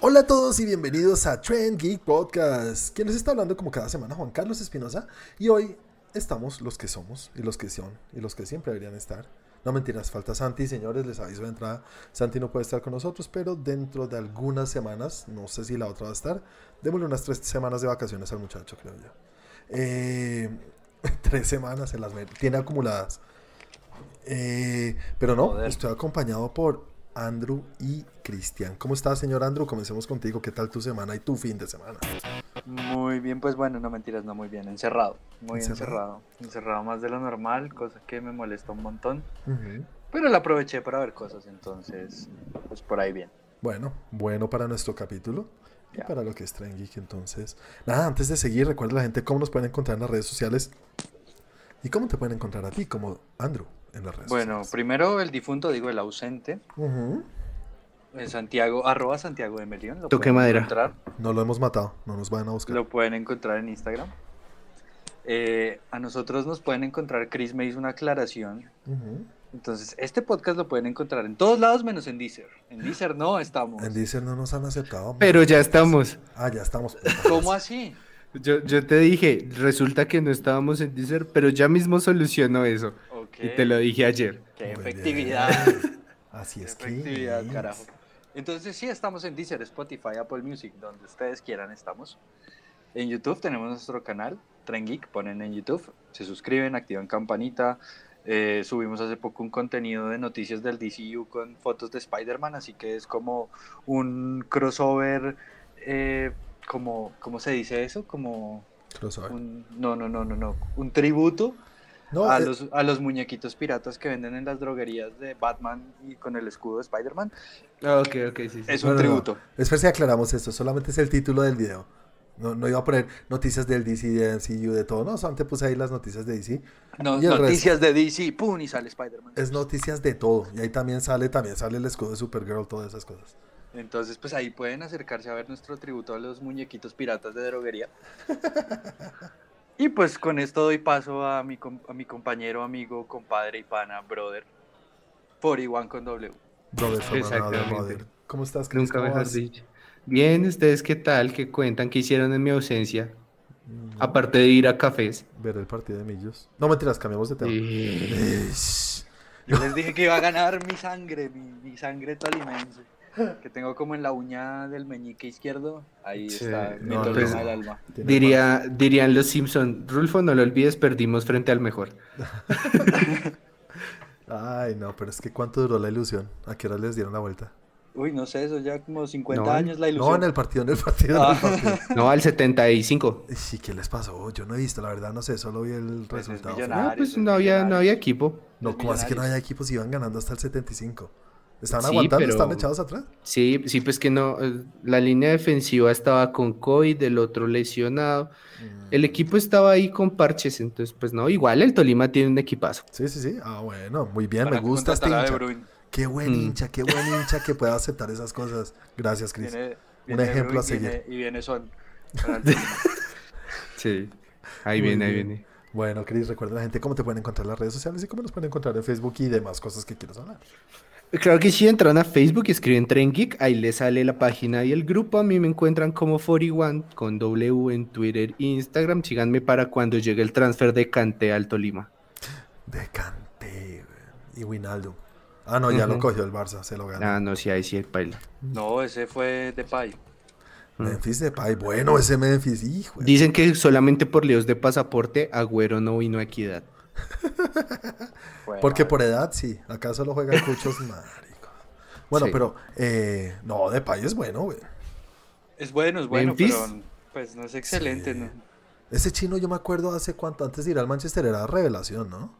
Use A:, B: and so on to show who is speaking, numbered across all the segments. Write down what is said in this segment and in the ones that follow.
A: Hola a todos y bienvenidos a Trend Geek Podcast, que les está hablando como cada semana Juan Carlos Espinosa y hoy estamos los que somos y los que son y los que siempre deberían estar. No mentiras, falta Santi, señores, les aviso de entrada, Santi no puede estar con nosotros, pero dentro de algunas semanas, no sé si la otra va a estar, démosle unas tres semanas de vacaciones al muchacho, creo yo. Eh, tres semanas se las met- tiene acumuladas. Eh, pero no,
B: Joder.
A: estoy acompañado por Andrew y Cristian. ¿Cómo estás, señor Andrew? Comencemos contigo. ¿Qué tal tu semana y tu fin de semana?
B: Muy bien, pues bueno, no mentiras, no muy bien, encerrado, muy
A: Encerrado.
B: encerrado. encerrado, más de lo normal, cosa que me molesta un montón, pero la aproveché para ver cosas, entonces, pues por ahí bien.
A: Bueno, bueno para nuestro capítulo y
B: Ya.
A: para lo que es Trend Geek. Entonces, nada, antes de seguir, recuerda a la gente cómo nos pueden encontrar en las redes sociales y cómo te pueden encontrar a ti, como Andrew, en las redes
B: Bueno,
A: sociales.
B: primero el difunto, digo el ausente,
A: Ujú.
B: eh, Santiago, arroba Santiago de Melión, lo
C: Toqué
B: pueden
C: madera.
B: encontrar,
A: No lo hemos matado, no nos van a buscar.
B: lo pueden encontrar en Instagram. Eh, a nosotros nos pueden encontrar, Chris me hizo una aclaración,
A: Ujú.
B: entonces este podcast lo pueden encontrar en todos lados menos en Deezer, en Deezer no estamos.
A: En Deezer no nos han aceptado.
C: Pero ya
A: madres.
C: estamos.
A: Ah, ya estamos. puta.
B: ¿Cómo así?
C: Yo, yo te dije, resulta que no estábamos en Deezer, pero ya mismo solucionó eso.
B: Ok.
C: Y te lo dije ayer.
A: Muy
B: ¡Qué
A: bien.
B: efectividad!
A: Así
B: ¡Qué
A: es que.
B: efectividad,
A: es.
B: carajo! Entonces sí, estamos en Deezer, Spotify, Apple Music, donde ustedes quieran estamos. En YouTube tenemos nuestro canal, Tren Geek, ponen en YouTube, se suscriben, activan campanita. Eh, subimos hace poco un contenido de noticias del DCU con fotos de Spider-Man, así que es como un crossover, eh, como, ¿cómo se dice eso? Como
A: Crossover.
B: un, no, no, no, no, no, un tributo
A: No,
B: a,
A: eh,
B: los, a los muñequitos piratas que venden en las droguerías de Batman y con el escudo de Spider-Man.
C: Ah, Ok, ok, sí, sí.
B: Es
A: No,
B: un
A: no, no.
B: tributo.
A: Espera si aclaramos esto, solamente es el título del video. No, no iba a poner noticias del DC, de MCU, de todo, no, solamente puse ahí las noticias de DC.
B: No,
A: Y el
B: noticias de DC, ¡pum! y sale Spider-Man.
A: Es noticias de todo, y ahí también sale, también sale el escudo de Supergirl, todas esas cosas.
B: Entonces, pues ahí pueden acercarse a ver nuestro tributo a los muñequitos piratas de droguería. y pues con esto doy paso a mi, com- a mi compañero, amigo, compadre y pana, brother, 41 con W.
A: Brother, from another
C: Exactamente.
A: mother. ¿Cómo estás, Chris?
C: Nunca
A: ¿Cómo
C: mejor
A: vas?
C: dicho. Bien, ¿ustedes qué tal? ¿Qué cuentan? ¿Qué hicieron en mi ausencia?
A: Mm,
C: Aparte de ir a cafés.
A: Ver el partido de Millos. No, mentiras, cambiamos de tema.
C: Eh,
A: Ish.
B: Yo les dije que iba a ganar mi sangre, mi, mi sangre tolimense, que tengo como en la uña del meñique izquierdo. Ahí
C: Sí,
B: está mi
A: no,
B: Tolima
A: pues-
B: del alma.
A: Tiene
C: Diría, dirían los Simpson, Rulfo, no lo olvides, perdimos frente al mejor.
A: Ay, no, pero es que cuánto duró la ilusión. ¿A qué hora les dieron la vuelta?
B: Uy, no sé, eso ya como 50
C: No,
B: años la
A: No,
B: ilusión.
A: en el partido, en el partido, en el
B: Ah.
A: partido.
C: No, al 75.
A: Sí, ¿qué les pasó? Yo no he visto, la verdad, no sé, solo vi el
B: Pues es
A: resultado.
B: millonario.
C: No, pues
B: es
C: no había, no había
B: millonarios.
C: equipo.
A: No,
B: Los
A: como así que no
B: millonarios.
A: había equipos y iban ganando hasta el 75? ¿Están
C: Sí,
A: aguantando?
C: pero-
A: ¿Están echados atrás?
C: Sí, sí, pues que no, eh, la línea defensiva estaba con COVID, el otro lesionado,
A: Mm,
C: el equipo estaba ahí con parches, entonces pues no, igual el Tolima tiene un equipazo.
A: Sí, sí, sí. Ah, bueno, muy bien,
B: Para
A: me gusta este
B: contratar a
A: hincha.
B: De Bruyne.
A: Qué buen
C: Mm.
A: hincha, qué buen hincha que pueda aceptar esas cosas. Gracias, Cris.
B: Viene-
A: Un
B: viene De
A: ejemplo a
B: Bruyne,
A: seguir.
B: viene- y viene Son. para el Tolima.
C: Sí, ahí
A: Muy
C: viene, ahí
A: bien.
C: viene.
A: Bueno, Cris, recuerda a la gente cómo te pueden encontrar en las redes sociales y cómo nos pueden encontrar en Facebook y demás cosas que quieras hablar.
C: Claro que sí, entran a Facebook, escriben Tren Geek, ahí les sale la página y el grupo, a mí me encuentran como 41 con W en Twitter e Instagram, síganme para cuando llegue el transfer de Cante al Tolima.
A: De Kanté güey, y Winaldo. Ah, no, ya lo
C: Ujú.
A: cogió el Barça, se lo ganó.
C: Ah, no, sí, ahí sí el paila. Ah.
B: No, ese fue de Pay.
A: Memphis Depay, bueno, ese Memphis, hijo. de-
C: Dicen que solamente por líos de pasaporte, Agüero no vino a Equidad.
A: Porque por edad, sí. Acá solo juegan cuchos, marico. Bueno,
C: Sí.
A: pero eh, no, Depay es bueno, güey.
B: Es bueno, es bueno,
C: Memphis.
B: pero pues no es excelente,
A: Sí.
B: ¿no?
A: Ese chino yo me acuerdo hace cuánto antes de ir al Manchester era revelación, ¿no?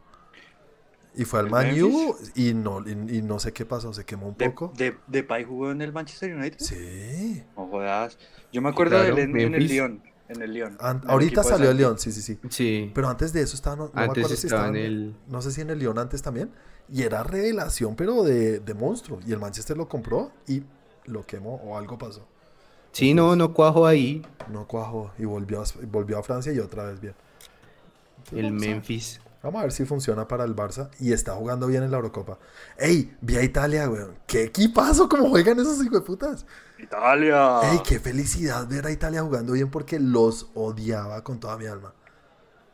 A: Y fue al
B: ¿El
A: Man U y no, y, y no sé qué pasó, se quemó un
B: De,
A: poco.
B: de, de Pay jugó en el Manchester United.
A: Sí.
B: No jodas. Yo me acuerdo
C: Claro,
B: de él en, en el
C: Memphis.
B: León. En el León.
A: An-
B: en el
A: ahorita
B: equipo de
A: salió el
B: Santi.
A: León, sí, sí, sí.
C: Sí.
A: Pero antes de eso estaba, no, no me
C: Antes
A: acuerdo si
C: estaba en
A: estaba en-
C: el-
A: no sé si en el León antes también. Y era revelación, pero de, de monstruo. Y el Manchester lo compró y lo quemó o algo pasó.
C: Sí, no, no cuajo ahí.
A: No cuajó y volvió a, volvió a Francia y otra vez bien.
C: El
A: Vamos a-
C: Memphis.
A: Vamos a ver si funciona para el Barça y está jugando bien en la Eurocopa. ¡Ey! Vi a Italia, weón. ¡Qué equipazo! ¿Cómo juegan esos hijos de putas?
B: Italia.
A: ¡Ey!
C: Ah.
A: ¡Qué felicidad ver a Italia jugando bien porque los odiaba con toda mi alma!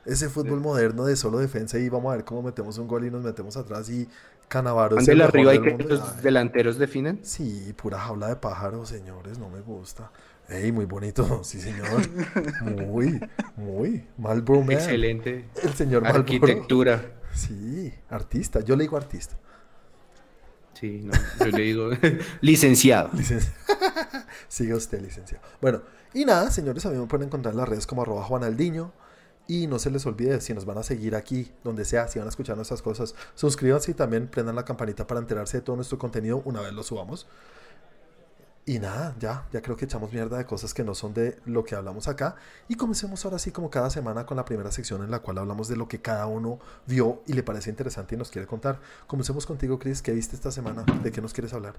A: Ese fútbol moderno de solo defensa y vamos a ver cómo metemos un gol y nos metemos atrás y Canavaro es
C: Ande
A: el mejor
C: arriba y
A: del
C: que
A: mundo.
C: los
A: Ay.
C: delanteros definen.
A: Sí, pura jaula de pájaros, señores, no me gusta. Ey, muy bonito, sí, señor. Muy, muy. Malboro Man.
C: Excelente.
A: El señor Malboro.
C: Arquitectura.
A: Sí, artista. Yo le digo artista.
C: Sí, no, yo le digo licenciado.
A: Licencia. Sigue usted, licenciado. Bueno, y nada, señores, a mí me pueden encontrar en las redes como arroba Juanaldiño. Y no se les olvide, si nos van a seguir aquí, donde sea, si van a escuchar nuestras cosas, suscríbanse y también prendan la campanita para enterarse de todo nuestro contenido una vez lo subamos. Y nada, ya, ya creo que echamos mierda de cosas que no son de lo que hablamos acá. Y comencemos ahora sí, como cada semana, con la primera sección en la cual hablamos de lo que cada uno vio y le parece interesante y nos quiere contar. Comencemos contigo, Chris, ¿qué viste esta semana? ¿De qué nos quieres hablar?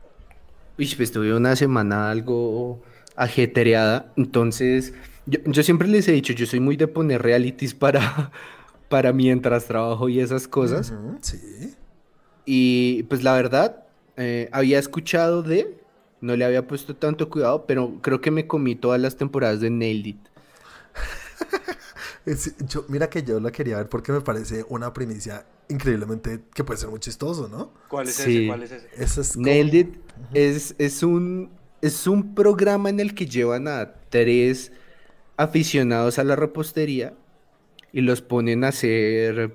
C: Uy, pues tuve una semana algo ajetreada, entonces yo, yo siempre les he dicho, yo soy muy de poner realities para, para mientras trabajo y esas cosas,
A: Ujú, sí.
C: y pues la verdad, eh, había escuchado de, no le había puesto tanto cuidado, pero creo que me comí todas las temporadas de Nailed It.
A: Es- yo- mira que yo la quería ver porque me parece una primicia increíblemente que puede ser muy chistoso, ¿no?
B: ¿Cuál es
C: Sí.
B: ese? ¿Cuál es ese?
A: Eso es como-
C: Nailed It es, es un, es un programa en el que llevan a tres aficionados a la repostería y los ponen a hacer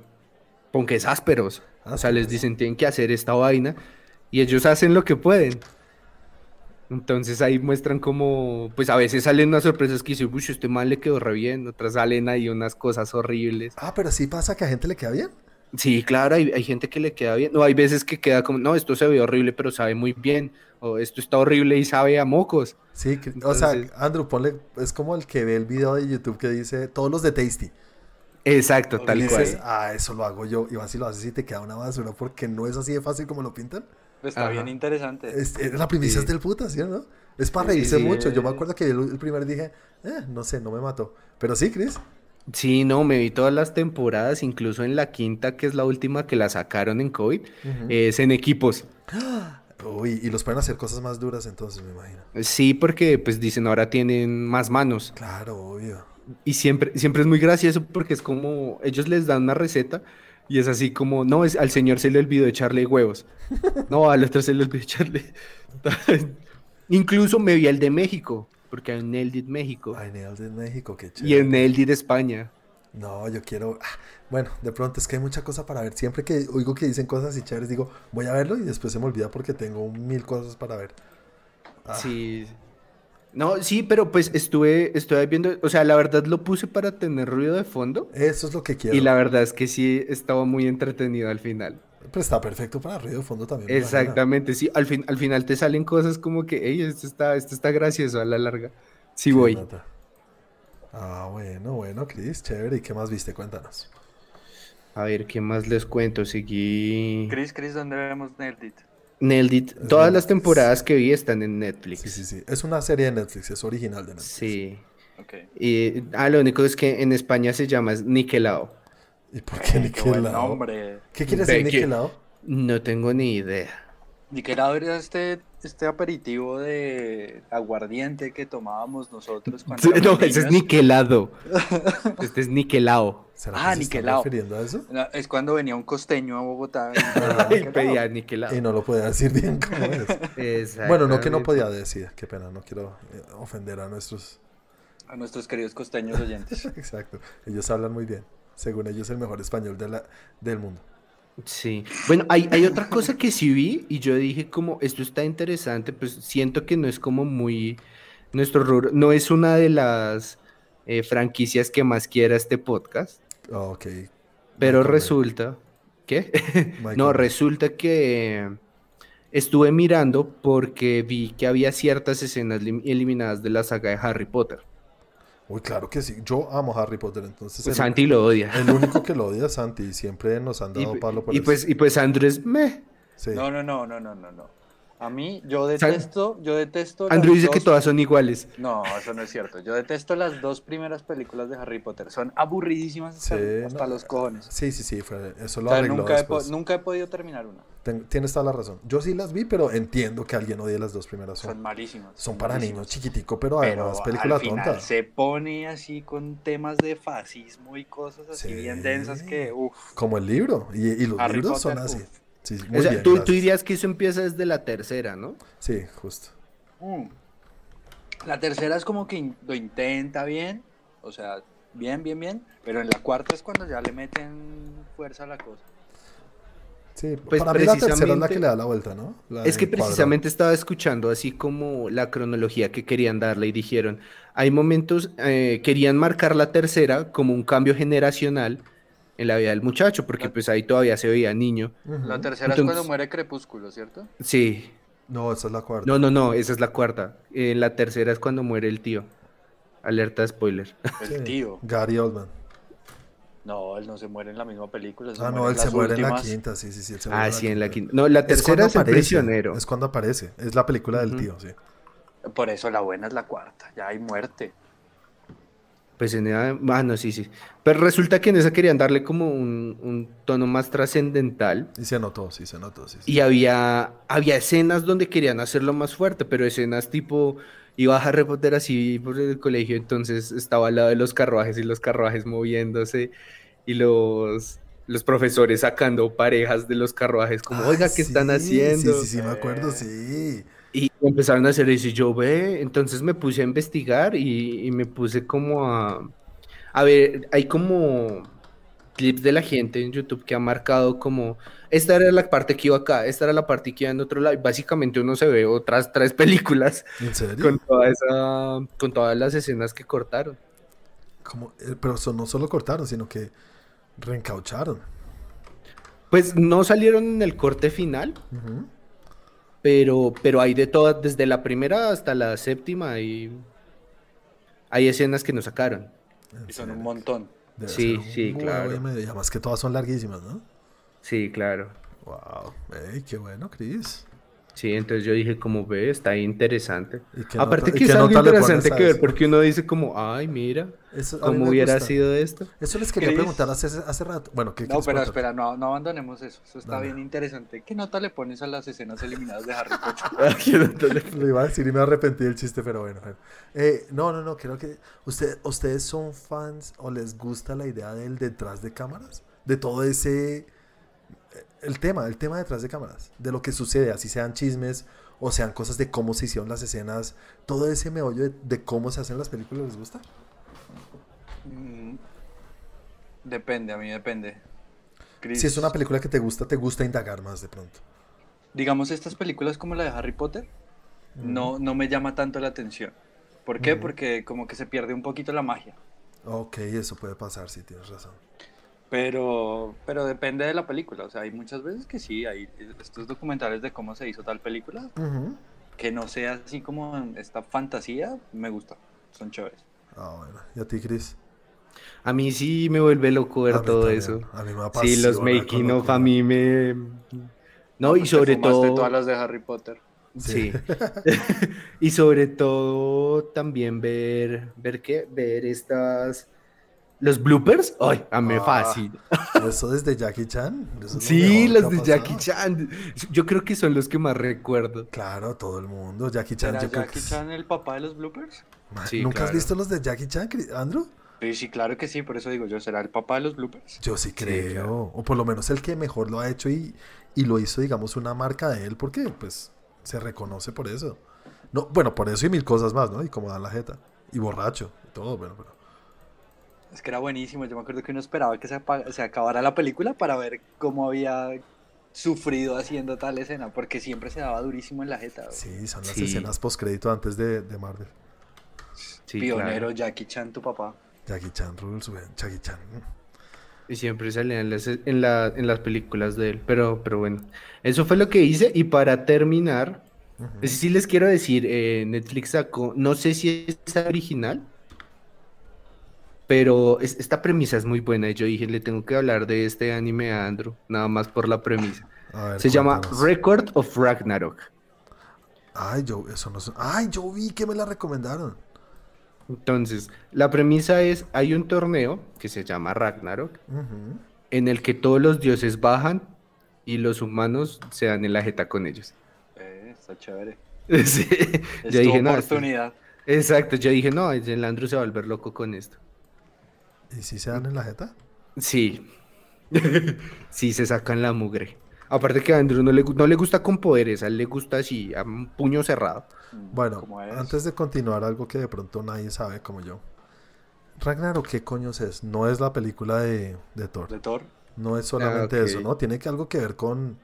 C: ponques ásperos.
A: Ah,
C: O sea, les dicen, tienen que hacer esta vaina y ellos hacen lo que pueden. Entonces ahí muestran como, pues a veces salen unas sorpresas que dicen, uy, este man le quedó re bien, otras salen ahí unas cosas horribles.
A: Ah, pero sí pasa que a gente le queda bien.
C: Sí, claro, hay, hay gente que le queda bien. No, hay veces que queda como, no, esto se ve horrible, pero sabe muy bien. O esto está horrible y sabe a mocos.
A: Sí, que- o sea,
C: Entonces-
A: Andrew, ponle, es como el que ve el video de YouTube que dice todos los de Tasty.
C: Exacto,
A: Y
C: tal
A: dices,
C: cual.
A: ah, eso lo hago yo. Y vas y lo haces y te queda una basura porque no es así de fácil como lo pintan.
B: Está
C: Ajá.
B: bien interesante.
A: Es, eh, la primicia es
C: Sí.
A: del puta, ¿sí o no? Es para
C: Sí, sí,
A: reírse
C: sí,
A: mucho. Yo me
B: eh.
A: acuerdo que el, el primer dije, eh, no sé, no me mató. Pero sí, Chris.
C: Sí, no, me vi todas las temporadas, incluso en la quinta, que es la última que la sacaron en COVID,
A: Ujú.
C: es en equipos.
A: Uy, y los pueden hacer cosas más duras entonces, me imagino.
C: Sí, porque pues dicen ahora tienen más manos.
A: Claro, obvio.
C: Y siempre, siempre es muy gracioso porque es como, ellos les dan una receta y es así como, no, es, al señor se le olvidó echarle huevos. No, al otro se le olvidó echarle. Incluso me vi el de México, porque hay un Nailed It México
A: Ay, Nailed en México, qué
C: y
A: chévere.
C: un Nailed It España.
A: No, yo quiero. ah, Bueno, de pronto es que hay mucha cosa para ver. Siempre que oigo que dicen cosas y chéveres, digo, voy a verlo y después se me olvida porque tengo mil cosas para ver. Ah,
C: Sí. No, sí, pero pues estuve, estuve viendo, o sea, la verdad lo puse para tener ruido de fondo
A: Eso es lo que quiero.
C: y la verdad es que sí estaba muy entretenido al final.
A: Pero está perfecto para ruido de fondo también. me imagino.
C: Exactamente, sí. Al fin, al final te salen cosas como que, hey, esto está, esto está gracioso a la larga. Sí,
A: Qué
C: voy.
A: nota. Ah, bueno, bueno, Chris, chévere. ¿Y qué más viste? Cuéntanos.
C: A ver, ¿qué más les cuento? Seguí.
B: Chris, Chris, ¿dónde vemos Nerdit?
C: Nailed It.
A: Es
C: Todas
A: Netflix.
C: las temporadas que vi están en Netflix.
A: Sí,
C: Sí.
A: sí, sí. Es una serie de Netflix, es original de Netflix.
B: Ok.
C: Y, ah, lo único es que en España se llama es Niquelao.
A: ¿Y por qué
B: Qué buen
A: Nickelodeon?
B: nombre.
A: ¿Qué quiere decir
C: Ve que-
A: Nickelodeon?
C: No tengo ni idea.
B: Nicaragua era este, este aperitivo de aguardiente que tomábamos nosotros cuando
C: No,
B: éramos
C: ese es
B: niños.
C: Niquelado. Este es Niquelao.
A: ¿Será
B: Ah,
A: que se está
B: Nickelodeon.
A: refiriendo a eso?
B: No, Es cuando venía un costeño a Bogotá. Ah,
C: Ay, pedía Niquelao.
A: Y no lo podía decir bien cómo es. Bueno, no que no podía decir, qué pena, no quiero eh, ofender a nuestros.
B: A nuestros queridos costeños oyentes.
A: Exacto, ellos hablan muy bien. Según ellos, el mejor español de la, del mundo.
C: Sí. Bueno, hay, hay otra cosa que sí vi y yo dije como esto está interesante, pues siento que no es como muy nuestro rubro, no es una de las eh, franquicias que más quiera este podcast,
A: Ok.
C: pero
A: Michael Bay.
C: resulta ¿qué?
A: Michael
C: No,
A: Bay.
C: resulta que estuve mirando porque vi que había ciertas escenas lim- eliminadas de la saga de Harry Potter.
A: Uy, claro que sí. Yo amo Harry Potter, entonces
C: Pues
A: el,
C: Santi lo odia.
A: el único que lo odia es Santi. y Siempre nos han
C: Y,
A: dado palo por
C: y
A: eso.
C: pues y pues Andrés me
A: Sí.
B: No, no, no, no, no, no, no. A mí, yo detesto, yo detesto.
C: Andrew
B: las
C: dice que
B: dos-
C: todas son iguales.
B: No, eso no es cierto. Yo detesto las dos primeras películas de Harry Potter. Son aburridísimas hasta,
A: Sí,
B: hasta
A: no.
B: los cojones.
A: Sí, sí, sí, fue- eso
B: O
A: lo
B: sea,
A: arregló
B: nunca, he po-
A: después.
B: nunca he podido terminar una.
A: Ten- tienes toda la razón. Yo sí las vi, pero entiendo que alguien odie las dos primeras.
B: Son
A: Son,
B: malísimas.
A: son para
B: malísimas.
A: niños chiquitico, pero
B: Pero
A: además película
B: al final
A: tonta.
B: se pone así con temas de fascismo y cosas así
A: Sí.
B: bien densas que, uff.
A: Como el libro. Y, y los
B: Harry
A: libros son
B: Potter,
A: así.
B: uf.
A: Sí, sí,
C: O
A: muy
C: sea,
A: bien,
C: tú, tú
A: gracias.
C: dirías que eso empieza desde la tercera, ¿no?
A: Sí, justo.
B: mm. La tercera es como que in- lo intenta bien, o sea, bien, bien, bien, pero en la cuarta es cuando ya le meten fuerza a la cosa.
A: Sí,
C: Pues
A: para mí la tercera es la
C: precisamente-
A: que le da la vuelta, ¿no? La
C: Es que
A: del cuadro.
C: precisamente estaba escuchando así como la cronología que querían darle y dijeron, hay momentos, eh, querían marcar la tercera como un cambio generacional en la vida del muchacho, porque pues ahí todavía se veía niño.
A: Ujú.
B: La tercera es
C: Entonces-
B: cuando muere Crepúsculo, ¿cierto?
C: Sí,
A: No, esa es la cuarta.
C: no, no, no, esa es la cuarta. En la tercera es cuando muere el tío. Alerta spoiler.
A: Sí.
B: El tío.
A: Gary Oldman.
B: No, él no se muere en la misma película.
A: Ah, no, él
B: las
A: se muere en la
B: últimas.
A: quinta, sí, sí, sí. él se muere
C: Ah, sí, en la quinta. No, la
A: Es cuando
C: tercera es el
A: aparece,
C: prisionero.
A: Es cuando aparece. Es la película del
C: Ujú.
A: tío, sí.
B: Por eso la buena es la cuarta, ya hay muerte.
C: Pues en esa- ah, no, sí, sí. Pero resulta que en esa querían darle como un, un tono más trascendental.
A: Y se notó, sí, se notó, sí. sí.
C: Y había, había escenas donde querían hacerlo más fuerte, pero escenas tipo, iba a Harry Potter así por el colegio, entonces estaba al lado de los carruajes y los carruajes moviéndose y los, los profesores sacando parejas de los carruajes, como,
A: Ah,
C: oiga, ¿qué están
A: sí,
C: haciendo?
A: Sí, sí, sí, me acuerdo, sí.
C: Y empezaron a hacer eso y yo ve, entonces me puse a investigar y, y me puse como a... A ver, hay como clips de la gente en YouTube que ha marcado como, esta era la parte que iba acá, esta era la parte que iba en otro lado. Y básicamente uno se ve otras tres películas
A: ¿En serio?
C: con, toda esa, con todas las escenas que cortaron.
A: Como- eh, Pero so- no solo cortaron, sino que reencaucharon.
C: Pues no salieron en el corte final,
A: Ujú.
C: pero, pero hay de todas, desde la primera hasta la séptima, hay, hay escenas que no sacaron.
A: En
B: Y son
A: serio.
B: un montón.
A: Debe
C: Sí,
A: ser un
C: sí,
A: huevo
C: claro.
A: y medio. Y además que todas son larguísimas, ¿no?
C: Sí, claro.
A: Wow, ey, qué bueno, Chris.
C: Sí, entonces yo dije como ve, está interesante.
A: ¿Y qué
C: Aparte
A: nota- y
C: que
A: qué
C: es algo
A: nota le pones
C: interesante
A: a
C: que ver,
A: eso?
C: porque uno dice como, ay, mira,
A: Eso, a mí
C: ¿cómo
A: me
C: hubiera
A: gusta.
C: sido esto?
A: Eso les quería
B: Chris.
A: preguntar hace, hace rato. Bueno, ¿qué
B: No,
A: quieres
B: pero
A: preguntar?
B: espera, no, no abandonemos eso. Eso está
A: Dale.
B: bien interesante. ¿Qué nota le pones a las escenas eliminadas de Harry Potter?
A: Lo iba a decir y me arrepentí del chiste, pero bueno. bueno. Eh, no, no, no, creo que usted, ustedes son fans o les gusta la idea del detrás de cámaras, de todo ese, eh, el tema, el tema detrás de cámaras, de lo que sucede, así sean chismes o sean cosas de cómo se hicieron las escenas, todo ese meollo de, de cómo se hacen las películas, ¿les gusta?
B: Mm, depende, a mí depende. Chris,
A: Si es una película que te gusta, te gusta indagar más de pronto.
B: digamos, estas películas como la de Harry Potter no, no me llama tanto la atención. ¿Por qué?
A: Ujú.
B: Porque como que se pierde un poquito la magia.
A: Ok, eso puede pasar, sí, tienes razón.
B: Pero, pero depende de la película. O sea, hay muchas veces que sí, hay estos documentales de cómo se hizo tal película,
A: Ujú.
B: que no sea así como esta fantasía, me gusta. Son chéveres.
A: Ah, bueno, ¿y a ti, Chris?
C: A mí sí me vuelve loco
A: A
C: ver
A: mí
C: todo
A: también,
C: eso.
A: a mí me
C: Sí, los
A: apasiona con
C: making of
A: locura.
C: a mí me... No, y
B: Pues te
C: sobre
B: fumaste
C: todo...
B: todas las de Harry Potter.
A: Sí.
C: Sí. y sobre todo también ver, ver qué, ver estas, los bloopers. Ay, a mí me
A: Ah,
C: fascina.
A: Eso desde Jackie Chan. eso es lo
C: Sí,
A: mejor
C: los
A: que
C: de
A: ha
C: Jackie
A: pasado.
C: Chan. Yo creo que son los que más recuerdo.
A: Claro, todo el mundo. Jackie Chan.
B: ¿Será
A: yo creo que
B: Jackie
A: es-
B: Chan el papá de los bloopers?
A: Ma-
C: Sí,
A: ¿Nunca has
C: claro.
A: visto los de Jackie Chan, Cri- Andrew?
B: Sí, sí, claro que sí, por eso digo yo, ¿será el papá de los bloopers?
A: Yo sí creo.
C: claro.
A: O por lo menos el que mejor lo ha hecho y, y lo hizo, digamos, una marca de él, porque pues se reconoce por eso. No, bueno, por eso y mil cosas más, ¿no? Y como dan la jeta. Y borracho, y todo, bueno, pero.
B: Es que era buenísimo, yo me acuerdo que uno esperaba que se, apa- se acabara la película para ver cómo había sufrido haciendo tal escena, porque siempre se daba durísimo en la jeta. güey.
A: Sí, son las
C: Sí.
A: escenas postcrédito antes de, de Marvel.
C: Sí,
B: Pionero
C: claro.
B: Jackie Chan, tu papá.
A: Jackie Chan Rules, güey, Jackie Chan. mm.
C: Y siempre salían en las, en, la- en las películas de él. Pero, pero bueno, eso fue lo que hice. Y para terminar,
A: Ujú.
C: sí les quiero decir, eh, Netflix sacó, no sé si es original, pero es- esta premisa es muy buena. Y yo dije, le tengo que hablar de este anime a Andrew, nada más por la premisa.
A: A ver,
C: Se llama
A: cuéntanos.
C: Record of Ragnarok.
A: Ay, yo, eso no sé. Ay, yo vi que me la recomendaron.
C: Entonces, la premisa es, hay un torneo que se llama Ragnarok,
A: Ujú.
C: en el que todos los dioses bajan y los humanos se dan en la jeta con ellos.
B: Eh, está chévere.
C: Sí,
B: Es
C: yo
B: tu
C: dije, no,
A: este".
C: esto-
B: oportunidad.
C: exacto, yo dije, no, el Andrew se va a volver loco con esto.
A: ¿Y si se dan en la jeta?
C: Sí, sí, se sacan la mugre. Aparte que a Andrew no le, gu- no le gusta con poderes, a él le gusta así, a un puño cerrado.
B: Mm,
A: Bueno,
B: como es.
A: antes de continuar, algo que de pronto nadie sabe como yo. Ragnarok, ¿qué coños es? No es la película de, de Thor.
B: de Thor.
A: No es solamente
C: Ah, ok.
A: eso, ¿no? Tiene que algo que ver con...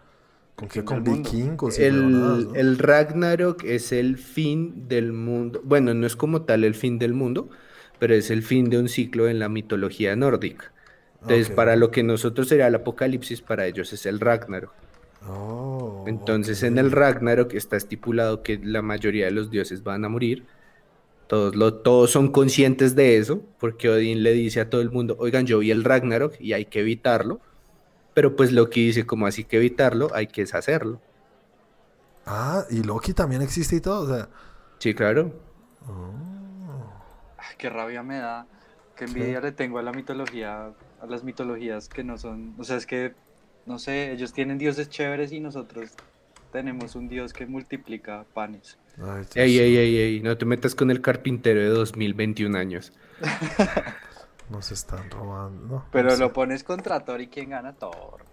A: ¿Con qué?
B: fin
A: Con
B: del mundo.
A: vikingos y huevonadas,
C: El,
A: ¿no?
C: el Ragnarok es el fin del mundo, bueno, no es como tal el fin del mundo, pero es el fin de un ciclo en la mitología nórdica. Entonces,
A: Ah, Ok.
C: para lo que nosotros sería el apocalipsis, para ellos es el Ragnarok.
A: Oh,
C: Entonces,
A: ok.
C: en el Ragnarok está estipulado que la mayoría de los dioses van a morir. Todos, lo, todos son conscientes de eso, porque Odín le dice a todo el mundo, oigan, yo vi el Ragnarok y hay que evitarlo. Pero pues Loki dice, como así que evitarlo, hay que deshacerlo.
A: Ah, y Loki también existe y todo, o sea...
C: Sí, claro.
A: oh.
B: Ay, qué rabia me da. Qué envidia le tengo a la mitología, a las mitologías que no son. O sea, es que, no sé, ellos tienen dioses chéveres y nosotros tenemos un dios que multiplica panes.
A: Ay, Dios.
C: Ey, ey, ey, ey, no te metas con el carpintero de 2021 años.
A: Nos están robando. No,
B: Pero
A: no sé.
B: lo pones contra Thor y quién gana Thor.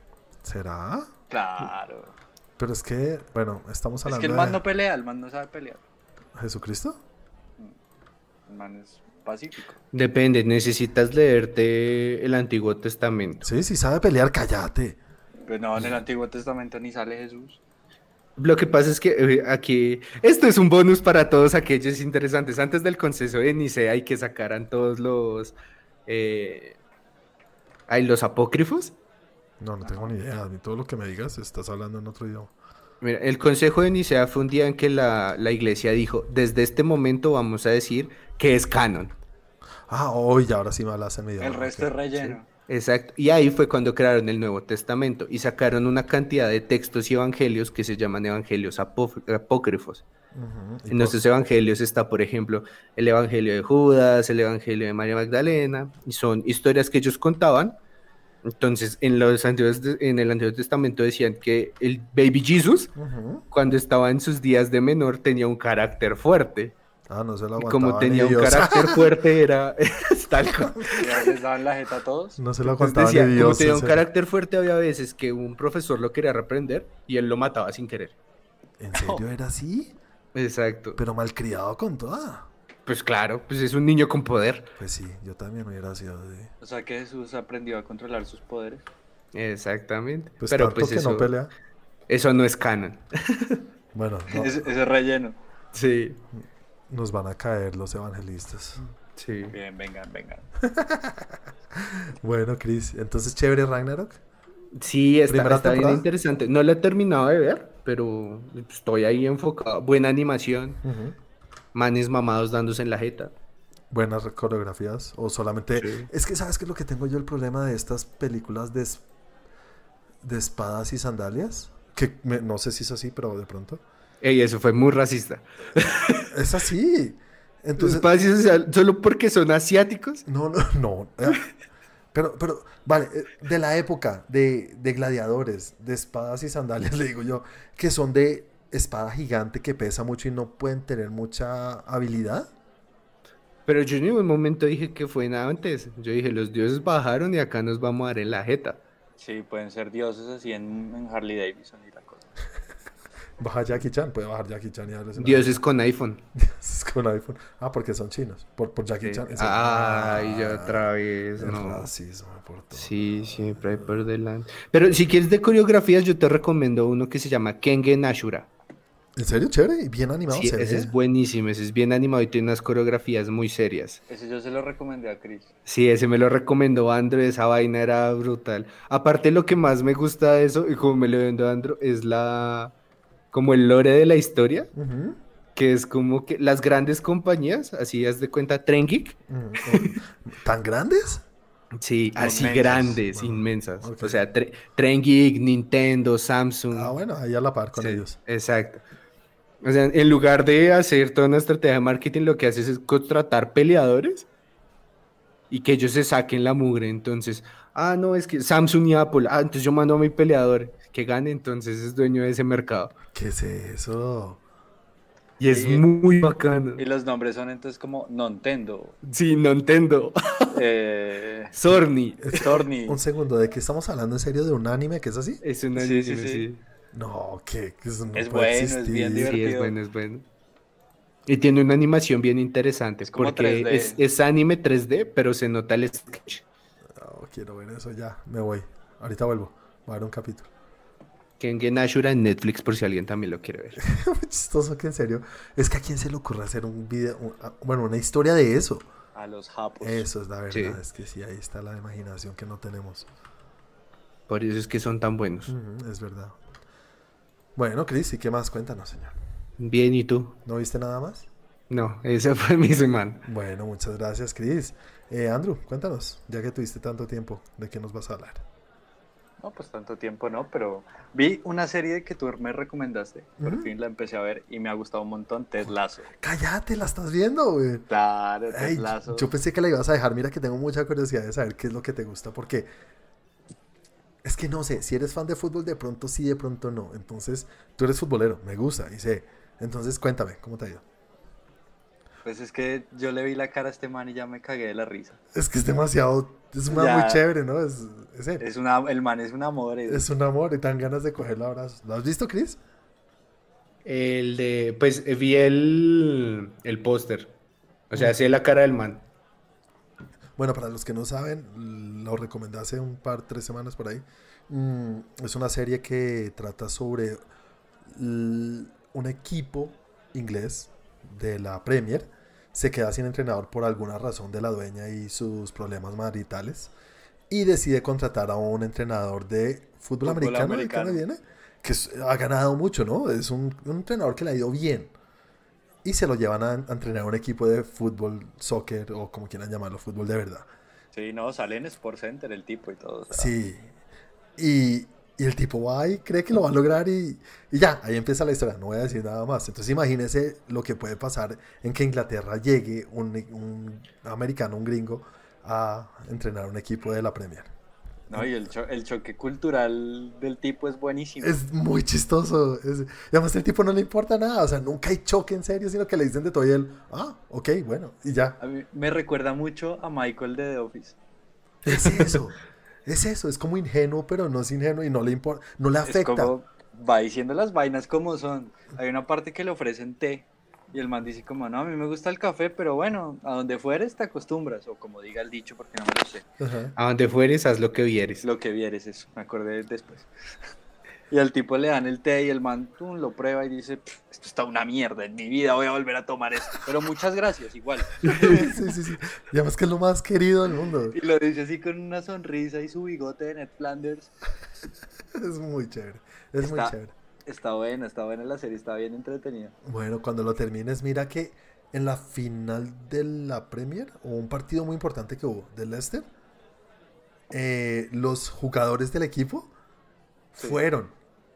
A: ¿Será?
B: Claro.
A: Pero es que, bueno, estamos
B: Es
A: hablando
B: que el
A: de
B: man no pelea, el man no sabe pelear.
A: Jesucristo.
B: El man es pacífico.
C: Depende, necesitas leerte el Antiguo Testamento.
A: Sí, si sabe pelear, cállate.
B: Pero Pues no, en el Antiguo Testamento ni sale Jesús.
C: Lo que pasa es que eh, aquí, esto es un bonus para todos aquellos interesantes. Antes del conceso de Nicea y que sacaran todos los, eh, ay, los apócrifos.
A: No, no tengo ni idea. Ni todo lo que me digas, estás hablando en otro idioma.
C: Mira, el consejo de Nicea fue un día en que la, la iglesia dijo, desde este momento vamos a decir que es canon.
A: Ah, hoy ya ahora sí me hablas en mi idioma.
B: El resto
A: ok.
B: es relleno.
C: Exacto. Y ahí fue cuando crearon el Nuevo Testamento y sacaron una cantidad de textos y evangelios que se llaman evangelios apóf- apócrifos.
A: Ujú, y
C: En
A: por-
C: nuestros evangelios está, por ejemplo, el evangelio de Judas, el evangelio de María Magdalena, y son historias que ellos contaban. Entonces, en, los antiguos, en el Antiguo Testamento decían que el baby Jesus,
A: Ujú.
C: cuando estaba en sus días de menor, tenía un carácter fuerte.
A: Ah, no se lo
C: Y
A: aguantaba.
C: como
A: ni
C: tenía un
A: Dios.
C: carácter fuerte, era tal cual.
B: Ya les daban la jeta a todos.
A: No se lo
C: Entonces
A: aguantaba
C: decía,
A: ni
C: como
A: Dios.
C: tenía
A: en
C: un
A: serio.
C: carácter fuerte, había veces que un profesor lo quería reprender y él lo mataba sin querer.
A: ¿En serio era así?
C: Exacto.
A: Pero malcriado con toda.
C: Pues claro, pues es un niño con poder.
A: Pues sí, yo también hubiera sido de.
B: O sea que Jesús aprendió a controlar sus poderes.
C: Exactamente.
A: Pues
C: Pero
A: tanto
C: pues
A: que
C: eso,
A: no pelea.
C: eso no es canon.
A: Bueno, no,
B: Ese, ese relleno.
C: Sí,
A: nos van a caer los evangelistas.
C: sí.
B: Bien, vengan, vengan.
A: Bueno, Chris, entonces chévere Ragnarok.
C: Sí, está,
A: Primera
C: está bien
A: temporada.
C: interesante. No lo he terminado de ver, pero estoy ahí enfocado. Buena animación,
A: Ujú.
C: manes mamados dándose en la jeta.
A: buenas re- coreografías o solamente
C: Sí.
A: es que sabes que lo que tengo yo el problema de estas películas de, es- de espadas y sandalias que me- no sé si es así pero de pronto
C: Ey, eso fue muy racista.
A: es así entonces
C: Espacio social, solo porque son asiáticos.
A: no no no eh, pero pero vale eh, de la época de, de gladiadores de espadas y sandalias le digo yo que son de espada gigante que pesa mucho y no pueden tener mucha habilidad
C: Pero yo en ningún momento dije que fue nada antes. Yo dije, los dioses bajaron y acá nos vamos a dar en la jeta.
B: Sí, pueden ser dioses así en, en Harley Davidson y la cosa.
A: baja Jackie Chan puede bajar Jackie Chan y darles en la-
C: Dioses con iPhone.
A: Es con iPhone. Ah, porque son chinos. Por, por Jackie Chan. Es-
C: Ay, ya otra vez,
A: Ah, El
C: no.
A: racismo por todo.
C: Sí, siempre hay por delante. Pero si quieres de coreografías, yo te recomiendo uno que se llama Kengen Ashura.
A: ¿En serio? Chévere. y Bien animado
C: Sí,
A: se
C: ese
A: ve.
C: es buenísimo, ese es bien animado y tiene unas coreografías muy serias.
B: Ese yo se lo recomendé a Chris.
C: Sí, ese me lo recomendó Andrew, esa vaina era brutal. Aparte, lo que más me gusta de eso, y como me lo vendo Andrew, es la... como el lore de la historia.
A: Ujú,
C: que es como que las grandes compañías, así haz de cuenta, Trengeek,
A: ujú, ujú. ¿Tan grandes?
C: sí, así
B: Inmensas,
C: grandes,
A: bueno,
C: inmensas.
A: ok.
C: O sea, Tre- Trengeek, Nintendo, Samsung.
A: Ah, bueno, ahí a la par con
C: Mm. sí,
A: ellos.
C: Exacto. O sea, en lugar de hacer toda una estrategia de marketing, lo que haces es contratar peleadores y que ellos se saquen la mugre. Entonces, ah, no, es que Samsung y Apple, ah, entonces yo mando a mi peleador que gane, entonces es dueño de ese mercado.
A: ¿Qué es eso?
C: Y es
B: Sí.
C: muy bacano.
B: Y los nombres son entonces como Nintendo,
C: Sí, no entiendo.
B: eh,
C: Sorny.
B: Torni.
A: Un segundo, ¿de qué estamos hablando en serio? ¿De un anime que es así?
C: Es un
B: Sí,
C: anime,
B: sí,
C: sí.
B: sí.
A: No, que que eso no
B: Es
A: puede
B: bueno, es bien
A: existir.
C: Sí, es
B: Divertido.
C: bueno, es bueno. Y tiene una animación bien interesante,
B: Es como
C: porque
B: 3D.
C: es, es anime 3D, pero se nota el sketch.
A: No, Oh, quiero ver eso ya, me voy. Ahorita vuelvo, voy a ver un capítulo.
C: Kengen Ashura en Netflix, por si alguien también lo quiere ver.
A: Muy chistoso que en serio. Es que a quién se le ocurre hacer un video, un- a- bueno, una historia de eso.
B: A los japos.
A: Eso es la verdad,
C: Sí.
A: es que Pues, sí, ahí está la imaginación que no tenemos.
C: Por eso es que son tan buenos.
A: Ujú, es verdad. Bueno, Chris, ¿y qué más? Cuéntanos, señor. Mm.
C: Bien, ¿y tú?
A: ¿No viste nada más?
C: No, esa fue mi semana.
A: Bueno, muchas gracias, Chris. Eh, Andrew, cuéntanos, ya que tuviste tanto tiempo, ¿de qué nos vas a hablar?
B: No, pues tanto tiempo no, pero vi una serie que tú me recomendaste. Por
A: Ujú.
B: fin la empecé a ver y me ha gustado un montón. Ted Lasso.
A: ¡Cállate! ¿La estás viendo, güey?
B: Claro, Ted
A: Ay,
B: Lasso.
A: yo pensé que la ibas a dejar. Mira que tengo mucha curiosidad de saber qué es lo que te gusta, porque es que no sé, si eres fan de fútbol, de pronto sí, de pronto no. Entonces, tú eres futbolero, me gusta y sé. Entonces, cuéntame, ¿cómo te ha ido?
B: Pues es que yo le vi la cara a este man y ya me cagué de la risa.
A: Es que es demasiado, es una
B: Ya. Eh,
A: muy chévere, ¿no? Es, es él.
B: Es una, el man es un amor. es-
A: Es un amor y tan ganas de cogerlo a abrazos. ¿Lo has visto, Chris?
C: El de, pues eh, vi el, el póster. O sea, sé la cara del man.
A: Bueno, para los que no saben, lo recomendé hace un par, tres semanas por ahí. Mm, es una serie que trata sobre l- un equipo inglés de la Premier. Se queda sin entrenador por alguna razón de la dueña y sus problemas maritales. Y decide contratar a un entrenador de fútbol,
B: Fútbol
A: americano, el
B: americano.
A: canadiense, que es- ha ganado mucho, ¿no? Es un, un entrenador que le ha ido bien. Y se lo llevan a, a entrenar a un equipo de fútbol, soccer o como quieran llamarlo, fútbol de verdad.
B: Sí, no, sale en Sports Center el tipo y todo. o sea,
A: Sí. Y, y el tipo va y cree que lo va a lograr y, y ya, ahí empieza la historia. No voy a decir nada más. Entonces imagínese lo que puede pasar en que Inglaterra llegue un, un americano, un gringo, a entrenar un equipo de la Premier.
B: No, y el, cho- el choque cultural del tipo es buenísimo.
A: Es muy chistoso. es- y además el tipo no le importa nada. O sea, nunca hay choque en serio, sino que le dicen de todo y él, ah, ok, bueno, y ya.
B: A mí me recuerda mucho a Michael de The Office.
A: Es eso. Es eso, es como ingenuo, pero no es ingenuo y no le importa, no le afecta.
B: Es como va diciendo las vainas como son. Hay una parte que le ofrecen té y el man dice como, no, a mí me gusta el café, pero bueno, a donde fueres te acostumbras, o como diga el dicho, porque no me lo sé.
A: Ajá.
C: A donde fueres, haz lo que vieres.
B: Lo que vieres eso, me acordé después. Y al tipo le dan el té y el man tum, lo prueba y dice, "Pff, esto está una mierda, en mi vida voy a volver a tomar esto, pero muchas gracias igual.
A: sí, sí, sí. Y además que es lo más querido del mundo.
B: Y lo dice así con una sonrisa y su bigote de Ned Flanders.
A: Es muy chévere. Es muy
B: Está-
A: chévere.
B: Está buena, está buena la serie, está bien entretenida.
A: Bueno, cuando lo termines, mira que en la final de la Premier, o un partido muy importante que hubo de Leicester, eh, los jugadores del equipo
B: Sí.
A: fueron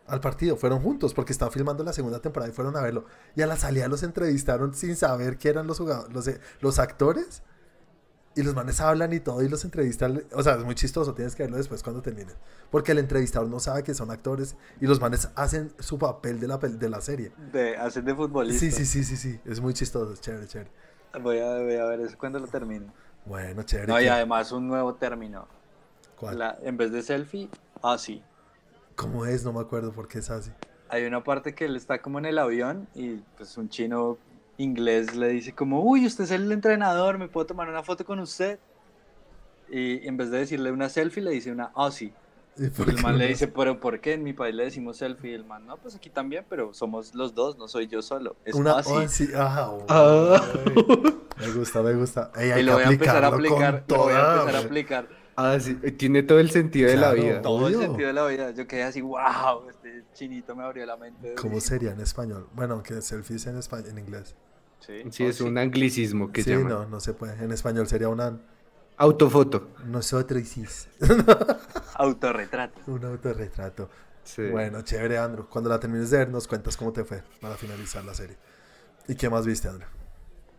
A: al partido, fueron juntos porque están filmando la segunda temporada y fueron a verlo. Y a la salida los entrevistaron sin saber que eran los jugadores, los, eh, los actores. Y los manes hablan y todo y los entrevistan. O sea, es muy chistoso, tienes que verlo después cuando terminen. Porque el entrevistador no sabe que son actores y los manes hacen su papel de la, pel- de la serie.
B: De, hacen de futbolista.
A: Sí, sí, sí, sí, sí. Es muy chistoso, es chévere, chévere.
B: Voy a, voy a ver eso cuando lo termine.
A: Bueno, chévere.
B: No, y
A: ¿qué?
B: además un nuevo término.
A: ¿Cuál?
B: La- en vez de selfie, ah, así.
A: ¿Cómo es? No me acuerdo por qué es así.
B: Hay una parte que él está como en el avión y pues un chino inglés le dice como, uy, usted es el entrenador, ¿me puedo tomar una foto con usted? Y en vez de decirle una selfie, le dice una "Ah, así.
A: ¿Y por
B: Y el
A: qué
B: man le
A: no?
B: dice, pero ¿por qué? En mi país le decimos selfie. Y el man, no, pues aquí también, pero somos los dos, no soy yo solo. Es
A: Una
B: así.
A: oh, sí, ah, oh,
C: Ah.
A: ay. Me gusta, me gusta. Ey, hay
B: Y lo
A: que
B: voy a empezar a
A: aplicarlo
B: aplicar.
A: con
B: Lo voy a
A: toda,
B: empezar a
A: güey.
B: aplicar.
C: Ah, sí, tiene todo el sentido de
A: Claro.
C: la vida.
A: No.
B: todo el
A: Obvio.
B: sentido de la vida. Yo quedé así, wow, este chinito me abrió la mente.
A: ¿Cómo sería en español? Bueno, aunque selfies en español, en inglés.
B: Sí,
C: Sí,
B: oh,
C: es un anglicismo que
A: sí,
C: llaman.
A: no, no se puede. En español sería una
C: Autofoto.
A: nosotros
B: Autorretrato.
A: un autorretrato.
C: Sí.
A: Bueno, chévere, Andrew. Cuando la termines de ver, nos cuentas cómo te fue para finalizar la serie. ¿Y qué más viste, Andrew?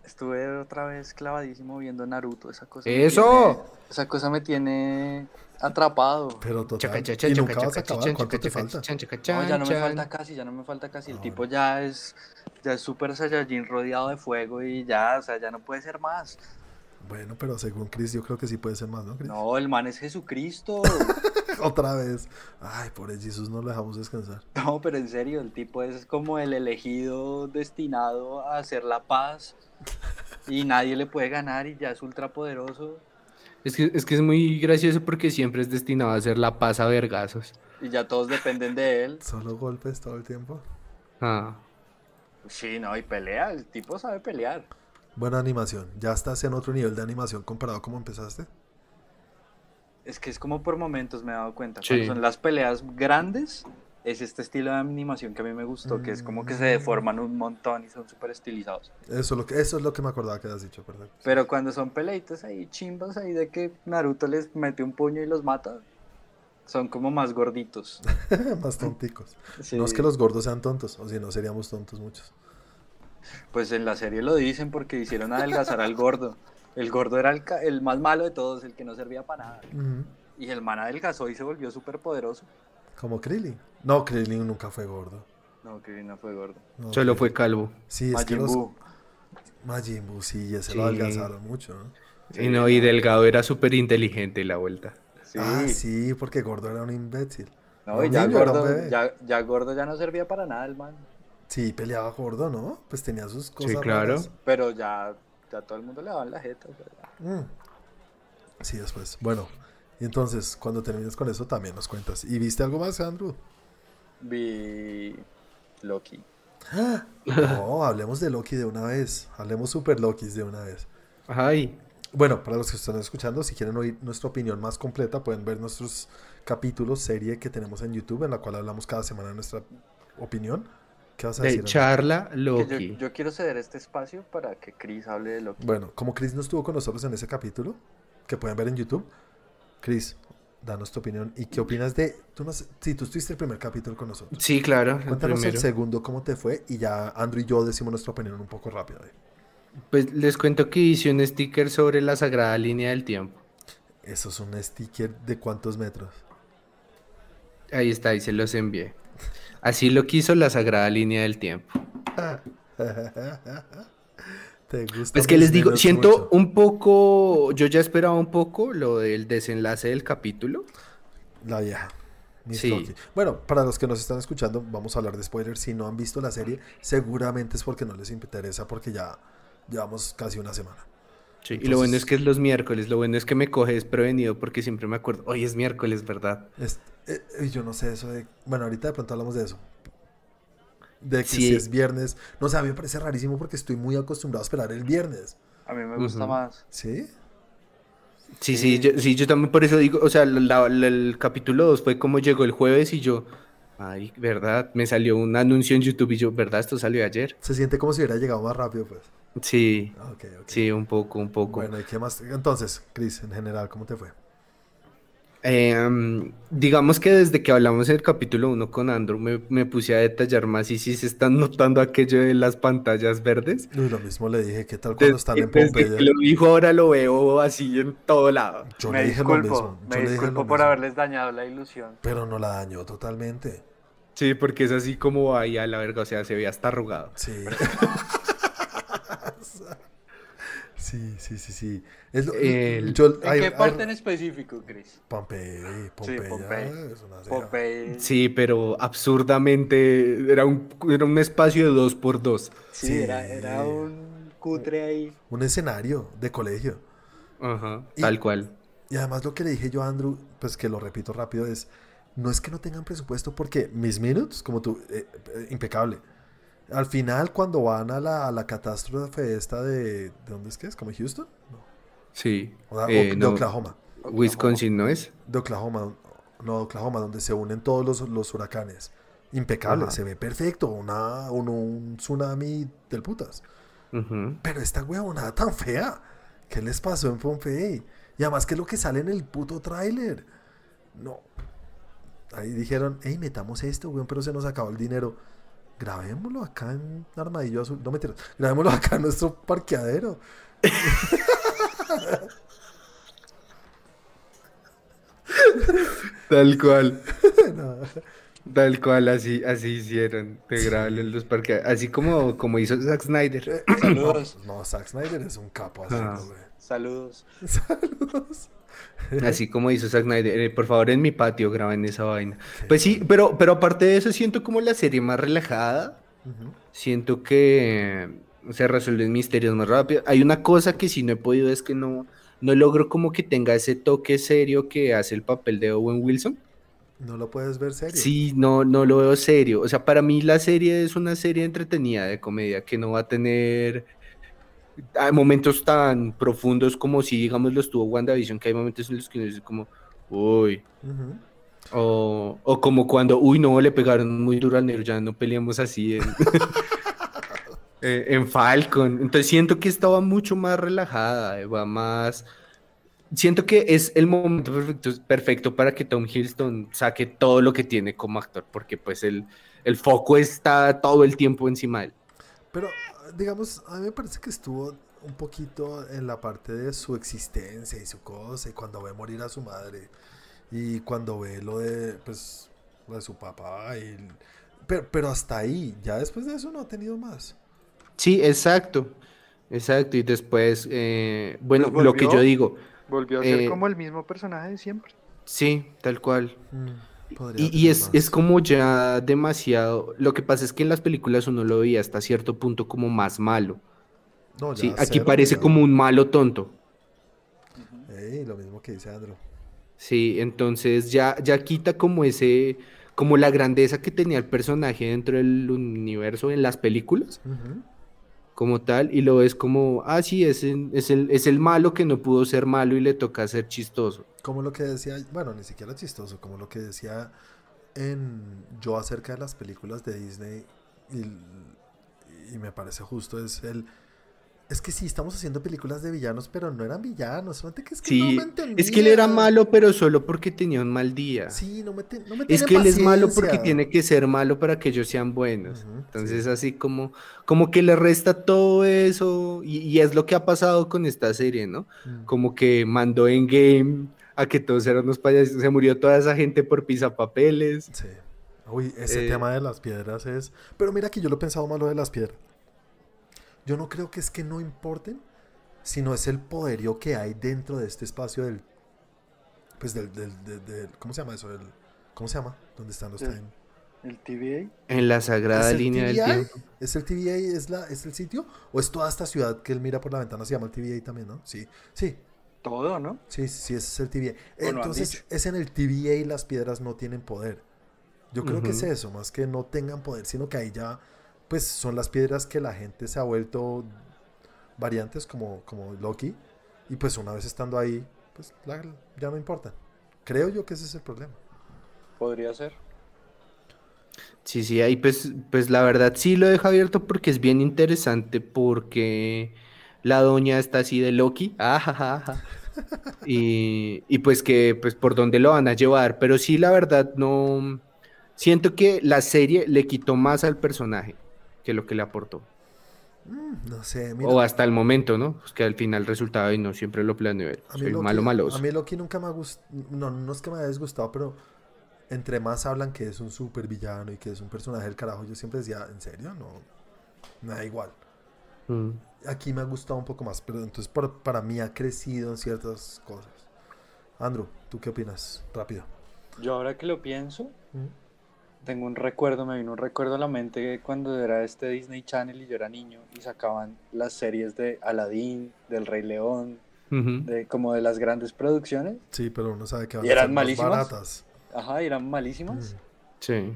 B: Estuve otra vez clavadísimo viendo Naruto, esa cosa. me
C: ¡Eso!
B: tiene- esa cosa me tiene atrapado.
A: Pero
C: Chaca,
A: total,
C: chaca,
A: y
C: chaca,
A: nunca vas a
C: chaca,
A: acabar.
C: chan,
A: ¿Cuánto
C: chaca,
A: te
C: chaca,
A: falta?
C: chan, chaca,
B: No, ya no me
C: chan,
B: falta
C: chan.
B: casi, ya no me falta casi. El
A: Ah,
B: tipo ya es, ya es super Saiyajin rodeado de fuego y ya, o sea, ya no puede ser más.
A: Bueno, pero según Chris, yo creo que sí puede ser más, ¿no, Chris?
B: No, el man es Jesucristo.
A: Otra vez. Ay, pobre Jesús, no lo dejamos descansar.
B: No, pero en serio, el tipo es como el elegido destinado a hacer la paz y nadie le puede ganar y ya es ultrapoderoso
C: Es que, es que es muy gracioso porque siempre es destinado a hacer la paz a vergazos.
B: y ya todos dependen de él.
A: Solo golpes todo el tiempo.
C: Ah.
B: Sí, no, y pelea, el tipo sabe pelear.
A: Buena animación. Ya estás en otro nivel de animación comparado a cómo empezaste.
B: Es que es como por momentos me he dado cuenta.
C: Sí.
B: Cuando son las peleas grandes, es este estilo de animación que a mí me gustó, que es como que se deforman un montón y son súper estilizados.
A: Eso es lo que, eso es lo que me acordaba que habías dicho, perdón.
B: Pero cuando son peleitas ahí, chimbas ahí de que Naruto les mete un puño y los mata, son como más gorditos.
A: Más tonticos.
B: Sí.
A: No es que los gordos sean tontos, o si no seríamos tontos muchos.
B: Pues en la serie lo dicen porque hicieron adelgazar al gordo. El gordo era el, ca- el más malo de todos, el que no servía para nada.
A: Ujú.
B: Y el man adelgazó y se volvió súper poderoso.
A: Como Krillin. No, Krillin nunca fue gordo.
B: No, que no fue gordo.
A: No,
C: Solo
A: Krillin-
C: fue calvo.
A: Sí, es que
B: Majin
A: los
B: Buu.
A: Majin Buu, sí, ya se
C: Sí.
A: lo adelgazaron mucho, ¿no?
C: Y no, y Delgado era súper inteligente la vuelta.
B: Sí.
A: Ah, sí, porque gordo era un imbécil.
B: No, y
A: Un
B: ya
A: niño era un
B: gordo,
A: bebé.
B: ya, ya gordo ya no servía para nada el man.
A: Sí, peleaba gordo, ¿no? Pues tenía sus cosas.
C: claro.
A: raras.
B: Pero ya, ya todo el mundo le daba en la jeta. o sea, ya.
A: Mm. Sí, después. Bueno, y entonces, cuando termines con eso, también nos cuentas. ¿Y viste algo más, Andrew?
B: Vi Loki.
A: ¡Ah! No, hablemos de Loki de una vez. Hablemos super Lokis de una vez.
C: Ay,
A: Bueno, para los que están escuchando, si quieren oír nuestra opinión más completa, pueden ver nuestros capítulos, serie que tenemos en YouTube, en la cual hablamos cada semana de nuestra opinión. ¿Qué vas a decir? Andrew?
C: de eh, charla
B: Que yo-
C: Loki.
B: Yo, quiero ceder este espacio para que Chris hable de Loki.
A: Bueno, como Chris no estuvo con nosotros en ese capítulo, que pueden ver en YouTube, Chris, danos tu opinión. ¿Y qué opinas de... Tú no sé- sí, tú estuviste el primer capítulo con nosotros.
C: Sí, claro, el
A: Cuéntanos
C: primero.
A: el segundo, cómo te fue, y ya Andrew y yo decimos nuestra opinión un poco rápido. ahí.
C: Pues les cuento que hice un sticker sobre la sagrada línea del tiempo.
A: Eso es un sticker de cuántos metros.
C: Ahí está, y se los envié. Así lo quiso la sagrada línea del tiempo.
A: ¿Te gusta?
C: Pues que
A: mis
C: les digo,
A: memes
C: siento
A: mucho?
C: un poco, yo ya esperaba un poco lo del desenlace del capítulo.
A: La vieja. Miss
C: Sí.
A: Loki. Bueno, para los que nos están escuchando, vamos a hablar de spoilers. Si no han visto la serie, seguramente es porque no les interesa, porque ya llevamos casi una semana.
C: y lo bueno
A: Entonces-
C: es que es los miércoles, lo bueno es que me coge desprevenido porque siempre me acuerdo, hoy es miércoles, ¿verdad?
A: Es- eh, eh, yo no sé eso de... Bueno, ahorita de pronto hablamos de eso. De que
C: Sí.
A: si es viernes. No sé, a mí me parece rarísimo porque estoy muy acostumbrado a esperar el viernes.
B: A mí me gusta
C: Ujú.
B: más.
A: ¿Sí?
C: Sí, sí, yo, sí, yo también por eso digo, o sea, la- la- el capítulo 2 fue como llegó el jueves y yo, ay, ¿verdad? Me salió un anuncio en YouTube y yo, ¿verdad? Esto salió ayer.
A: Se siente como si hubiera llegado más rápido, pues.
C: Sí,
A: Ah, Ok, ok.
C: sí, un poco, un poco.
A: Bueno, ¿y qué más? Entonces, Chris, en general, ¿cómo te fue?
C: Em, digamos que desde que hablamos en el capítulo 1 con Andrew me, me puse a detallar más y si se están notando aquello de las pantallas verdes.
A: Uy, lo mismo le dije, ¿qué tal cuando están
C: Desde-
A: en
C: desde
A: Pompeya?
C: que lo dijo ahora lo veo así en todo lado.
A: Yo
B: me
A: le dije lo
B: disculpo,
A: mismo. yo
B: me
A: le dije lo
B: disculpo por
A: mismo.
B: haberles dañado la ilusión.
A: Pero no la dañó totalmente.
C: Sí, porque es así como ahí a la verga, o sea, se veía hasta arrugado.
A: Sí. sí, sí, sí, sí. Es lo-
C: El-
A: yo-
B: ¿En
A: ay,
B: qué
A: ay,
B: parte en específico, Chris?
A: Pompeya, Pompeya,
B: Pompeya.
A: es una ciudad.
B: Popeye.
C: Sí, pero absurdamente era un, era un espacio de dos por dos.
B: Sí,
A: Sí.
B: Era, era un cutre ahí.
A: Un escenario de colegio.
C: Ajá,
A: Y-
C: tal cual.
A: Y además lo que le dije yo a Andrew, pues que lo repito rápido, es, no es que no tengan presupuesto porque Mis Minutes, como tú, eh, eh, impecable. Al final, cuando van a la, a la catástrofe esta de... ¿De dónde es que es? ¿Como Houston? No.
C: Sí.
A: O da- o-
C: eh,
A: de
C: no,
A: Oklahoma.
C: Wisconsin, ¿no es?
A: De Oklahoma, no, de Oklahoma, donde se unen todos los, los huracanes. Impecable,
C: Ajá.
A: se ve perfecto. Una, un, un tsunami del putas.
C: Ujú.
A: Pero esta huevonada tan fea. ¿Qué les pasó en Pompeii? Y además, ¿qué es lo que sale en el puto tráiler? No. ahí dijeron, hey, metamos esto, weón, pero se nos acabó el dinero. Grabémoslo acá en Armadillo Azul. No me grabémoslo acá en nuestro parqueadero.
C: Tal cual.
A: No.
C: Tal cual, así, así hicieron. Te graban en los parques. Así como, como hizo Zack Snyder.
B: Saludos.
A: No, no, Zack Snyder es un capo haciendo,
C: Ah.
A: weón.
B: Saludos.
A: Saludos.
C: Así como hizo Zack Snyder. Eh, por favor, en mi patio graben esa vaina. Pues sí, pero, pero aparte de eso, siento como la serie más relajada.
A: Ujú.
C: Siento que se resuelven misterios más rápido. Hay una cosa que si no he podido es que no, no logro como que tenga ese toque serio que hace el papel de Owen Wilson.
A: No lo puedes ver serio.
C: Sí, no, no lo veo serio. O sea, para mí la serie es una serie entretenida de comedia que no va a tener ah, momentos tan profundos como si, digamos, los tuvo WandaVision, que hay momentos en los que uno dice como, uy,
A: Ujú.
C: o, o como cuando, uy, no, le pegaron muy duro al negro, ya no peleamos así en, eh, en Falcon. Entonces siento que estaba mucho más relajada, eh, va más... Siento que es el momento perfecto, perfecto para que Tom Hiddleston saque todo lo que tiene como actor, porque pues el, el foco está todo el tiempo encima de él.
A: Pero, ah, digamos, a mí me parece que estuvo un poquito en la parte de su existencia y su cosa, y cuando ve morir a su madre, y cuando ve lo de, pues, lo de su papá, y... Pero, pero hasta ahí, ya después de eso no ha tenido más.
C: Sí, exacto, exacto. Y después, eh, bueno,
B: Pues
C: lo que yo
B: volvió.
C: digo,
B: Volvió a ser
C: Eh,
B: como el mismo personaje de siempre.
C: sí, tal cual.
A: Mm, podría
C: Y, y
A: tener
C: es,
A: más.
C: es como ya demasiado. Lo que pasa es que en las películas uno lo veía hasta cierto punto como más malo.
A: No, ya
C: ¿sí? Aquí
A: cero,
C: parece
A: ya.
C: como un malo tonto.
A: Ey, lo mismo que dice Andrew.
C: Sí, entonces ya, ya quita como ese, como la grandeza que tenía el personaje dentro del universo en las películas,
A: Ujú.
C: como tal, y lo ves como, ah, sí, es, el- es, el, es el malo que no pudo ser malo y le toca ser chistoso.
A: Como lo que decía, bueno, ni siquiera chistoso, como lo que decía en yo acerca de las películas de Disney y, y me parece justo es el es que sí estamos haciendo películas de villanos, pero no eran villanos, solamente que es que
C: Sí,
A: no me
C: es que él era
A: entendían.
C: malo, pero solo porque tenía un mal día.
A: Sí, no me, te- no me
C: Es
A: tienen
C: que él es malo porque
A: paciencia.
C: tiene que ser malo para que ellos sean buenos.
A: Ujú,
C: Entonces, así como, como que le resta todo eso, y, y es lo que ha pasado con esta serie, ¿no?
A: Mm.
C: Como que mandó en game a que todos eran unos payasos, se murió toda esa gente por pisapapeles.
A: Sí. Uy, ese
C: Eh,
A: tema de las piedras es. Pero mira que yo lo he pensado malo de las piedras. Yo no creo que es que no importen, sino es el poderío que hay dentro de este espacio del. Pues del. del, del- del- ¿Cómo se llama eso? El- ¿Cómo se llama? ¿Dónde están los
B: Del-
A: time?
B: El TVA.
C: En la sagrada
A: ¿Es el
C: línea del
A: TBI?
C: tiempo.
A: ¿Es el TVA? ¿Es, la, ¿Es el sitio? ¿O es toda esta ciudad que él mira por la ventana? Se llama el TVA también, ¿no? Sí, sí,
B: Todo, ¿no?
A: Sí, sí, sí, ese es el TVA.
B: Bueno, han
A: Entonces,
B: dicho.
A: es en el TVA y las piedras no tienen poder. Yo creo que es
C: Ujú.
A: eso, más que no tengan poder, sino que ahí ya, pues son las piedras que la gente se ha vuelto variantes como, como Loki. Y pues una vez estando ahí, pues la- ya no importa. Creo yo que ese es el problema.
B: Podría ser.
C: Sí, sí, ahí pues, pues la verdad sí lo deja abierto porque es bien interesante porque la doña está así de ah, Loki, ajajaja, y, y pues que, pues por dónde lo van a llevar, pero sí la verdad no, siento que la serie le quitó más al personaje que lo que le aportó,
A: Mm, no sé, mira.
C: o hasta el momento, ¿no? Pues que al final resultaba y no siempre lo planeo, él,
A: A mí,
C: soy
A: Loki,
C: malo
A: a
C: maloso.
A: mí Loki nunca me ha gustado. No, no es que me haya disgustado, pero entre más hablan que es un super villano y que es un personaje del carajo, yo siempre decía, ¿en serio? No. Me da igual.
C: Mm.
A: Aquí me ha gustado un poco más, pero entonces por- para mí ha crecido en ciertas cosas. Andrew, ¿tú qué opinas? Rápido.
B: Yo ahora que lo pienso, tengo un recuerdo, me vino un recuerdo a la mente cuando era este Disney Channel y yo era niño y sacaban las series de Aladdin, del Rey León,
C: Ujú.
A: Eh,
B: de como de las grandes producciones.
A: Sí, pero uno sabe que van
B: ¿Y
A: a
B: eran
A: ser más
B: malísimas?
A: baratas.
B: Ajá, eran malísimas.
A: Mm,
C: Sí.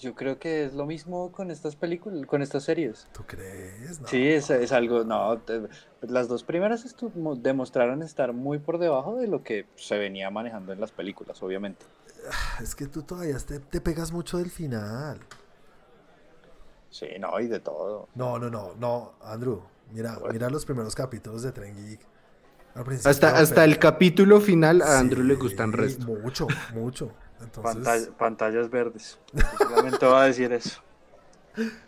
B: Yo creo que es lo mismo con estas películas, con estas series.
A: ¿Tú crees? No.
B: Sí, es, es algo, no, te- las dos primeras estu- mo- demostraron estar muy por debajo de lo que se venía manejando en las películas, obviamente.
A: Es que tú todavía te, te pegas mucho del final.
B: Sí, no, y de todo.
A: No, no, no, no, Andrew. Mira,
B: Bueno.
A: mira los primeros capítulos de Tren Geek. Al principio,
C: Hasta, hasta
A: pero-
C: el capítulo final a Andrew le
A: Sí,
C: gustan resto.
A: Mucho, mucho. Entonces,
B: Pantalla- pantallas verdes. Yo Solamente voy a decir eso.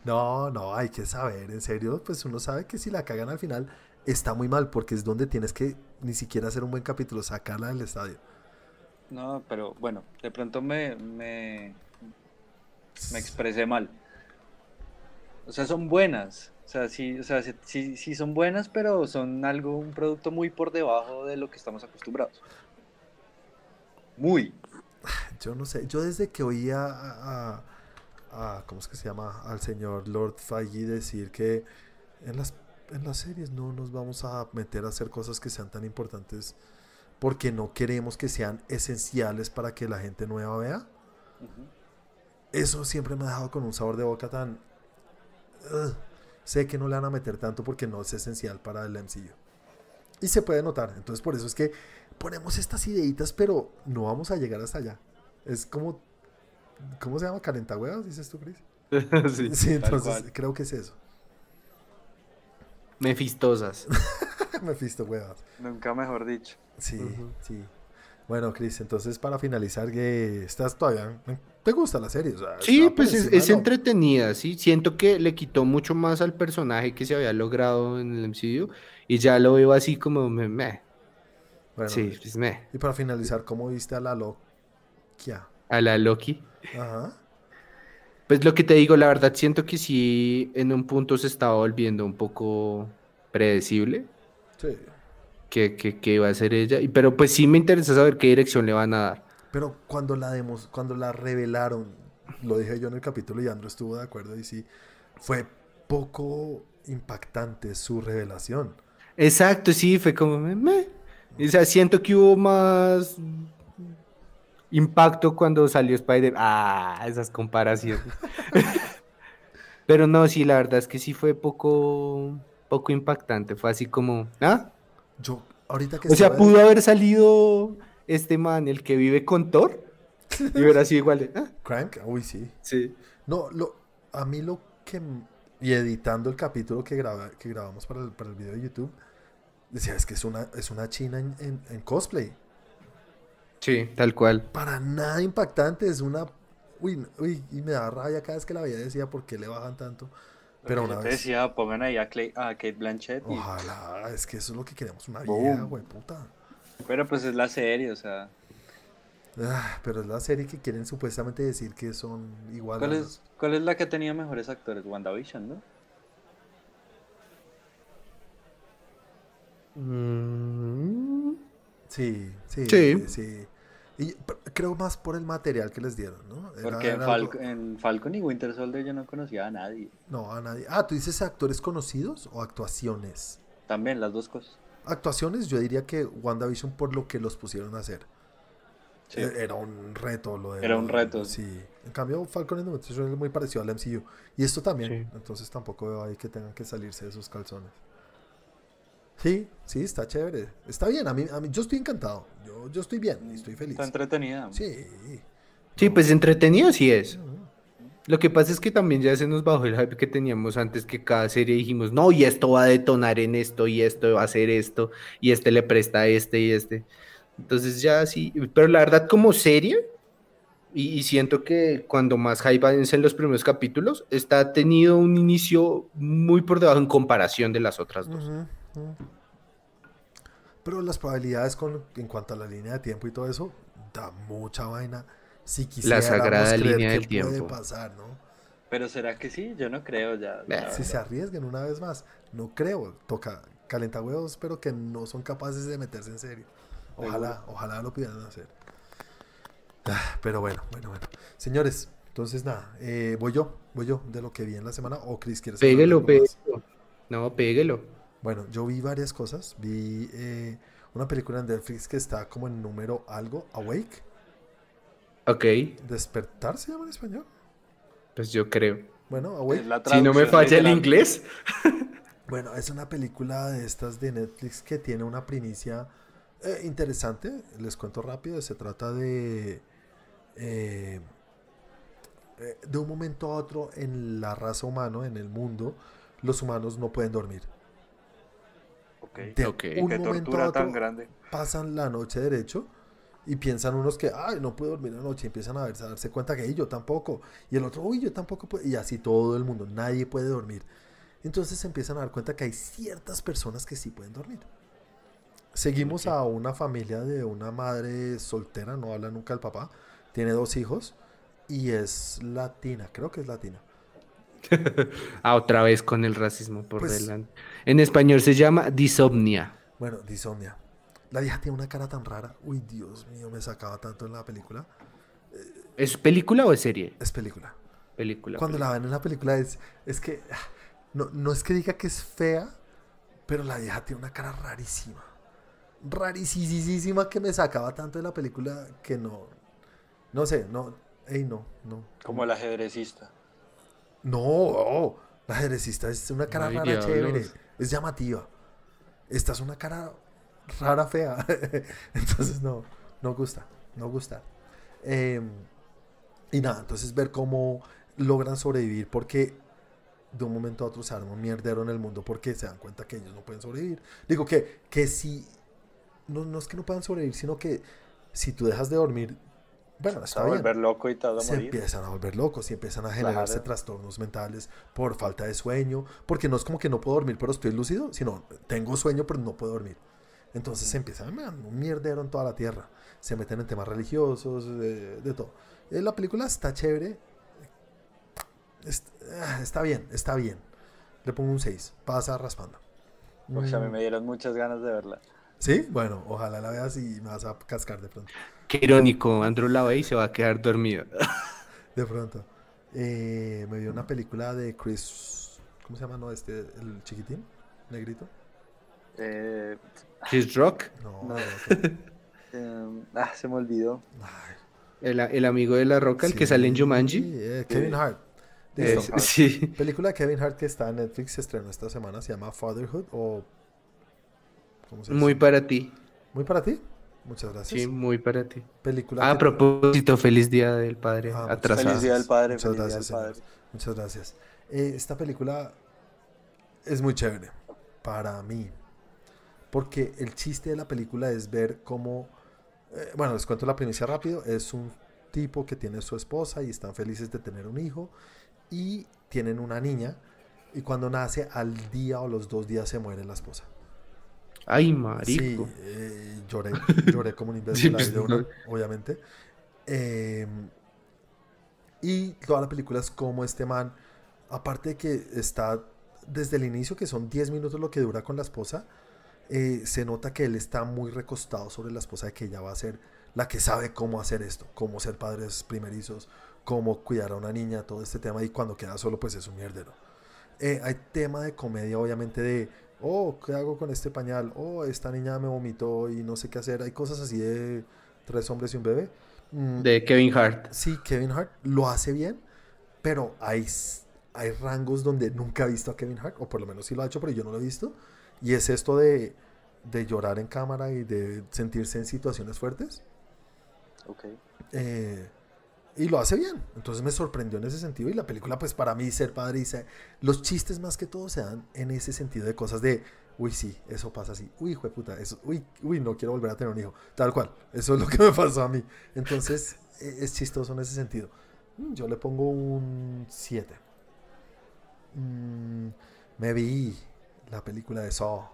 A: no, no, hay que saber, en serio, pues uno sabe que si la cagan al final está muy mal, porque es donde tienes que ni siquiera hacer un buen capítulo, sacarla del estadio.
B: No, pero bueno, de pronto me, me, me expresé mal. O sea, son buenas. O sea, sí, o sea, sí- sí, sí son buenas, pero son algo, un producto muy por debajo de lo que estamos acostumbrados. Muy.
A: Yo no sé, yo desde que oía a, a- a- ¿cómo es que se llama? Al señor Lord Feige decir que en las, en las series no nos vamos a meter a hacer cosas que sean tan importantes porque no queremos que sean esenciales para que la gente nueva vea.
B: Ujú.
A: Eso siempre me ha dejado con un sabor de boca tan... Ugh. sé que no le van a meter tanto porque no es esencial para el MCU. Y se puede notar. Entonces por eso es que ponemos estas ideitas, pero no vamos a llegar hasta allá. Es como... ¿Cómo se llama? ¿Calentahuevas? Dices tú, Chris.
C: Sí.
A: Sí,
B: tal
A: entonces
B: cual.
A: creo que es eso.
C: Mefistosas.
A: me fisto huevas.
B: Nunca mejor dicho.
A: Sí,
C: Ujú.
A: sí. Bueno, Chris, entonces para finalizar, que estás todavía... ¿Te gusta la serie? O sea,
C: Sí,
A: está por
C: pues es,
A: encima
C: es
A: de lo-
C: entretenida, sí. Siento que le quitó mucho más al personaje que se había logrado en el MCU y ya lo veo así como me, me.
A: Bueno,
C: sí, pues me.
A: Y para finalizar, ¿cómo viste a la Loquia?
C: A la Loki.
A: Ajá.
C: Pues lo que te digo, la verdad siento que sí en un punto se estaba volviendo un poco predecible
A: Sí.
C: que, que, que iba a ser ella, y- pero pues sí me interesa saber qué dirección le van a dar.
A: Pero cuando la demos, cuando la revelaron, lo dije yo en el capítulo y Andrew estuvo de acuerdo y sí, fue poco impactante su revelación.
C: Exacto, sí, fue como me, me. O sea, siento que hubo más impacto cuando salió Spider. Ah, esas comparaciones. Pero no, sí, la verdad es que sí fue poco, poco impactante. Fue así como, ¿ah?
A: Yo, ahorita que
C: O sea,
A: estaba-
C: pudo haber salido este man, el que vive con Thor, y hubiera sido igual de, ah,
A: Crank, uy, sí.
C: sí.
A: No, lo, a mí lo que... m- Y editando el capítulo que, graba, que grabamos para el, para el video de YouTube, decía, es que es una, es una china en, en- en cosplay.
C: Sí, tal cual.
A: Para nada impactante, es una... Uy, uy, y me da rabia cada vez que la veía, decía, ¿por qué le bajan tanto?
B: Lo
A: Pero
B: que
A: una
B: yo te
A: vez-
B: decía, pongan ahí a, Clay- a Kate Blanchett. y-
A: Ojalá, es que eso es lo que queremos, una
B: Boom.
A: vieja, güey, puta.
B: pero pues es la serie, o sea.
A: Ah, pero es la serie que quieren supuestamente decir que son iguales.
B: ¿Cuál es, ¿Cuál es la que tenía mejores actores? WandaVision, ¿no?
C: Mm,
A: Sí, sí,
C: Sí.
A: sí. Y pero creo más por el material que les dieron, ¿no? Era-
B: Porque en,
A: era
B: Fal-
A: algo-
B: en Falcon y Winter Soldier yo no conocía a nadie.
A: No, a nadie. Ah, ¿tú dices actores conocidos o actuaciones?
B: También las dos cosas.
A: Actuaciones, yo diría que WandaVision por lo que los pusieron a hacer.
B: Sí.
A: E- Era un reto lo de...
B: Era un reto.
A: Sí. En cambio, Falcon and the Winter Soldier es muy parecido al MCU. Y esto también.
C: Sí.
A: Entonces tampoco veo ahí que tengan que salirse de sus calzones. Sí, sí, está chévere. Está bien, a mí, a mí yo estoy encantado. Yo, yo estoy bien, y estoy feliz.
B: Está entretenida.
A: Sí.
C: Sí,
A: No,
C: pues entretenido sí es.
A: no.
C: Lo que pasa es que también ya se nos bajó el hype que teníamos antes que cada serie dijimos, no, y esto va a detonar en esto, y esto va a hacer esto, y este le presta a este y este. Entonces ya sí, pero la verdad como serie, y, y siento que cuando más hype es en los primeros capítulos, está ha tenido un inicio muy por debajo en comparación de las otras dos.
A: Ujú, ujú. Pero las probabilidades con, en cuanto a la línea de tiempo y todo eso, da mucha vaina. Si quisiéramos
C: sagrada
A: creer
C: línea
A: que
C: del
A: puede
C: tiempo.
A: pasar, ¿no?
B: Pero ¿será que sí? Yo no creo ya.
C: Nah.
B: la
A: Si se
B: verdad.
A: arriesguen una vez más, no creo. Toca calentahuevos, pero que no son capaces de meterse en serio. Ojalá, ojalá lo pudieran hacer. Ah, Pero bueno, bueno, bueno. Señores, entonces nada, eh, voy yo, voy yo de lo que vi en la semana. O Chris, ¿quieres hablar de
C: Péguelo,
A: algo más?
C: péguelo. No, péguelo.
A: Bueno, yo vi varias cosas. Vi eh, una película en Netflix que está como en número algo, Awake.
C: Ok,
A: Despertar se llama en español.
C: pues yo creo.
A: Bueno,
B: Es
A: Awake.
B: la
C: Si no me
B: traducción
C: falla el
B: literal.
C: inglés.
A: Bueno, es una película de estas de Netflix que tiene una primicia eh, interesante. Les cuento rápido. Se trata de. eh, eh, de un momento a otro en la raza humana, en el mundo, los humanos no pueden dormir.
B: Ok.
A: De
C: Ok.
A: un
B: Qué
A: momento a
B: tortura
A: otro
B: tan grande.
A: pasan la noche derecho Y piensan unos que, ay, no pude dormir anoche. Y empiezan a, verse- a darse cuenta que "Ey, yo tampoco. Y el otro, uy, yo tampoco puedo. Y así todo el mundo, nadie puede dormir. Entonces se empiezan a dar cuenta que hay ciertas personas que sí pueden dormir. Seguimos
C: Ok.
A: a una familia de una madre soltera, no habla nunca el papá. Tiene dos hijos y es latina, creo que es latina.
C: Ah, otra vez con el racismo por
A: Pues-
C: delante. En español se llama disomnia.
A: Bueno, Disomnia. La vieja tiene una cara tan rara. Uy, Dios mío, me sacaba tanto en la película.
C: ¿Es película o es serie?
A: Es película.
C: Película.
A: Cuando la
C: película.
A: ven en la película es, es que ah, no, no es que diga que es fea, pero la vieja tiene una cara rarísima. Rarísima que me sacaba tanto de la película que no. No sé, no. Ey, no, no.
B: Como el ajedrecista.
A: No, oh, la ajedrecista es una cara
C: Ay,
A: rara chévere.
C: diablos.
A: Es llamativa. Esta es una cara rara fea. entonces no, no gusta, no gusta. Eh, y nada, entonces ver cómo logran sobrevivir porque de un momento a otro se arma un mierdero en el mundo porque se dan cuenta que ellos no pueden sobrevivir. Digo que, que si... No, no es que no puedan sobrevivir, sino que si tú dejas de dormir... Bueno,
B: Te
A: está
B: vas a
A: bien
B: volver loco y te vas a
A: se
B: morir.
A: empiezan a volver locos y empiezan a generarse
B: Claro.
A: trastornos mentales por falta de sueño, porque no es como que no puedo dormir pero estoy lúcido, sino tengo sueño pero no puedo dormir. Entonces se empiezan a un mierdero en toda la tierra, se meten en temas religiosos, eh, de todo. Eh, la película está chévere, Est- ah, está bien, está bien. Le pongo un 6, pasa raspando.
B: O sea, a mí
A: Mm,
B: me dieron muchas ganas de verla.
A: Sí, bueno, ojalá la veas y me vas a cascar de pronto.
C: Qué irónico, Andrew la ve y se va a quedar dormido.
A: De pronto. Eh, me vi una película de Chris. ¿Cómo se llama? No, este, el chiquitín, negrito.
B: Eh,
C: Chris Rock,
A: No, no,
B: No.
A: ok.
B: eh, ah, se me olvidó.
A: Ay,
C: el, el amigo de la roca, el que sale en
A: sí,
C: Jumanji.
A: eh, Kevin
B: Sí.
A: Hart.
C: Es-
A: Listo.
C: sí.
A: Película de Kevin Hart que está en Netflix, se estrenó esta semana, se llama Fatherhood o. ¿Cómo se dice?
C: Muy para ti.
A: Muy para ti. Muchas gracias.
C: Sí, muy para ti.
A: Película
C: Ah, a
A: que-
C: propósito, feliz día del padre
A: Ah, muchas
C: atrasado.
B: Feliz día del padre.
A: Muchas
B: feliz
A: gracias,
B: día del
A: señores. Muchas gracias. Eh, esta película es muy chévere para mí. Porque el chiste de la película es ver cómo... eh, bueno, les cuento la primicia rápido. Es un tipo que tiene su esposa y están felices de tener un hijo. Y tienen una niña. Y cuando nace, al día o los dos días se muere la esposa.
C: Ay,
A: Sí,
C: marico.
A: eh, lloré, lloré como un imbécil,
C: Sí,
A: la vi
C: pues,
A: de una,
C: no.
A: obviamente. Eh, y toda la película es como este man, aparte de que está desde el inicio, que son 10 minutos lo que dura con la esposa, eh, se nota que él está muy recostado sobre la esposa de que ella va a ser la que sabe cómo hacer esto, cómo ser padres primerizos, cómo cuidar a una niña, todo este tema, y cuando queda solo, pues es un mierdero. Eh, hay tema de comedia, obviamente, de, oh, ¿qué hago con este pañal? Oh, esta niña me vomitó y no sé qué hacer. Hay cosas así de tres hombres y un bebé. Mm,
C: De Kevin Hart.
A: Sí, Kevin Hart lo hace bien, pero hay, s- hay rangos donde nunca he visto a Kevin Hart, o por lo menos sí lo ha hecho, pero yo no lo he visto. Y es esto de, de llorar en cámara y de sentirse en situaciones fuertes.
B: padre. Ok.
A: eh, y lo hace bien. Entonces me sorprendió en ese sentido. Y la película, pues para mí, ser padre y ser- Los chistes más que todo se dan en ese sentido de cosas de. Uy, sí, eso pasa así. Uy, hijo de puta. Eso, uy, uy, no quiero volver a tener un hijo. Tal cual. Eso es lo que me pasó a mí. Entonces, e- es chistoso en ese sentido. Mm, Yo le pongo un 7. Mm, me vi la película de Saw.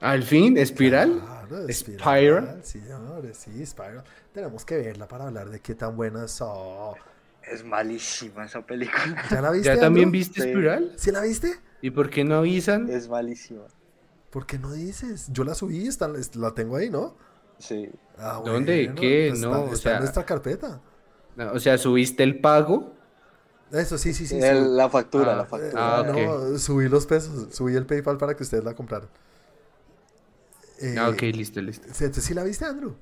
C: Al fin, espiral.
A: Claro,
C: Spiral.
A: Sí, señores, sí, Spiral. Tenemos que verla para hablar de qué tan buena es Saw.
B: Es malísima esa película.
A: ¿Ya la viste?
C: ¿Ya también
A: Andrew?
C: viste
B: Sí.
C: espiral?
A: ¿Sí Eh. la viste?
C: ¿Y por qué no avisan?
B: Es malísima.
A: ¿Por qué no dices? Yo la subí, está, la tengo ahí, ¿no?
B: Sí.
A: Ah,
C: ¿Dónde? ¿Qué?
A: está-
C: No, o
A: está
C: sea-
A: en nuestra carpeta.
C: O sea, subiste el pago.
A: Eso, sí, sí, sí.
B: El-
A: sub-
B: la factura,
C: Ah,
B: la
A: eh,
B: factura.
C: Ah,
A: no, subí los pesos, subí el PayPal para que ustedes la compraran. Eh,
C: Ah, ok, listo, listo.
A: ¿sí- entonces, ¿Sí la viste, Andrew?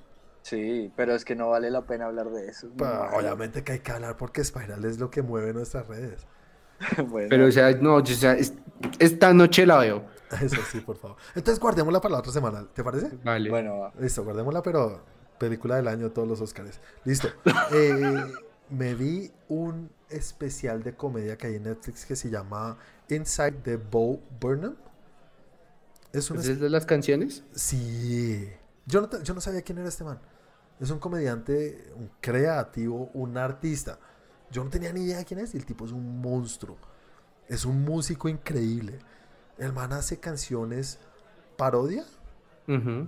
B: Sí, pero es que no vale la pena hablar de eso.
A: Pa- obviamente que hay que hablar porque Spiral es lo que mueve nuestras redes.
B: Bueno,
C: Pero, o sea, no, o sea, es- esta noche la veo.
A: Eso sí, por favor. Entonces guardémosla para la otra semana, ¿te parece?
C: Vale.
B: bueno, va.
A: Listo, guardémosla, pero película del año, todos los Óscares. Listo. Eh, me vi un especial de comedia que hay en Netflix que se llama Inside the Bo Burnham. Es un...
C: ¿Es
A: es-
C: de las canciones?
A: Sí. Yo no, te- yo no sabía quién era este man. Es un comediante, un creativo, un artista. Yo no tenía ni idea de quién es y el tipo es un monstruo. Es un músico increíble. El man hace canciones parodia.
C: Ujú.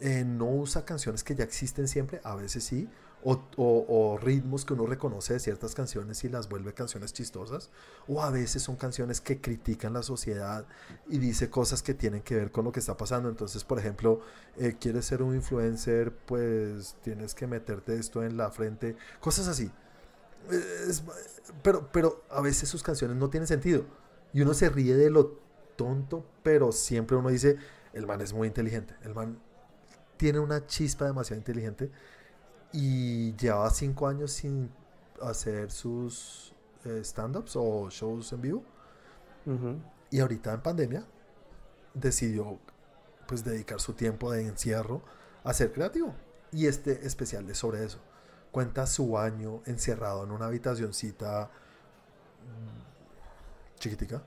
A: eh, no usa canciones que ya existen siempre, a veces sí. O, o- o ritmos que uno reconoce de ciertas canciones y las vuelve canciones chistosas. O a veces son canciones que critican la sociedad y dice cosas que tienen que ver con lo que está pasando. Entonces, por ejemplo, eh, quieres ser un influencer, pues tienes que meterte esto en la frente. Cosas así. Eh, es- pero, pero a veces sus canciones no tienen sentido. Y uno se ríe de lo tonto, pero siempre uno dice, el man es muy inteligente. El man tiene una chispa demasiado inteligente y llevaba cinco años sin hacer sus eh, stand-ups o shows en vivo.
C: Ujú.
A: Y ahorita en pandemia decidió pues dedicar su tiempo de encierro a ser creativo. Y este especial es sobre eso. Cuenta su año encerrado en una habitacioncita mm, chiquitica.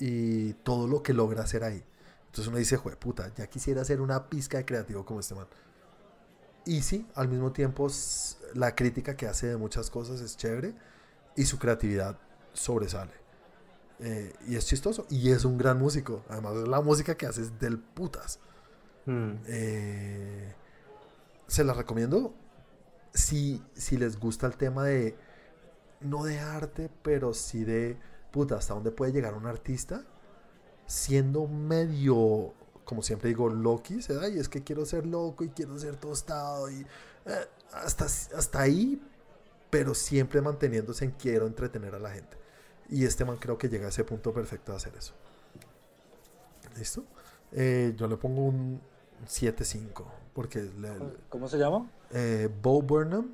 A: Y todo lo que logra hacer ahí. Entonces uno dice, jue puta, ya quisiera ser una pizca de creativo como este man. Y sí, al mismo tiempo s- la crítica que hace de muchas cosas es chévere y su creatividad sobresale. Eh, y es chistoso. Y es un gran músico. Además, la música que hace es del putas.
C: Mm.
A: Eh, se la recomiendo si, si les gusta el tema de. No de arte, pero sí de. Puta, hasta dónde puede llegar un artista siendo medio. Como siempre digo, Loki, se da, y es que quiero ser loco y quiero ser tostado y eh, hasta, hasta ahí, pero siempre manteniéndose en quiero entretener a la gente. Y este man creo que llega a ese punto perfecto de hacer eso. ¿Listo? Eh, yo le pongo un 7-5, porque le- le-
B: ¿Cómo se llama?
A: eh, Bo Burnham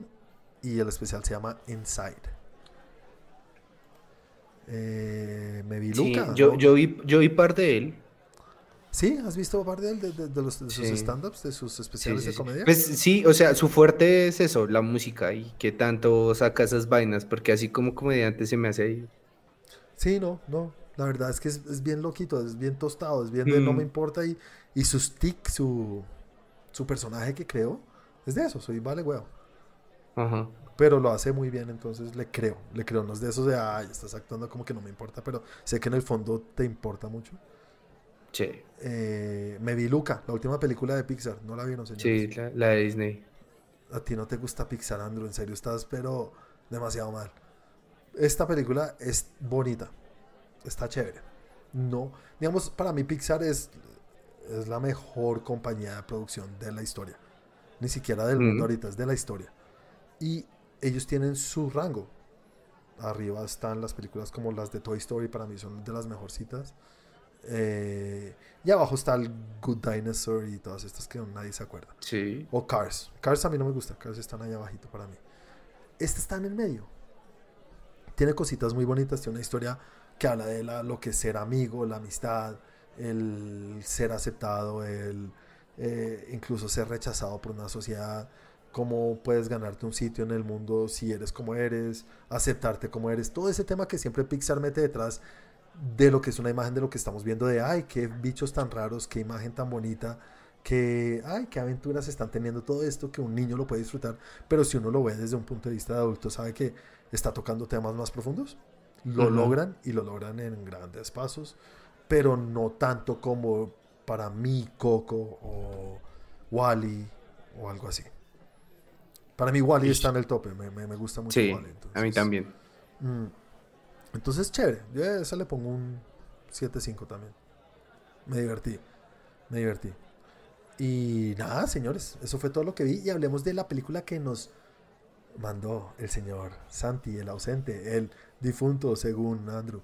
A: y el especial se llama Inside. Eh, me vi
C: Sí,
A: Luca.
C: yo,
A: ¿no?
C: yo, vi, yo vi parte de él.
A: ¿Sí? ¿Has visto parte de, él, de, de- de los, de sus
C: Sí.
A: stand-ups, de sus
C: Sí,
A: especiales
C: sí,
A: de
C: sí.
A: comedia?
C: Pues sí, o sea, su fuerte es eso, la música y que tanto saca esas vainas, porque así como comediante se me hace ahí.
A: Sí, no, no. La verdad es que es, es bien loquito, es bien tostado, es bien de no
C: Mm.
A: me importa y, y su stick, su, su personaje que creó, es de eso, soy vale huevo.
C: Ajá.
A: Pero lo hace muy bien, entonces le creo, le creo. No es de esos de, ay, estás actuando como que no me importa, pero sé que en el fondo te importa mucho.
C: Sí,
A: Eh, me vi Luca, la última película de Pixar, no la vieron,
C: sí,
A: señores.
C: la, la de Disney.
A: A ti no te gusta Pixar, Andrew, en serio estás, pero demasiado mal. Esta película es bonita, está chévere. No, digamos, para mí Pixar es, es la mejor compañía de producción de la historia. Ni siquiera del
C: Mm.
A: mundo ahorita, es de la historia. Y ellos tienen su rango. Arriba están las películas como las de Toy Story, para mí son de las mejorcitas. Eh, y abajo está el Good Dinosaur y todas estas que nadie se acuerda.
C: Sí.
A: O Cars. Cars a mí no me gusta. Cars están ahí abajito para mí. Esta está en el medio. Tiene cositas muy bonitas. Tiene una historia que habla de la- lo que es ser amigo, la amistad, el ser aceptado, el eh, incluso ser rechazado por una sociedad. Cómo puedes ganarte un sitio en el mundo si eres como eres, aceptarte como eres. Todo ese tema que siempre Pixar mete detrás de lo que es una imagen de lo que estamos viendo de, ay, qué bichos tan raros, qué imagen tan bonita que, ay, qué aventuras están teniendo todo esto, que un niño lo puede disfrutar, pero si uno lo ve desde un punto de vista de adulto, sabe que está tocando temas más profundos. Lo
C: Ujú.
A: logran y lo logran en grandes pasos, pero no tanto como para mí Coco o Wally o algo así. Para mí Wally está en el tope, me, me- me gusta mucho
C: Sí,
A: Wall-E,
C: a mí
A: entonces-
C: también.
A: Mm. Entonces, chévere. Yo a esa le pongo un 7.5 también. Me divertí. Me divertí. Y nada, señores. Eso fue todo lo que vi. Y hablemos de la película que nos mandó el señor Santi, el ausente, el difunto, según Andrew.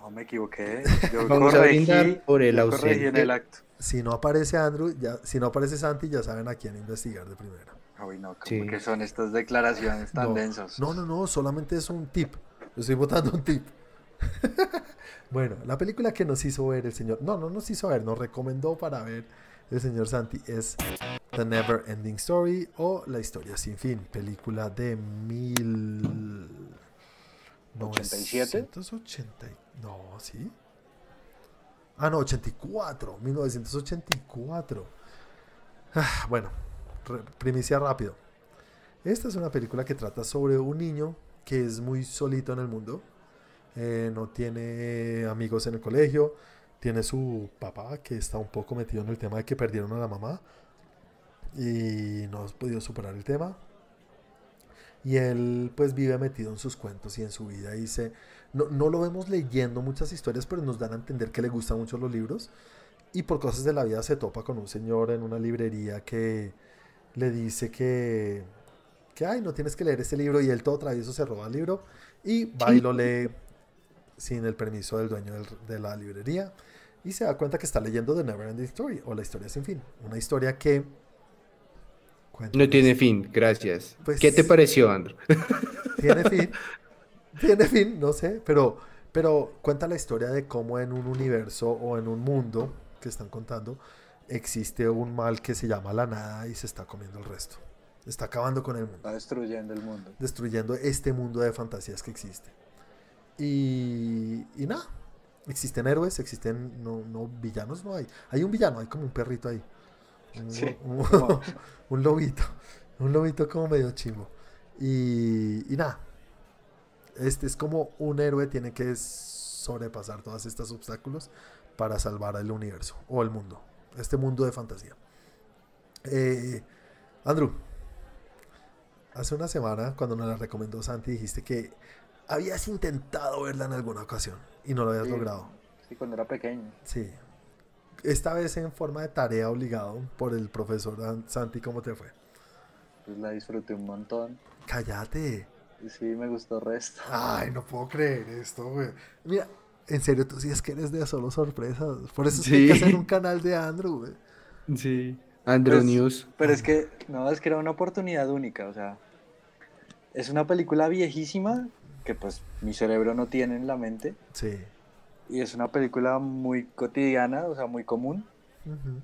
B: No me equivoqué. Yo
C: Vamos a
B: corregí,
C: brindar por el
B: yo corregí en
C: ausente.
B: el acto.
A: Si no aparece Andrew, ya, si no aparece Santi, ya saben a quién investigar de primera.
B: Uy, no,
C: Sí.
B: ¿cómo Ah, que son estas declaraciones tan
A: No,
B: densas?
A: No, no, no, solamente es un tip. Yo estoy botando un tip. bueno, la película que nos hizo ver el señor, no, no nos hizo ver, nos recomendó para ver el señor Santi es The Never Ending Story o La Historia Sin Fin, película de mil...
B: 87?
A: 980 No, sí. Ah, no, 84, 1984. Ah, Bueno, re- primicia rápido. Esta es una película que trata sobre un niño que es muy solito en el mundo. Eh, no tiene amigos en el colegio. Tiene su papá que está un poco metido en el tema de que perdieron a la mamá. Y no ha podido superar el tema. Y él pues vive metido en sus cuentos y en su vida. Y se, no, no lo vemos leyendo muchas historias, pero nos dan a entender que le gustan mucho los libros. Y por cosas de la vida se topa con un señor en una librería que le dice que, que ay, no tienes que leer este libro. Y él todo travieso se roba el libro y va y lo lee sin el permiso del dueño del- de la librería. Y se da cuenta que está leyendo The Never Ending Story o La Historia Sin Fin. Una historia que...
C: No
A: Cuéntanos.
C: tiene fin, gracias.
A: Pues-
C: ¿Qué te pareció, Andro?
A: tiene fin. Tiene fin, no sé, pero, pero cuenta la historia de cómo en un universo o en un mundo que están contando existe un mal que se llama la nada y se está comiendo el resto. Está acabando con el mundo,
B: Está destruyendo el mundo.
A: destruyendo este mundo de fantasías que existe. Y, y nada, existen héroes, existen no, no villanos, no hay. Hay un villano, hay como un perrito ahí. Un-
B: Sí,
A: un-
B: como-
A: un lobito. Un lobito como medio chimbo. Y, y nada. Este es como un héroe tiene que sobrepasar todos estos obstáculos para salvar el universo o el mundo. Este mundo de fantasía. Eh, Andrew, hace una semana cuando nos la recomendó Santi dijiste que habías intentado verla en alguna ocasión y no lo habías
B: Sí,
A: logrado.
B: Sí, cuando era pequeño.
A: Sí. Esta vez en forma de tarea obligado por el profesor Dan- Santi, ¿cómo te fue?
B: Pues la disfruté un montón.
A: Cállate.
B: Y sí, me gustó resto.
A: Ay, no puedo creer esto, güey. Mira, en serio, tú sí es que eres de solo sorpresas. Por eso es que hay que
C: Sí.
A: hacer un canal de Andrew, güey.
C: Sí. Andro
B: Pues-
C: News.
B: Pero es que, no, es que era una oportunidad única, o sea, es una película viejísima que pues mi cerebro no tiene en la mente
A: Sí.
B: y es una película muy cotidiana, o sea, muy común
A: Ujú.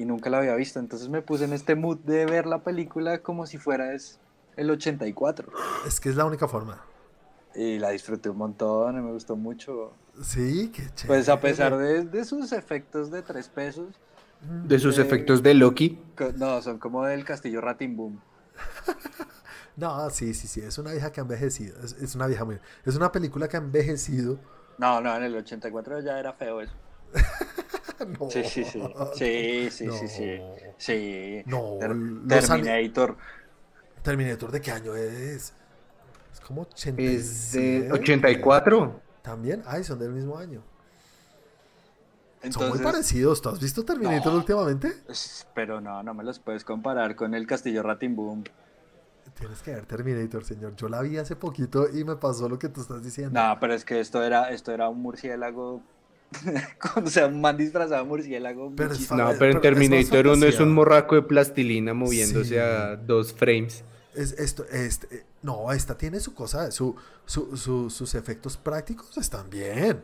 B: y nunca la había visto, entonces me puse en este mood de ver la película como si fuera es el 84
A: Es que es la única forma.
B: y la disfruté un montón, y me gustó mucho,
A: Sí, qué chévere.
B: pues a pesar de, de sus efectos de tres pesos,
A: Mm.
C: De sus
B: eh,
C: efectos de Loki.
B: co- no, son como del castillo Ratimboom,
A: No, sí, sí, sí. Es una vieja que ha envejecido. Es, es una vieja muy. Es una película que ha envejecido.
B: no, no, en el 84 ya era feo eso.
A: No.
B: Sí, sí, sí. Sí, sí,
A: No.
B: sí, sí. Sí.
A: No,
B: Ter-
A: los ani-
B: Terminator.
A: Terminator de qué año es? Es como 80.
C: Es de 84.
A: También, ay, son del mismo año. son muy
B: Entonces,
A: parecidos. ¿Tú has visto Terminator
B: No.
A: últimamente?
B: es- pero no, no me los puedes comparar con el Castillo Boom.
A: Tienes que ver Terminator, señor. Yo la vi hace poquito y me pasó lo que tú estás diciendo.
B: No, pero es que esto era, esto era un murciélago. con- o sea, un man disfrazado de murciélago.
A: Pero es
B: muchísimo.
A: A
C: No,
A: ver,
C: Ah, pero en
A: pero es más
C: Terminator uno es un
A: fantasía.
C: morraco de plastilina moviéndose
A: Sí.
C: a dos frames.
A: Es, esto, este, eh, no, esta tiene su cosa, su, su- su- sus efectos prácticos están bien.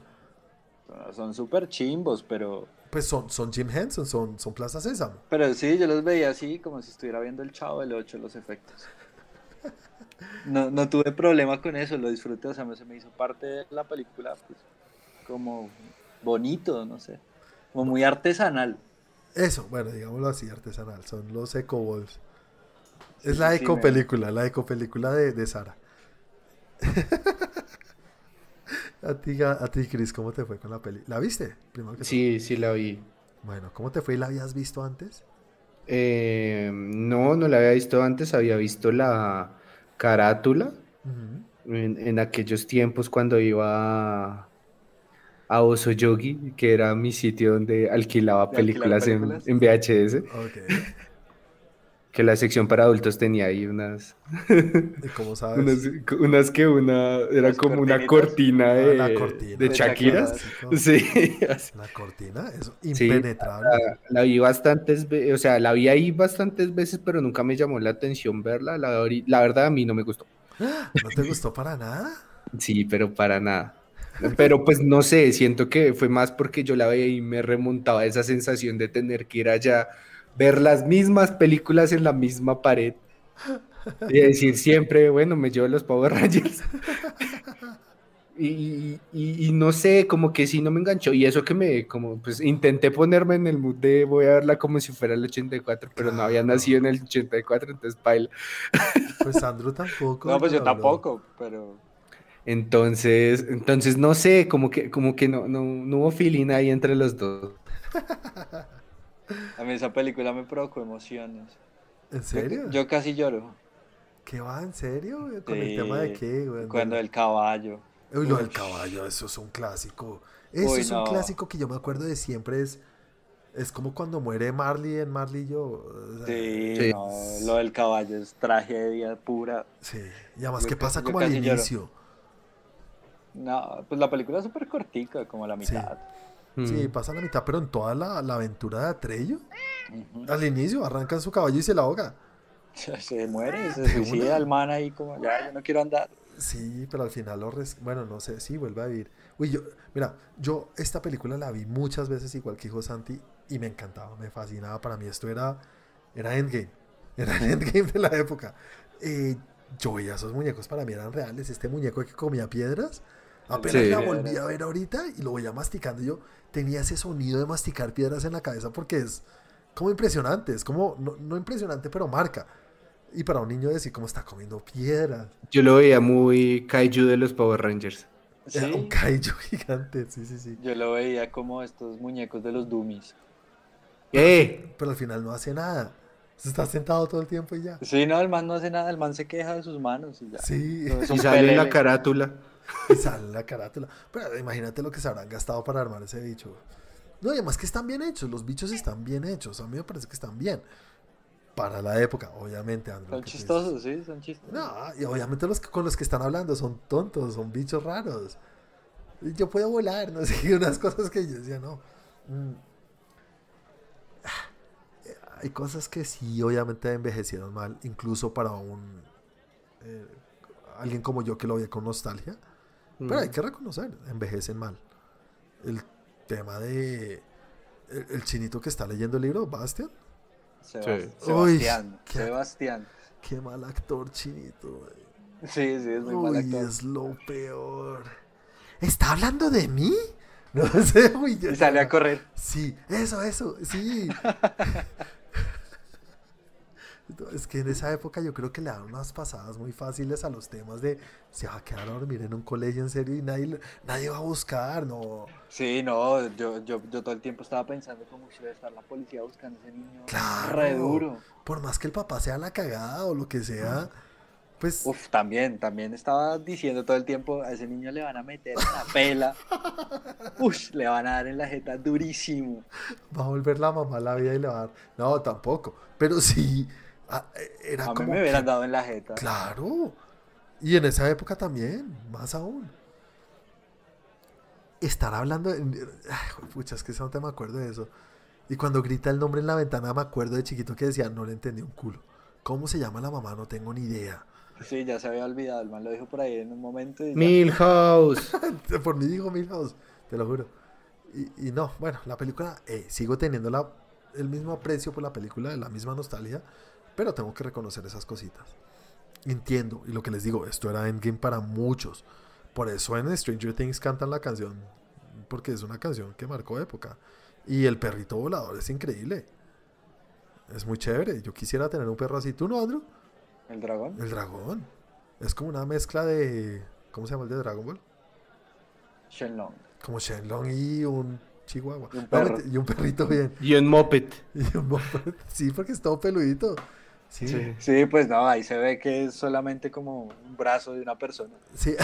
B: Son súper chimbos, pero.
A: Pues son, son Jim Henson, son, son Plaza Sésamo.
B: Pero sí, yo los veía así, como si estuviera viendo el Chavo del 8, los efectos. No, no tuve problema con eso, lo disfruté, o sea, me- se me hizo parte de la película, pues, como bonito, no sé, como muy artesanal.
A: Eso, bueno, digámoslo así, artesanal. Son los Eco Balls. Es
B: Sí,
A: la
B: sí,
A: eco
B: me-
A: película, la eco película de, de Sara. a ti, Ga- a ti, Chris, ¿cómo te fue con la peli? ¿La viste? Primero que todo.
C: Sí, sí la vi.
A: Bueno, ¿cómo te fue? ¿Y ¿La habías visto antes?
C: Eh, no, no la había visto antes, había visto la carátula
A: Ujú.
C: en, en aquellos tiempos cuando iba a, a Oso Yogi, que era mi sitio donde
B: ¿De
C: alquilaba
B: alquilar
C: películas en,
B: películas?
C: en VHS,
A: Ok.
C: que la sección para adultos tenía ahí unas,
A: ¿Y cómo sabes?
C: unas, unas que una era
B: Las
C: como
B: cortinitas.
C: una cortina
A: Ah,
C: de,
A: la cortina.
C: de
B: De
C: Shakiras.
B: Shakiras.
C: Sí, así.
A: La cortina es
C: Sí. Ah.
A: impenetrable.
C: La vi bastantes veces, o sea, la vi ahí bastantes veces, pero nunca me llamó la atención verla. La, ori- la verdad, a mí no me gustó.
A: ¿No te gustó para nada?
C: Sí, pero para nada. Pero pues no sé, siento que fue más porque yo la veía y me remontaba esa sensación de tener que ir allá, ver las mismas películas en la misma pared y decir siempre, bueno, me llevo los Power Rangers. y, y- y no sé, como que sí, no me enganchó. Y eso que me, como, pues intenté ponerme en el mood de voy a verla como si fuera el 84, pero no había
A: Claro.
C: nacido en el 84, entonces paila.
A: Pues Sandro tampoco.
B: No, pues yo
A: diablo.
B: tampoco, pero
C: Entonces, entonces no sé, como que, como que no, no, no hubo feeling ahí entre los dos.
B: a mí esa película me provocó emociones.
A: ¿En
B: Yo-
A: serio?
B: Yo, casi lloro
A: ¿Qué va? ¿En serio? güey? ¿Con
B: Sí.
A: el tema de qué, güey?
B: cuando el caballo.
A: Uy, lo del
B: Uy.
A: caballo, eso es un clásico. Eso
B: Uy,
A: es un
B: no.
A: clásico que yo me acuerdo de siempre. Es, es como cuando muere Marley en Marley y yo. o sea,
B: Sí,
C: Sí.
B: no, lo del caballo es tragedia pura.
A: sí. Y además
B: Yo
A: que pasa
B: casi- yo
A: como al
B: casi lloro.
A: inicio.
B: No, pues la película es súper cortica, como la
A: Sí.
B: mitad.
A: Sí,
C: Mm.
A: pasa la mitad, pero en toda la, la aventura de Atreyo,
B: Ujú.
A: al inicio arrancan su caballo y se la ahoga.
B: Se muere, se
A: ¿De una?
B: suicida el man ahí como, ya, yo no quiero andar.
A: Sí, pero al final lo res... Bueno, no sé, sí, vuelve a vivir. Uy, yo, mira, yo esta película la vi muchas veces igual que hijo Santi y me encantaba, me fascinaba. Para mí esto era, era Endgame, era el Endgame de la época. Eh, yo veía esos muñecos, para mí eran reales. Este muñeco que comía piedras, apenas
C: Sí.
A: la volví a ver ahorita y lo veía masticando. y Yo tenía ese sonido de masticar piedras en la cabeza porque es como impresionante, es como, no, no impresionante, pero marca. Y para un niño decir cómo está comiendo piedras.
C: Yo lo veía muy kaiju de los Power Rangers.
A: Era un
B: Sí,
A: kaiju gigante, sí, sí, sí.
B: yo lo veía como estos muñecos de los dummies.
C: ¡Eh!
A: Pero al final no hace nada. Se está sentado todo el tiempo y ya.
B: Sí, no, el man no hace nada, el man se queja de sus manos y ya.
A: Sí,
B: No, es
C: Y
B: un
C: sale en la
B: pelele.
C: carátula.
A: y sale la carátula. Pero imagínate lo que se habrán gastado para armar ese bicho. güey. No, y además que están bien hechos, los bichos están bien hechos. A mí me parece que están bien. Para la época, obviamente, Andrew.
B: Son
A: ¿qué piensas?
B: chistosos, sí, son chistosos.
A: No, y obviamente los que, con los que están hablando son tontos, son bichos raros. Y Yo puedo volar, no sé, y unas cosas que yo decía, no. Mm. Ah, eh, Hay cosas que sí, obviamente envejecieron mal, incluso para un... eh, alguien como yo que lo veía con nostalgia.
C: Mm.
A: Pero hay que reconocer, envejecen mal. El tema de... El, el chinito que está leyendo el libro, Bastian.
B: Sebas-
C: Sí.
A: Uy,
B: Sebastián,
A: qué-
B: Sebastián.
A: Qué mal actor chinito. güey.
B: Sí, sí, es muy mal
A: Uy,
B: actor.
A: es lo peor. ¿Está hablando de mí? No sé, uy, yo-
B: Y sale a correr.
A: Sí, eso, eso, sí. No, es que en esa época yo creo que le dan unas pasadas muy fáciles a los temas de se va a quedar a dormir en un colegio en serio y nadie, lo- nadie va a buscar, no.
B: Sí, no, yo, yo, yo todo el tiempo estaba pensando cómo debe estar la policía buscando a ese niño
A: Claro.
B: re duro.
A: Por más que el papá sea la cagada o lo que sea, pues
B: Uf, también, también estaba diciendo todo el tiempo, a ese niño le van a meter una pela. Uf, le van a dar en la jeta durísimo.
A: va a volver la mamá a la vida y le va a dar. No, tampoco. Pero sí, a- era
B: A mí
A: como
B: me
A: Ah, que-
B: hubieran dado en la jeta.
A: Claro. Y en esa época también, más aún. Estar hablando. en- Ay, pucha, es que eso no te me acuerdo de eso. Y cuando grita el nombre en la ventana, me acuerdo de chiquito que decía, no le entendí un culo. ¿Cómo se llama la mamá? No tengo ni idea.
B: Sí, ya se había olvidado, el man lo dijo por ahí en un momento y ya.
C: Milhouse.
A: Por mí dijo Milhouse, te lo juro. Y, y no, bueno, la película, eh, sigo teniendo la- el mismo aprecio por la película, la misma nostalgia, pero tengo que reconocer esas cositas. Entiendo, y lo que les digo, esto era Endgame para muchos. Por eso en Stranger Things cantan la canción, porque es una canción que marcó época. Y el perrito volador es increíble. Es muy chévere. Yo quisiera tener un perro así. ¿Tú no, Andrew?
B: ¿El dragón?
A: El dragón. Es como una mezcla de... ¿Cómo se llama el de Dragon Ball?
B: Shenlong.
A: Como Shenlong y un chihuahua.
B: Y un
A: No,
B: perro.
A: mentira, y un perrito bien.
C: Y un moped.
A: Y un moped. sí, porque es todo peludito. Sí. Sí.
B: Sí, pues no, ahí se ve que es solamente como un brazo de una persona.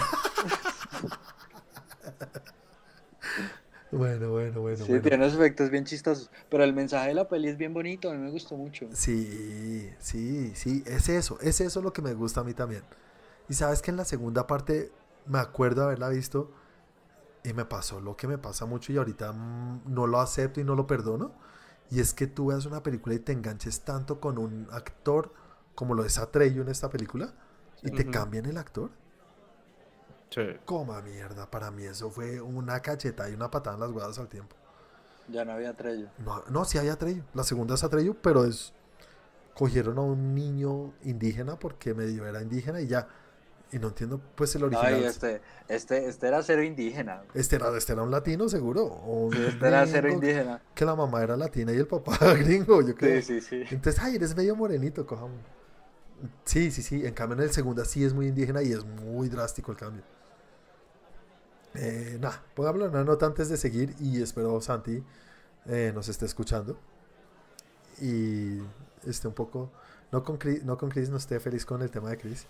A: bueno, bueno, bueno.
B: sí,
A: bueno.
B: tiene unos efectos bien chistosos, pero el mensaje de la peli es bien bonito, a mí me gustó mucho.
A: Sí, sí, sí, es eso, es eso lo que me gusta a mí también. Y sabes que en la segunda parte me acuerdo haberla visto y me pasó lo que me pasa mucho y ahorita mm, no lo acepto y no lo perdono. Y es que tú veas una película y te enganches tanto con un actor como lo es Atreyo en esta película y te
C: Ujú.
A: cambian el actor. Coma mierda, para mí eso fue una cachetada y una patada en las guadas al tiempo.
B: Ya no había trello.
A: No, no, sí hay Atreyu. La segunda es Atreyu, pero es. Cogieron a un niño indígena porque medio era indígena y ya. Y no entiendo, pues, el original.
B: Ay, este, este, este era cero indígena.
A: Este era, este era un latino, seguro. O un
B: Este era cero
A: gringo,
B: indígena.
A: Que la mamá era latina y el papá gringo, yo creo.
B: Sí, sí, sí.
A: Entonces, ay, eres medio morenito, cojamos. Sí, sí, sí. En cambio, en el segundo sí es muy indígena y es muy drástico el cambio. Eh, nada, pongámoslo en una nota antes de seguir y espero Santi eh, nos esté escuchando. Y esté un poco, no con, Chris, no con Chris, no esté feliz con el tema de Chris,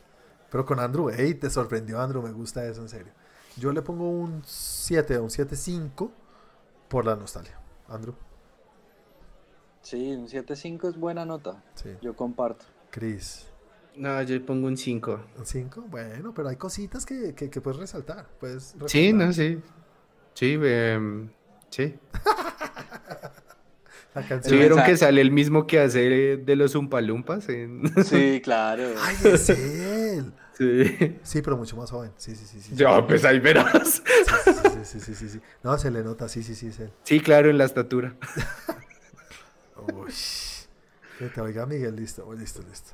A: pero con Andrew. Hey, te sorprendió Andrew, me gusta eso, en serio. Yo le pongo un 7, un 7.5 por la nostalgia. Andrew,
B: Sí, un 7.5 es buena nota.
A: sí.
B: Yo comparto.
A: Chris,
C: No, yo pongo un 5.
A: Un 5, bueno, pero hay cositas que, que, que puedes resaltar. Puedes
C: Sí,
A: resaltar
C: no, sí. Sí, em, sí.
A: La canción.
B: Sí.
C: ¿Tuvieron
B: mensaje.
C: que sale el mismo que hace de los Umpalumpas? En...
B: Sí, claro.
A: ¡Ay, es él!
C: Sí.
A: Sí, pero mucho más joven. Sí, sí, sí. sí, sí,
C: Ya, pues ahí verás.
A: sí, sí, sí, sí, sí, sí. No, se le nota, sí, sí, sí, es él.
C: Sí, claro, en la estatura.
A: Uy. Que te oiga Miguel, listo, oh, listo, listo.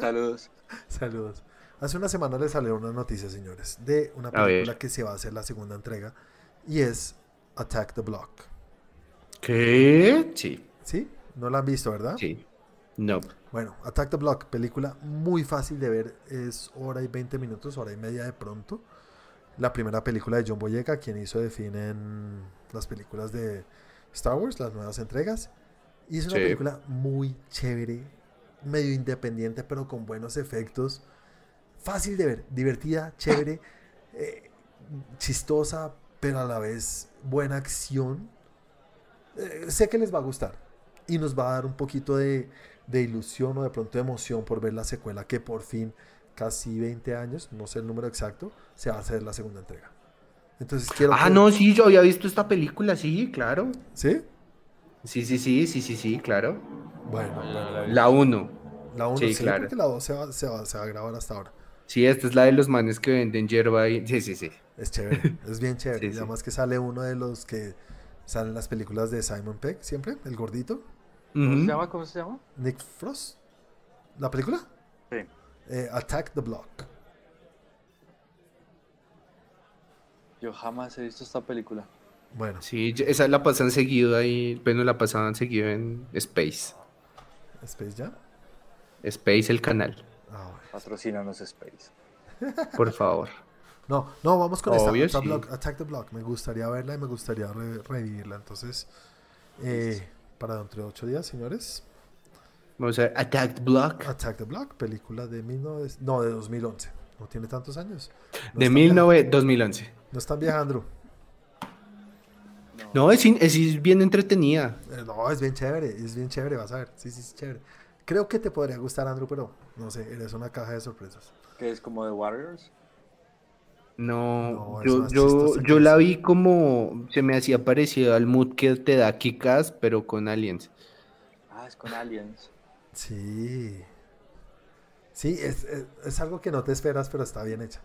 B: Saludos.
A: Saludos. Hace una semana le salió una noticia, señores, de una
C: A ver.
A: película que se va a hacer la segunda entrega y es Attack the Block.
C: ¿Qué? Sí,
A: ¿Sí? No la han visto, ¿verdad?
C: sí. No.
A: Bueno, Attack the Block, película muy fácil de ver, es hora y 20 minutos, hora y media de pronto. La primera película de John Boyega, quien hizo de Finn en las películas de Star Wars, las nuevas entregas. Y es una
C: Sí.
A: película muy chévere, medio independiente, pero con buenos efectos. Fácil de ver, divertida, chévere, eh, chistosa, pero a la vez buena acción. Eh, sé que les va a gustar y nos va a dar un poquito de, de ilusión o de pronto emoción por ver la secuela que por fin, casi 20 años, no sé el número exacto, se va a hacer la segunda entrega. Entonces quiero...
C: Ah,
A: que-
C: no, sí, yo había visto esta película, sí, claro.
A: ¿Sí?
C: Sí, sí, sí, sí, sí, sí, claro.
A: Bueno, bueno,
C: La 1.
A: la 1 sí,
C: sí, claro.
A: porque la 2 se va, se, va, se va a grabar hasta ahora.
C: Sí, esta es la de los manes que venden hierba y... Sí, sí, sí.
A: Es chévere, es bien chévere.
C: Sí,
A: y
C: sí.
A: además que sale uno de los que salen en las películas de Simon Pegg, siempre, el gordito,
B: ¿Cómo se
C: Ujú.
B: llama? ¿Cómo se llama?
A: Nick Frost. ¿La película?
B: Sí.
A: Eh, Attack the Block.
B: Yo jamás he visto esta película.
A: Bueno,
C: Sí, yo- esa la pasan seguido ahí, bueno, la pasaban seguido en Space.
A: Space Jam.
C: Space, el canal,
A: Ah, bueno.
B: Patrocínanos Space.
C: por favor.
A: No, no, vamos con
C: Obvio,
A: esta. Attack,
C: sí.
A: Block- Attack the Block. Me gustaría verla y me gustaría re- revivirla. Entonces, eh, para dentro de ocho días, señores.
C: Vamos a ver, Attack Block
A: Attack the Block, película de 19 no, de 2011. No tiene tantos años. No
C: de
A: es tan vieja.
C: 19 2011.
A: No es tan vieja, Andrew.
C: No, es, in- es in- bien entretenida.
A: Eh, No, es bien chévere, es bien chévere, vas a ver. Sí, sí, es chévere. Creo que te podría gustar, Andrew, pero no sé, eres una caja de sorpresas.
B: Que es como The Warriors.
C: No,
A: No, es
C: yo,
A: más
C: yo,
A: chistosa que
C: yo la
A: eso.
C: vi como se me hacía parecido al mood que te da Kikas, pero con aliens.
B: Ah, es con aliens.
A: Sí. Sí, es, es- es algo que no te esperas, pero está bien hecha.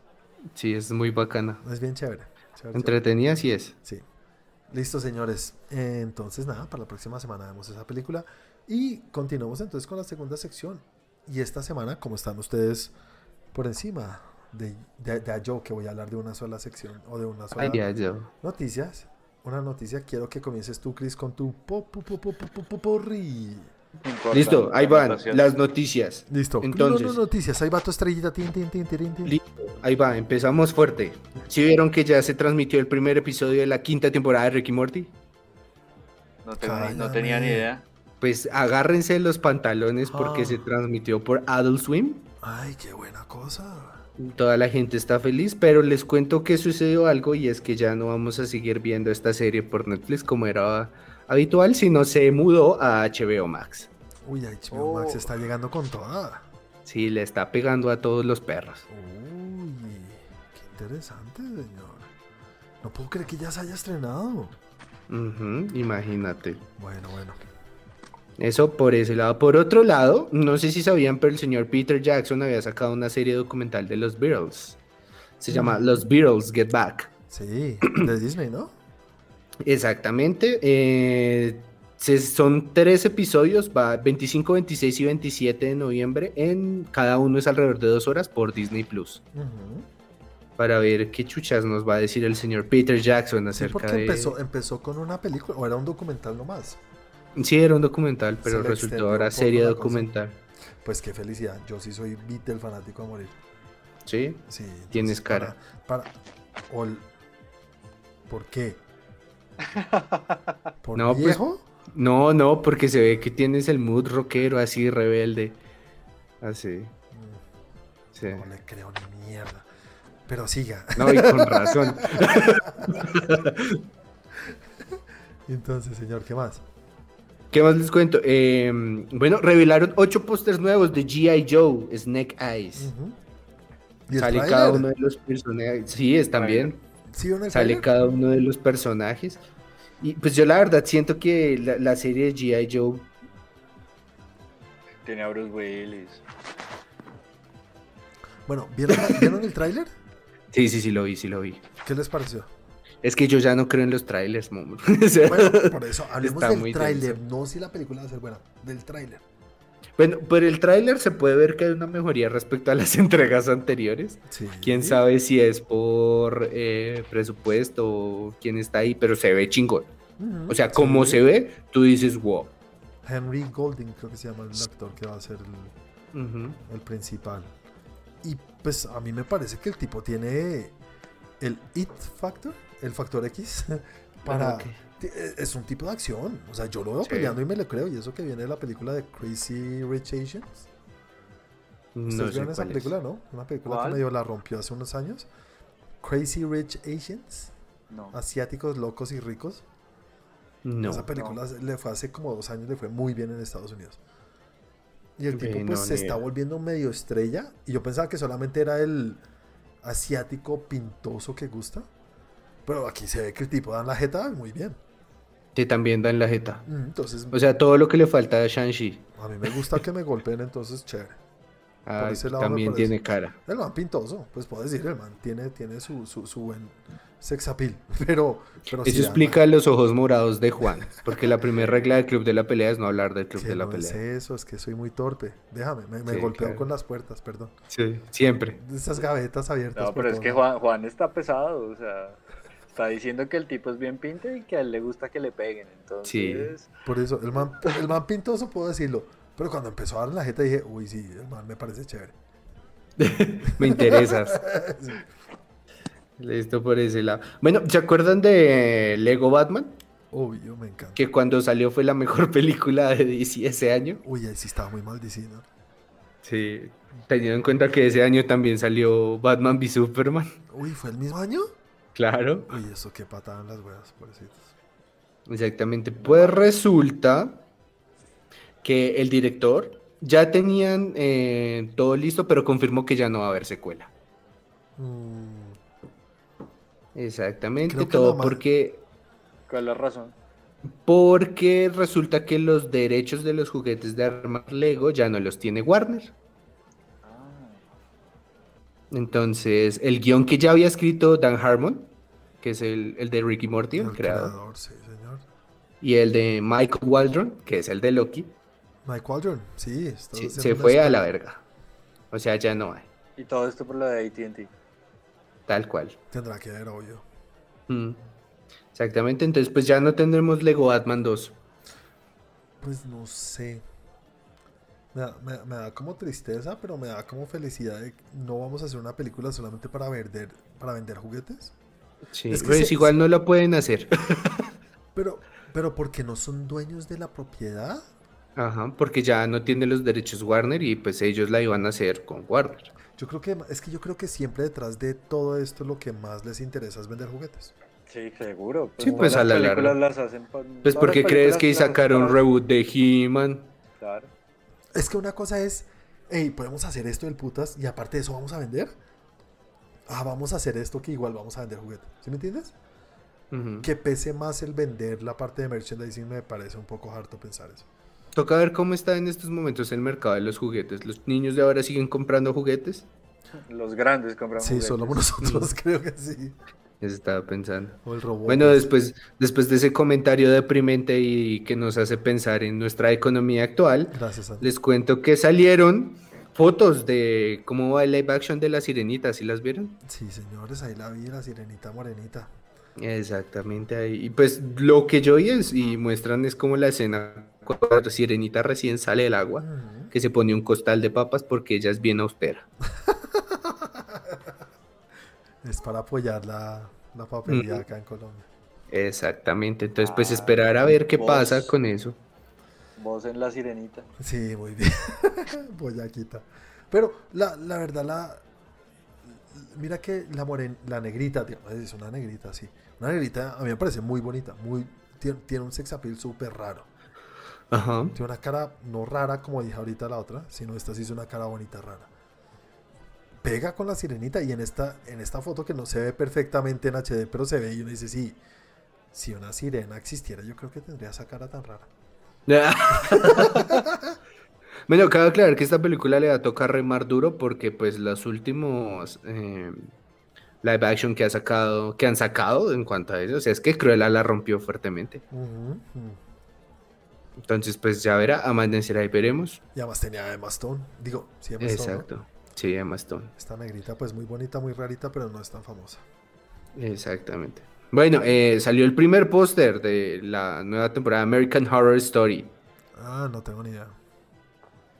C: Sí, es muy bacana.
A: Es bien chévere. chévere, chévere.
C: Entretenida sí es.
A: Sí. Listo, señores. Eh, Entonces, nada, para la próxima semana vemos esa película. Y continuamos entonces con la segunda sección. Y esta semana, como están ustedes por encima de, de, de a yo, que voy a hablar de una sola sección o de una sola
C: Ay, ya, yo.
A: noticias. Una noticia, quiero que comiences tú, Chris, con tu po, po, po, po, po, po- po- porri.
B: No importa,
C: Listo, ahí van
B: anotación.
C: las noticias.
A: Listo.
C: Entonces.
A: No, no, noticias. Ahí va tu estrellita. Tin, tin, tin, tirin, tin.
C: Listo, ahí va, empezamos fuerte. ¿Sí vieron que ya se transmitió el primer episodio de la quinta temporada de Ricky Morty?
B: No, tenía- no
A: Cállame.
B: tenía ni idea.
C: Pues agárrense los pantalones porque
A: Ah.
C: se transmitió por Adult Swim.
A: Ay, qué buena cosa.
C: Toda la gente está feliz, pero les cuento que sucedió algo y es que ya no vamos a seguir viendo esta serie por Netflix como era habitual, sino se mudó a HBO Max.
A: Uy, HBO Max
B: Oh.
A: está llegando con toda.
C: Sí, le está pegando a todos los perros.
A: Uy, qué interesante, señor. No puedo creer que ya se haya estrenado.
C: Ujú, imagínate.
A: Bueno, bueno.
C: Eso por ese lado. Por otro lado, no sé si sabían, pero el señor Peter Jackson había sacado una serie documental de los Beatles.
A: Mm.
C: Se llama Los Beatles Get Back.
A: Sí, de Disney, ¿no?
C: Exactamente. eh, Se- son tres episodios, va 25, 26 y 27 de noviembre. En cada uno es alrededor de dos horas por Disney Plus.
A: Ujú.
C: Para ver qué chuchas nos va a decir el señor Peter Jackson
A: Sí,
C: acerca
A: porque
C: de.
A: empezó, empezó con una película, o era un documental nomás.
C: Sí, era un documental,
A: Se le
C: pero resultó
A: extendió un
C: ahora
A: poco
C: serie
A: la cosa.
C: documental.
A: Pues qué felicidad, yo sí soy Beatle fanático a morir.
C: Sí,
A: Sí, entonces,
C: Tienes cara.
A: Para, para- ol- ¿Por qué? ¿Por
C: No, pues-
A: viejo?
C: No, no, porque se ve que tienes el mood rockero así, rebelde. Así. eh.
A: Mm,
C: sí.
A: No le creo ni mierda. Pero siga.
C: No, y con razón.
A: Entonces, señor, ¿qué más?
C: ¿Qué más les cuento? Eh, bueno, revelaron ocho pósters nuevos de G.I. Joe, Snake Eyes.
A: Ujú. ¿Y el
C: Sale
A: tráiler?
C: cada uno de los personajes. Sí, es también.
A: ¿Sí vieron el
C: Sale
A: tráiler?
C: cada uno de los personajes. Y pues yo la verdad siento que la, la serie de G.I. Joe.
B: Tiene a Bruce Willis.
A: Bueno, ¿vieron, ¿vieron el tráiler?
C: Sí, sí, sí, lo vi, sí, lo vi.
A: ¿Qué les pareció?
C: Es que yo ya no creo en los trailers, momo. O sea,
A: Bueno, por eso, hablemos
C: Está
A: del
C: muy
A: tráiler, no si la película va a ser buena, del tráiler.
C: Bueno, por el tráiler se puede ver que hay una mejoría respecto a las entregas anteriores.
A: Sí.
C: Quién sabe si es por eh, presupuesto o quién está ahí, pero se ve chingón.
A: Ujú,
C: O sea, como
A: sí.
C: se ve, tú dices wow.
A: Henry Golding, creo que se llama el actor que va a ser el,
C: Ujú.
A: el principal. Y pues a mí me parece que el tipo tiene el It Factor, el factor X, para...
C: Ah, ok.
A: ti- e, Es un tipo de acción. O sea, yo lo veo
C: Sí.
A: peleando y me lo creo. Y eso que viene de la película de Crazy Rich Asians.
C: No
A: Ustedes
C: sé
A: vieron esa
C: cuál es.
A: Pues película, ¿no? Una película
B: ¿Cuál?
A: que medio la rompió hace unos años. Crazy Rich Asians,
B: No.
A: asiáticos locos y ricos.
C: No.
A: Esa película le fue hace como dos años, le fue muy bien en Estados Unidos. Y el
C: Ok,
A: tipo
C: no,
A: pues se
C: ni
A: está
C: idea.
A: volviendo medio estrella. Y yo pensaba que solamente era el asiático pintoso que gusta. Pero aquí se ve que el tipo da en la jeta muy bien.
C: Te también dan la jeta.
A: Mm, Entonces,
C: O sea, todo lo que le falta a Shang-Chi.
A: a mí me gusta que me golpeen, entonces chévere.
C: Ah,
A: Por ese lado me
C: también
A: parece.
C: tiene cara.
A: El man pintoso, pues puedo decir, el man tiene, tiene su, su, su buen sexapil. Pero, pero sí
C: Eso
A: da-
C: explica los ojos morados de Juan. Porque la primera regla del club de la pelea es no hablar del club
A: que
C: de la
A: no es
C: pelea.
A: eso, es que soy muy torpe. Déjame, me, me
C: Sí,
A: golpeo
C: claro.
A: con las puertas, perdón.
C: Sí, siempre.
A: Esas gavetas abiertas.
B: No,
A: por
B: pero es
A: todo
B: que
A: lado.
B: Juan, Juan está pesado, o sea, está diciendo que el tipo es bien pinta y que a él le gusta que le peguen, entonces...
A: Por eso, el man, el man pintoso puedo decirlo. Pero cuando empezó a dar en la jeta dije, uy, sí, el man me parece chévere.
C: Me interesas.
A: Sí.
C: Listo por ese lado. Bueno, ¿se acuerdan de Lego Batman?
A: Obvio, me encanta.
C: que cuando salió fue la mejor película de DC ese año.
A: Uy, ahí sí estaba muy maldicido.
C: Sí, teniendo en cuenta que ese año también salió Batman v Superman.
A: Uy, ¿fue el mismo año?
C: Claro.
A: Uy, eso que pataban las huevas, pobrecitos.
C: Exactamente. Pues resulta que el director ya tenían eh, todo listo, pero confirmó que ya no va a haber secuela.
A: Mm,
C: Exactamente,
A: Creo que
C: todo
A: lo ma-
C: porque
B: ¿Cuál es la razón?
C: porque resulta que los derechos de los juguetes de armar Lego ya no los tiene Warner.
B: Ah,
C: Entonces, el guión que ya había escrito Dan Harmon, que es el, el de Ricky Morty, el
A: el
C: creador,
A: creador, sí, señor.
C: y el de Michael Waldron, que es el de Loki,
A: Mike Waldron, sí. está
C: se,
A: haciendo
C: se
A: una
C: fue a
A: escala.
C: la verga. O sea, ya no hay,
B: Y todo esto por lo de AT&T.
C: tal cual.
A: Tendrá que ver, obvio.
C: Mm. Exactamente, entonces pues ya no tendremos Lego Batman 2.
A: Pues no sé. Me da, me da- me da como tristeza, pero me da como felicidad de que no vamos a hacer una película solamente para vender, para vender juguetes.
C: Sí,
A: Es que
C: pero
A: se-
C: es pues, igual no la pueden hacer.
A: Pero, pero porque no son dueños de la propiedad.
C: Ajá, porque ya no tiene los derechos Warner y pues ellos la iban a hacer con Warner.
A: Yo creo que es que yo creo que siempre detrás de todo esto lo que más les interesa es vender juguetes.
B: Sí, seguro.
C: Sí, pues,
B: todas
C: a la
B: las películas
C: larga.
B: las hacen pa-
C: Pues
B: todas las
C: porque crees
B: películas
C: que
B: las hacen
C: sacaron
B: para-
C: reboot de He-Man.
B: Claro.
A: Es que una cosa es, hey, podemos hacer esto del putas y aparte de eso vamos a vender. Ah, vamos a hacer esto que igual vamos a vender juguetes. ¿Sí me entiendes?
C: Ujú.
A: Que pese más el vender la parte de merchandising me parece un poco harto pensar eso.
C: Toca ver cómo está en estos momentos el mercado de los juguetes. ¿Los niños de ahora siguen comprando juguetes?
B: Los grandes compran
A: Sí, solo
B: juguetes.
A: nosotros creo que sí.
C: Eso estaba pensando.
A: O el robot.
C: Bueno, después, después de ese comentario deprimente y que nos hace pensar en nuestra economía actual,
A: Gracias, Andy.
C: les cuento que salieron fotos de cómo va el live action de la sirenita, ¿sí las vieron?
A: Sí, señores, ahí la vi, la sirenita morenita.
C: Exactamente ahí. Y pues lo que yo vi es, y muestran es como la escena cuando la sirenita recién sale del agua,
A: Ujú.
C: que se pone un costal de papas porque ella es bien austera.
A: Es para apoyar la, la papelería acá en Colombia.
C: Exactamente. Entonces, pues
B: Ah,
C: esperar a ver qué
B: vos.
C: pasa con eso.
B: Vos en la sirenita.
A: Sí, muy bien. Boyaquita. Pero la, la verdad, la. Mira que la moren, la negrita, digamos, es una negrita, sí. Una negrita a mí me parece muy bonita, muy. Tiene, tiene un sex appeal súper raro.
C: Ajá.
A: Tiene una cara no rara como dije ahorita la otra, sino esta sí es una cara bonita rara. Pega con la sirenita y en esta, en esta foto que no se ve perfectamente en HD, pero se ve y uno dice, sí, si una sirena existiera, yo creo que tendría esa cara tan rara.
C: bueno, cabe aclarar que esta película le va a tocar remar duro porque pues los últimos eh, live action que ha sacado, que han sacado en cuanto a eso, o sea, es que Cruella la rompió fuertemente.
A: Ujú, ujú.
C: Entonces, pues ya verá, amanecerá y veremos.
A: Y además tenía Emma Stone, digo, sí, Emma Stone, ¿no?
C: Exacto. Sí, Emma Stone.
A: Esta negrita pues muy bonita, muy rarita, pero no es tan famosa.
C: Exactamente. Bueno, eh, salió el primer póster de la nueva temporada de American Horror Story.
A: Ah, no tengo ni idea.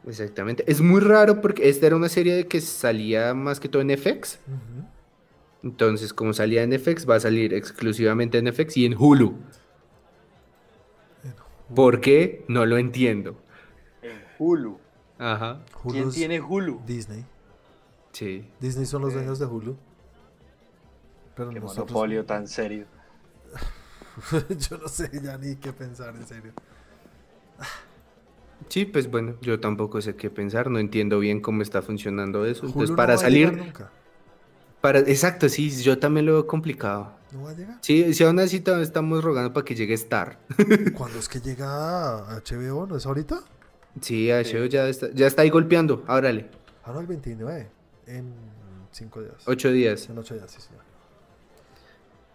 C: Exactamente. Es muy raro porque esta era una serie que salía más que todo en FX.
A: Ujú.
C: Entonces, como salía en FX, va a salir exclusivamente en FX y en Hulu.
A: En
C: ¿Por qué? No lo entiendo.
B: En Hulu.
C: Ajá.
A: Hulu
B: ¿Quién
A: es
B: tiene Hulu?
A: Disney.
C: Sí.
A: Disney son los
B: Eh.
A: dueños de Hulu. Pero
B: Qué
A: nosotros-
B: monopolio tan serio.
A: Yo no sé ya ni qué pensar, en serio.
C: Sí, pues bueno, yo tampoco sé qué pensar, no entiendo bien cómo está funcionando eso.
A: Hulu
C: Entonces,
A: no
C: pues para
A: va a llegar
C: salir,
A: nunca.
C: para... Exacto, sí, yo también lo veo complicado.
A: No va a llegar.
C: Sí, si aún así todavía estamos rogando para que llegue Star.
A: ¿Cuándo es que llega HBO? ¿No es ahorita?
C: Sí, HBO ya está, ya está ahí golpeando, árale,
A: Ah, no, el 29. En 5 días.
C: ocho días.
A: En 8 días, sí, señor.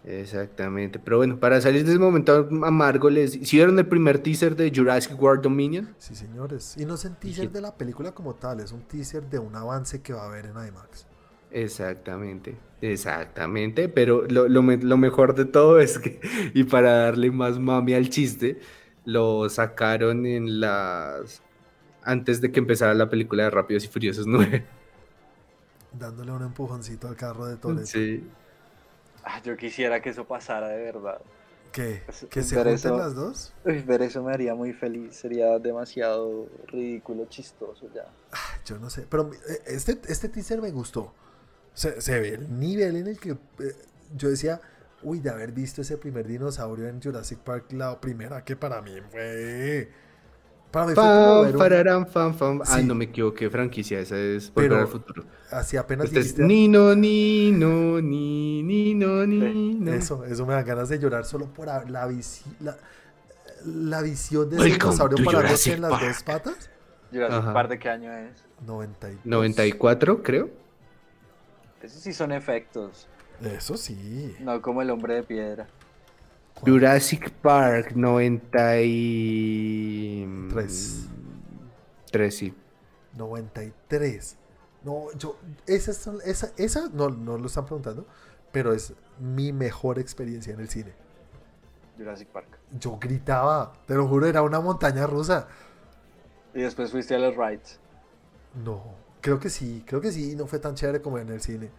C: Exactamente, pero bueno, para salir de ese momento amargo, les hicieron el primer teaser de Jurassic World Dominion.
A: Sí, señores. Y no es un teaser
C: que-
A: de la película como tal, es un teaser de un avance que va a haber en IMAX.
C: Exactamente, exactamente, pero lo, lo me- lo mejor de todo es que, y para darle más mami al chiste, lo sacaron en las... antes de que empezara la película de Rápidos y Furiosos 9.
A: Dándole un empujoncito al carro de Toretto.
C: Sí.
B: Ah, yo quisiera que eso pasara de verdad.
A: ¿Qué?
B: Es-
A: ¿Que se
B: pero
A: junten
B: eso-
A: las dos?
B: Uy, ver eso me haría muy feliz. Sería demasiado ridículo, chistoso ya.
A: Yo no sé, pero eh, este, este teaser me gustó. Se, se ve el nivel en el que eh, yo decía, uy, de haber visto ese primer dinosaurio en Jurassic Park, la primera que para mí fue... Para mí fue como
C: Pam,
A: ver un-
C: pararán, fam, fam. Ah,
A: Sí.
C: no me equivoqué, franquicia, esa es Volver
A: Pero-
C: al Futuro.
A: así apenas
C: Entonces,
A: dijiste,
C: Nino, Nino, ni, Nino, Nino.
A: eso, eso me dan ganas de llorar solo por a- la, visi- la, la visión de ese
C: Welcome
A: dinosaurio
C: to
A: parándose
C: Jurassic
A: en las
C: Park.
A: dos patas.
B: Jurassic
C: Ajá.
B: Park, ¿de qué año es?
A: 92.
C: 94, creo.
B: Esos sí son efectos,
A: Eso sí.
B: no como el hombre de piedra.
C: Jurassic Park 90 y...
A: Tres.
C: Tres, sí.
A: 93. No, yo, esa, es- esa, esa no, no lo están preguntando, pero es mi mejor experiencia en el cine.
B: Jurassic Park.
A: Yo gritaba, te lo juro, era una montaña rusa.
B: Y después fuiste a los rides.
A: No, creo que sí, creo que sí, no fue tan chévere como en el cine.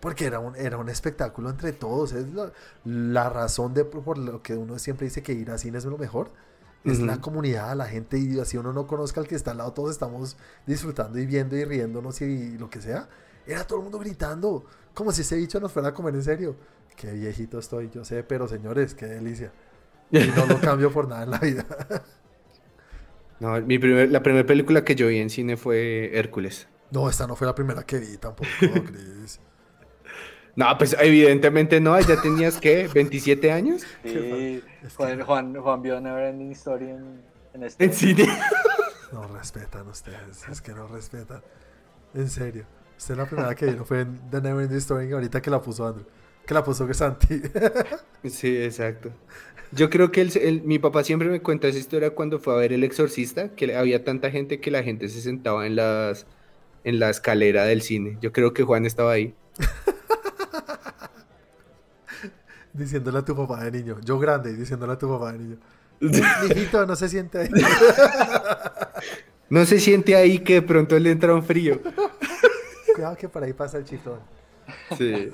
A: Porque era un, era un espectáculo entre todos. Es la, la razón de, por lo que uno siempre dice que ir a cine es lo mejor. Es la
C: Ujú.
A: comunidad, la gente, y así uno no conozca al que está al lado, todos estamos disfrutando y viendo y riéndonos y, lo que sea. Era todo el mundo gritando, como si ese bicho nos fuera a comer en serio. Qué viejito estoy, yo sé, pero señores, qué delicia. Y no lo cambio por nada en la vida.
C: No, mi primer, la primera película que yo vi en cine fue Hércules.
A: No, esta no fue la primera que vi tampoco, Chris.
C: No, pues evidentemente no, ya tenías, ¿qué? ¿27 años?
B: Sí, Juan, Juan, Juan vio Never Ending Story en, en este.
C: En cine.
A: No respetan ustedes, es que no respetan. En serio. Usted la primera que vino fue en The Neverending Story ahorita que la puso Andrew. Que la puso que Santi.
C: Sí, exacto. Yo creo que el- el- mi papá siempre me cuenta esa historia cuando fue a ver El Exorcista, que le- había tanta gente que la gente se sentaba en las en la escalera del cine. Yo creo que Juan estaba ahí.
A: diciéndole a tu papá de niño. Yo grande, diciéndole a tu papá de niño. Mijito, no se siente ahí.
C: No se siente ahí que de pronto le entra un frío.
A: Cuidado que por ahí pasa el chiflón.
C: Sí.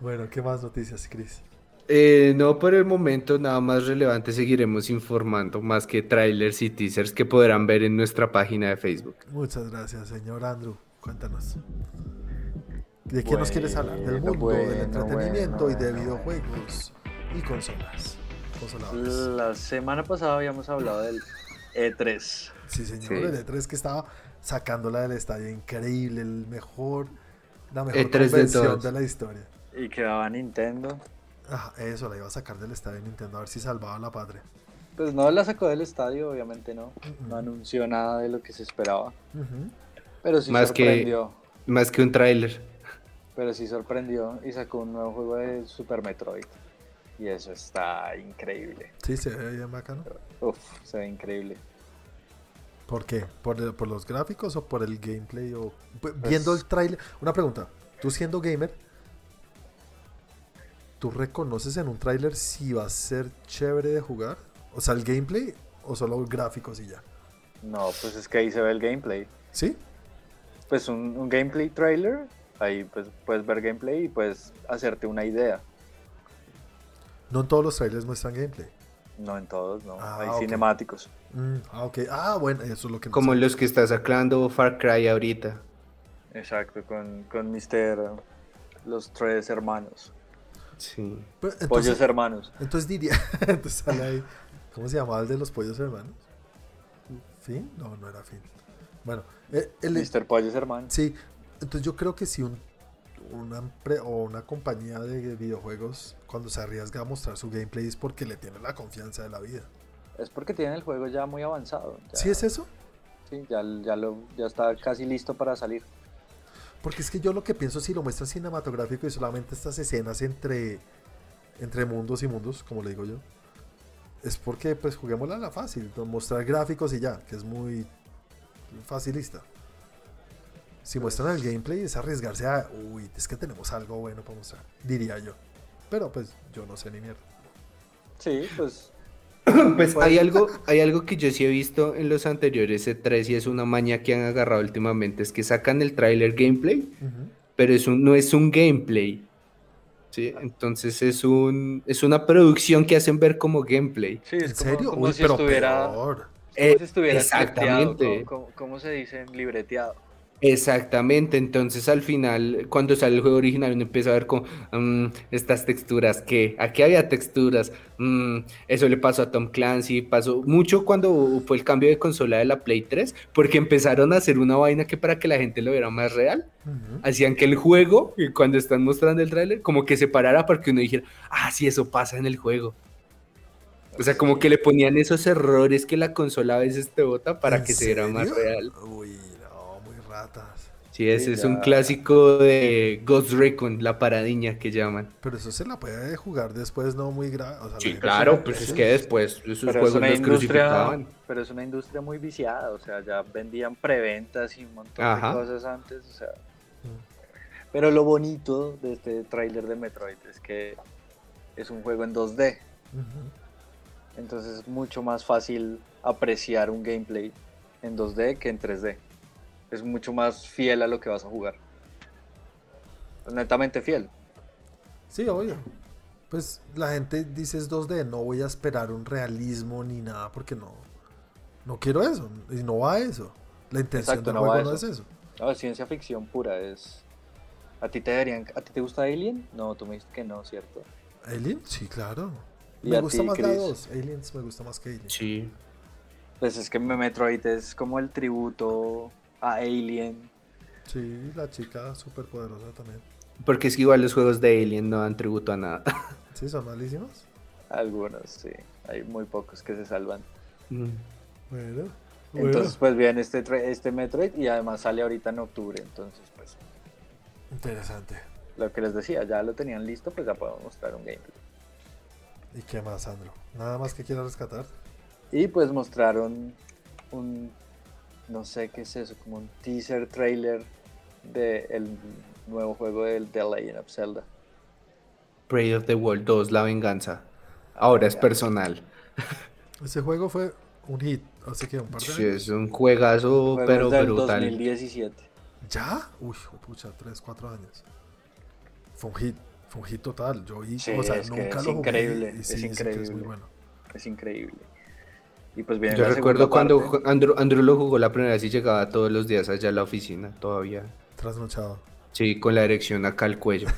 A: Bueno, ¿qué más noticias, Chris?
C: Eh, no por el momento, nada más relevante, seguiremos informando más que trailers y teasers que podrán ver en nuestra página de Facebook.
A: Muchas gracias, señor Andrew. Cuéntanos. ¿De qué nos quieres hablar? Del
B: Bueno,
A: mundo, del
B: bueno,
A: entretenimiento
B: bueno,
A: y de
B: bueno.
A: videojuegos y consolas. Consoladores.
B: La semana pasada habíamos hablado del E E3.
A: Sí, señor.
C: Sí.
A: El E3 que estaba sacándola del estadio. Increíble, el mejor. La mejor
C: E3 E de
A: convención
C: todas.
A: de la historia.
B: Y quedaba Nintendo.
A: Ajá, eso, la iba a sacar del estadio Nintendo a ver si salvaba la patria.
B: Pues no la sacó del estadio, obviamente no. No anunció nada de lo que se esperaba.
A: Ujú.
B: Pero sí
C: Más que-
B: sorprendió.
C: Más que un trailer.
B: Pero sí sorprendió y sacó un nuevo juego de Super Metroid. Y eso está increíble.
A: Sí, se ve bien bacano.
B: Uf, se ve increíble.
A: ¿Por qué? ¿Por, eh, por los gráficos o por el gameplay? O... P- Viendo el trailer. Una pregunta. Tú siendo gamer, ¿tú reconoces en un trailer si va a ser chévere de jugar? O sea, el gameplay o solo gráficos y ya.
B: No, pues es que ahí se ve el gameplay.
A: ¿Sí?
B: Pues un, un gameplay trailer, ahí pues puedes ver gameplay y puedes hacerte una idea.
A: No en todos los trailers muestran gameplay.
B: No en todos, no.
A: Ah,
B: hay
A: ok.
B: cinemáticos.
A: Mm, ah, ok. Ah, bueno, eso es lo que... no
C: Como
A: sé.
C: los que está sacando Far Cry ahorita.
B: Exacto, con, con Mr. Los tres hermanos.
C: Sí.
A: Pero
B: Pollos
A: entonces,
B: hermanos.
A: entonces diría... entonces sale ahí... ¿Cómo se llamaba el de los pollos hermanos? ¿Fin? No, no era fin. Bueno, eh, el,
B: Mr. Pollos hermanos.
A: Sí, entonces yo creo que si un- una, empre- o una compañía de videojuegos cuando se arriesga a mostrar su gameplay es porque le tiene la confianza de la vida.
B: Es porque tienen el juego ya muy avanzado. Ya,
A: ¿Sí es eso?
B: sí, ya, ya lo, ya está casi listo para salir.
A: Porque es que yo lo que pienso si lo muestran cinematográfico y solamente estas escenas entre, entre mundos y mundos, como le digo yo, es porque pues juguémosla a la fácil, ¿no? mostrar gráficos y ya, que es muy facilista. Si muestran el gameplay es arriesgarse a, uy, es que tenemos algo bueno para mostrar, diría yo. Pero pues yo no sé ni mierda.
B: Sí, pues
C: Pues hay algo, hay algo que yo sí he visto en los anteriores E3 y es una maña que han agarrado últimamente, es que sacan el trailer gameplay,
A: Ujú.
C: pero es un, no es un gameplay. ¿sí? Entonces es un es una producción que hacen ver como gameplay.
B: sí, es
A: ¿En
B: como,
A: serio?
B: como
A: Uy,
B: si
A: pero
B: estuviera,
A: peor.
B: como
C: Eh,
B: si estuviera scripteado, como-
C: exactamente.
B: como- ¿cómo se dice? Libreteado.
C: Exactamente, entonces al final, cuando sale el juego original, uno empieza a ver con estas texturas, que aquí había texturas, mm, eso le pasó a Tom Clancy, pasó mucho cuando fue el cambio de consola de la Play 3, porque empezaron a hacer una vaina que para que la gente lo viera más real,
A: Ujú.
C: hacían que el juego, y cuando están mostrando el tráiler, como que se parara para que uno dijera, ah, sí, eso pasa en el juego. O sea, como que le ponían esos errores que la consola a veces te bota para
A: ¿En
C: que se viera más
A: serio?
C: real.
A: Uy, no, muy ratas.
C: Sí, ese
B: Sí,
C: es un
B: ya.
C: clásico de Ghost Recon, la paradiña que llaman.
A: Pero eso se la puede jugar después, no muy grave. O sea, la gente se la-
C: pues después esos
B: Pero es, una industria, pero es una industria muy viciada, o sea, ya vendían preventas y un montón
C: Ajá.
B: de cosas antes, o sea.
A: Mm.
B: Pero lo bonito de este tráiler de Metroid es que es un juego en 2D,
A: Ujú.
B: entonces es mucho más fácil apreciar un gameplay en 2D que en 3D. Es mucho más fiel a lo que vas a jugar. Netamente fiel.
A: Sí, obvio. Pues la gente dice es 2D, no voy a esperar un realismo ni nada porque no, no quiero eso. Y no va a eso. La intención
B: Exacto,
A: del
B: no va
A: juego
B: a
A: no es
B: eso.
A: eso.
B: No, es ciencia ficción pura, es... ¿A ti te deberían... ¿A ti te gusta Alien? No, tú me dijiste que no, ¿cierto?
A: ¿Alien? Sí, claro.
B: ¿Y
A: Me
B: a
A: gusta
B: ti,
A: más la
B: Chris?
A: 2. Aliens me gusta más que Alien.
C: Sí.
B: Pues es que Metroid es como el tributo a Alien.
A: Sí, la chica súper poderosa también.
C: Porque es que igual los juegos de Alien no dan tributo a nada.
A: Sí, son malísimas.
B: Algunos, sí. Hay muy pocos que se salvan.
C: Mm.
A: Bueno. bueno.
B: Entonces, pues bien, este, tra- este Metroid y además sale ahorita en octubre. Entonces, pues
A: Interesante.
B: Lo que les decía, ya lo tenían listo, pues ya podemos mostrar un gameplay.
A: ¿Y qué más, Sandro? ¿Nada más que quiera rescatar?
B: Y pues mostraron un, no sé qué es eso, como un teaser trailer del nuevo juego del The Legend of Zelda.
C: Prey of the World 2, La Venganza. Ahora es personal.
A: Ese juego fue un hit, así que un par de
C: Sí,
A: años.
C: es un juegazo,
B: Juegos
C: Oh, pero
B: del
C: brutal.
B: 2017.
A: ¿Ya? Uy, hijo de pucha, 3, 4 años. Fue un hit, fue un hit total. Yo vi,
B: Sí,
A: o sea,
B: es que
A: nunca
B: es
A: lo jugué,
B: increíble,
A: y
B: es
A: sí, dicen que es muy
B: increíble.
A: bueno.
B: Es increíble. Y pues bien,
C: Yo recuerdo cuando ju- Andrew, Andrew lo jugó la primera vez y llegaba todos los días allá a la oficina, todavía.
A: Trasnochado.
C: Sí, con la erección acá al cuello.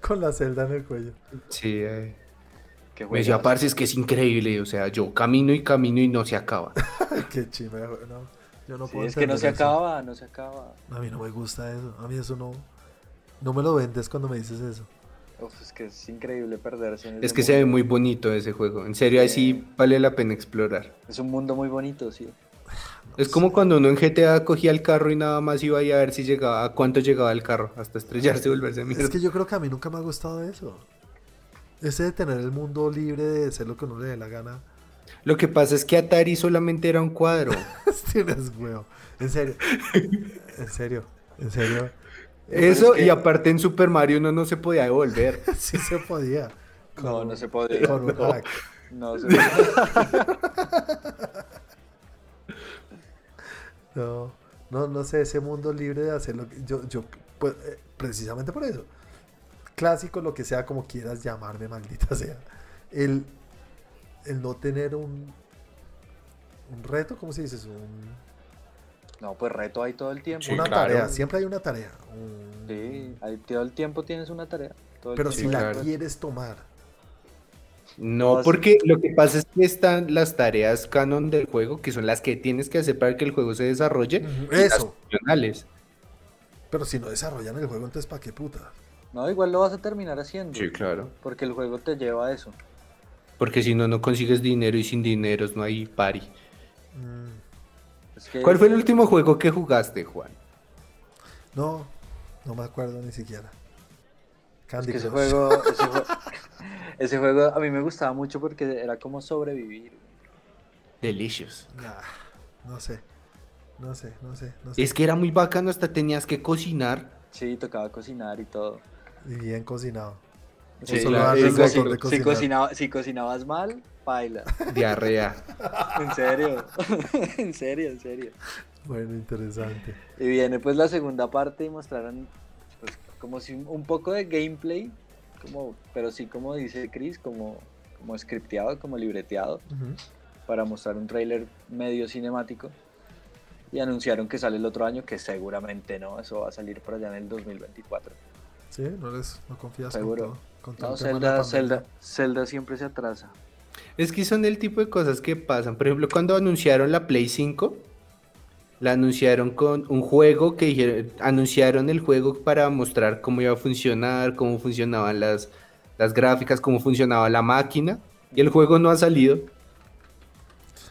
A: Con la celda en el cuello.
C: Sí, eh. me decía, parce, es que es increíble. O sea, yo camino y camino y no se acaba.
A: Qué chimba, güey, no, yo no
B: Sí,
A: puedo
B: es que no
A: entender
B: se
A: eso.
B: acaba, no se acaba.
A: A mí no me gusta eso. A mí eso no. No me lo vendes cuando me dices eso.
B: Uf, es que es increíble perderse en
C: Es
B: ese
C: que se ve
B: mundo.
C: muy bonito ese juego. En serio, ahí sí vale la pena explorar.
B: Es un mundo muy bonito, sí.
A: No
C: Es
A: sé.
C: como cuando uno en GTA cogía el carro y nada más iba ahí a ver si llegaba, a cuánto llegaba el carro, hasta estrellarse y volverse mierda.
A: Es que yo creo que a mí nunca me ha gustado eso. Ese de tener el mundo libre de hacer lo que uno le dé la gana.
C: Lo que pasa es que Atari solamente era un cuadro.
A: Tienes huevo. En serio. En serio. En serio.
C: Eso,
B: es que-
C: y aparte en Super Mario uno no se podía devolver.
A: Sí se podía.
B: No,
A: Con-
B: no se podía.
A: Con un hack.
B: No se podía.
A: No, no, no sé, ese mundo libre de hacer lo que yo, yo pues, eh, precisamente por eso. Clásico, lo que sea, como quieras llamarme, maldita sea. El, el no tener un, un reto, ¿cómo se dice? eso? Un-
B: No, pues reto ahí todo el tiempo.
C: Sí,
A: una
C: claro.
A: tarea, siempre hay una tarea. un-
B: Sí, ahí todo el tiempo tienes una tarea. todo el
A: Pero
C: Sí,
A: si la
C: claro.
A: quieres tomar,
C: No,
B: No,
C: porque lo que pasa es que están las tareas canon del juego, que son las que tienes que hacer para que el juego se desarrolle.
A: Ujú,
C: y las
A: eso.
C: opcionales.
A: pero si no desarrollan el juego, entonces ¿para qué puta?
B: No, igual lo vas a terminar haciendo.
C: Sí, claro.
B: Porque el juego te lleva a eso.
C: Porque si no, no consigues dinero y sin dinero no hay pari.
A: Mm,
B: Es que
C: ¿Cuál fue el último juego que jugaste, Juan?
A: no, no me acuerdo ni siquiera.
B: es
A: Candy
B: que ese
A: Crush.
B: juego, ese, jue- ese juego a mí me gustaba mucho porque era como sobrevivir.
C: Delicious.
A: Nah, no sé, no sé, no sé, no sé.
C: Es que era muy bacano, hasta tenías que cocinar.
B: Sí, tocaba cocinar y todo.
A: Y bien cocinado.
C: Sí,
A: Eso
B: la-
A: lo
C: claro,
A: hace el
C: exacto.
A: motor de
B: si,
A: cocinar.
B: cocinaba- si cocinabas mal, baila.
C: Diarrea.
B: En serio, en serio, en serio.
A: Bueno, interesante.
B: Y viene pues la segunda parte y mostraron pues, como si un- un poco de gameplay, como, pero sí como dice Chris, como, como scripteado, como libreteado,
A: Ujú.
B: para mostrar un tráiler medio cinemático. Y anunciaron que sale el otro año, que seguramente no, eso va a salir por allá en el 2024.
A: Sí, no les no confías con
B: Seguro.
A: todo. Con todo
B: No,
A: el tema de la
B: Zelda,
A: pandemia.
B: Zelda, Zelda siempre se atrasa.
C: Es que son el tipo de cosas que pasan. Por ejemplo, cuando anunciaron la Play 5, la anunciaron con un juego que dijeron, anunciaron el juego para mostrar cómo iba a funcionar, cómo funcionaban las, las gráficas, cómo funcionaba la máquina. Y el juego no ha salido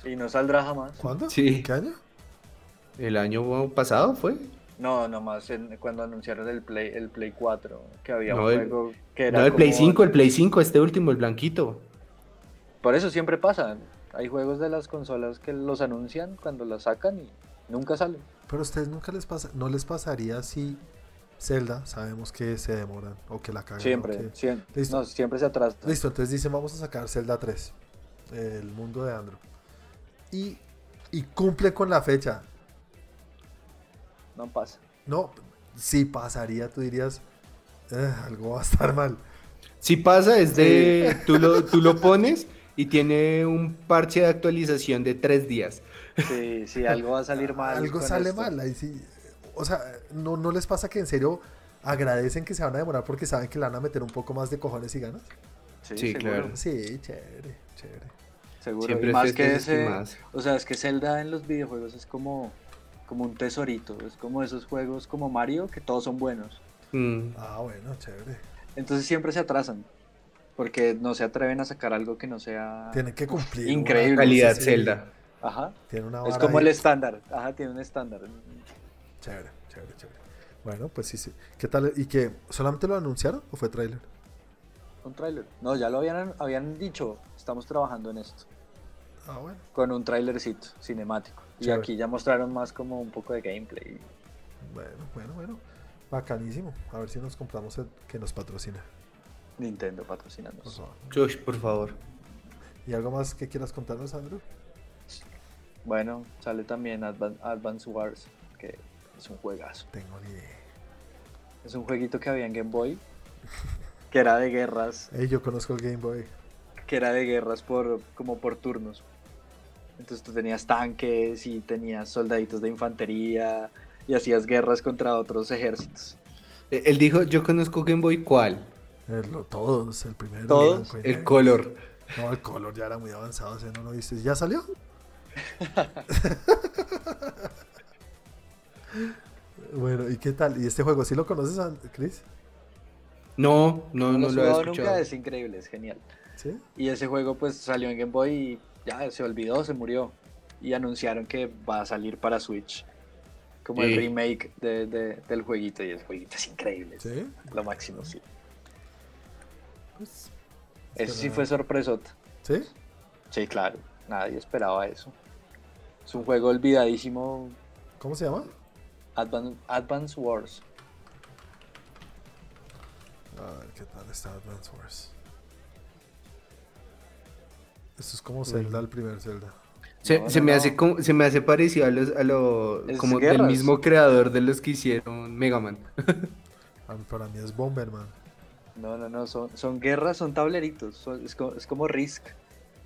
B: Y no saldrá jamás.
A: ¿Cuándo?
C: Sí.
A: ¿Qué año?
C: el año pasado, ¿fue?
B: No, nomás en- cuando anunciaron el Play, el Play 4, que había
C: No,
B: un
C: el-
B: juego que era.
C: No, el Play
B: como-
C: 5, el Play 5, este último, el blanquito.
B: Por eso siempre pasa. Hay juegos de las consolas que los anuncian cuando las sacan y nunca salen.
A: Pero a ustedes nunca les pasa, no les pasaría si Zelda sabemos que se demoran o que la cagan. o
B: Siempre,
A: que-
B: siempre.
A: Ah, Listo.
B: No, siempre se atrasa.
A: Listo, entonces dicen vamos a sacar Zelda 3, el mundo de Andrew. Y, y cumple con la fecha.
B: No pasa.
A: No, si pasaría, tú dirías, "Eh, algo va a estar mal.
C: Si pasa, es de. Tú, lo, tú lo pones y tiene un parche de actualización de tres días.
B: Sí, sí, algo va a salir mal.
A: Algo
B: con
A: sale
B: esto.
A: mal. ahí sí. O sea, no, no les pasa que en serio agradecen que se van a demorar porque saben que le van a meter un poco más de cojones y ganas.
B: Sí,
C: Sí,
B: seguro,
C: claro.
A: Sí, chévere, chévere.
B: Seguro.
C: Siempre
B: y más
C: es
B: que
C: este, este
B: ese.
C: más.
B: O sea, es que Zelda en los videojuegos es como, como un tesorito. Es como esos juegos como Mario que todos son buenos.
C: Mm.
A: Ah, bueno, chévere.
B: Entonces siempre se atrasan. Porque no se atreven a sacar algo que no sea.
A: Tienen que cumplir. una
B: increíble.
A: cosa
C: Calidad
A: así.
C: Zelda.
B: Ajá.
A: Tiene una
B: Es
A: vara
B: como
A: ahí.
B: el estándar. Ajá, tiene un estándar.
A: Chévere, chévere, chévere. Bueno, pues sí, sí. ¿Qué tal? ¿Y que solamente lo anunciaron o fue tráiler?
B: Un tráiler. No, ya lo habían, habían dicho. Estamos trabajando en esto.
A: Ah, bueno.
B: Con un tráilercito cinemático. Y
A: Chévere.
B: aquí ya mostraron más como un poco de gameplay.
A: Bueno, bueno, bueno. Bacanísimo. A ver si nos compramos el que nos patrocina.
B: Nintendo patrocinando.
A: Por favor.
C: Josh, por favor.
A: ¿Y algo más que quieras contarnos, Andrew?
B: Bueno, sale también Advan- Advance Wars, que es un juegazo.
A: Tengo ni idea.
B: Es un jueguito que había en Game Boy, que era de guerras,
A: Ey, yo conozco el Game Boy.
B: que era de guerras por como por turnos. Entonces tú tenías tanques y tenías soldaditos de infantería y hacías guerras contra otros ejércitos.
C: Eh, Él dijo, yo conozco Game Boy, ¿cuál?
A: El- lo- todos, el primero.
B: Todos,
A: blanco y
C: El
A: negro.
C: color.
A: No, el color ya era muy avanzado, o sea, no lo viste. ¿Ya salió? bueno, ¿y qué tal? ¿Y este juego sí lo conoces, An- Chris?
C: No, no, no,
B: he
C: lo había
B: jugado
C: escuchado.
B: nunca, es increíble, es genial.
A: ¿Sí?
B: Y ese juego pues salió en Game Boy y ya se olvidó, se murió. Y anunciaron que va a salir para Switch. Como el
C: Sí.
B: remake de- de- del jueguito. Y el jueguito es increíble. es
A: ¿Sí?
B: Lo máximo, sí.
A: Pues,
B: Eso sí
A: Pero-
B: fue sorpresota.
A: ¿Sí?
B: Sí, claro. Nadie esperaba eso. Es un juego olvidadísimo.
A: ¿Cómo se llama?
B: Advan- Advance Wars.
A: A ver, ¿qué tal está Advance Wars? Esto es como Zelda, el primer Zelda.
C: Se,
B: No,
C: se
B: no,
C: me
B: no.
C: hace como- se me hace parecido a los, a lo,
B: Es
C: como del
B: guerras.
C: mismo creador de los que hicieron Mega Man.
A: A mí- para mí es Bomberman.
B: No, no, no. Son, son guerras, son tableritos. son- es, co- es como Risk.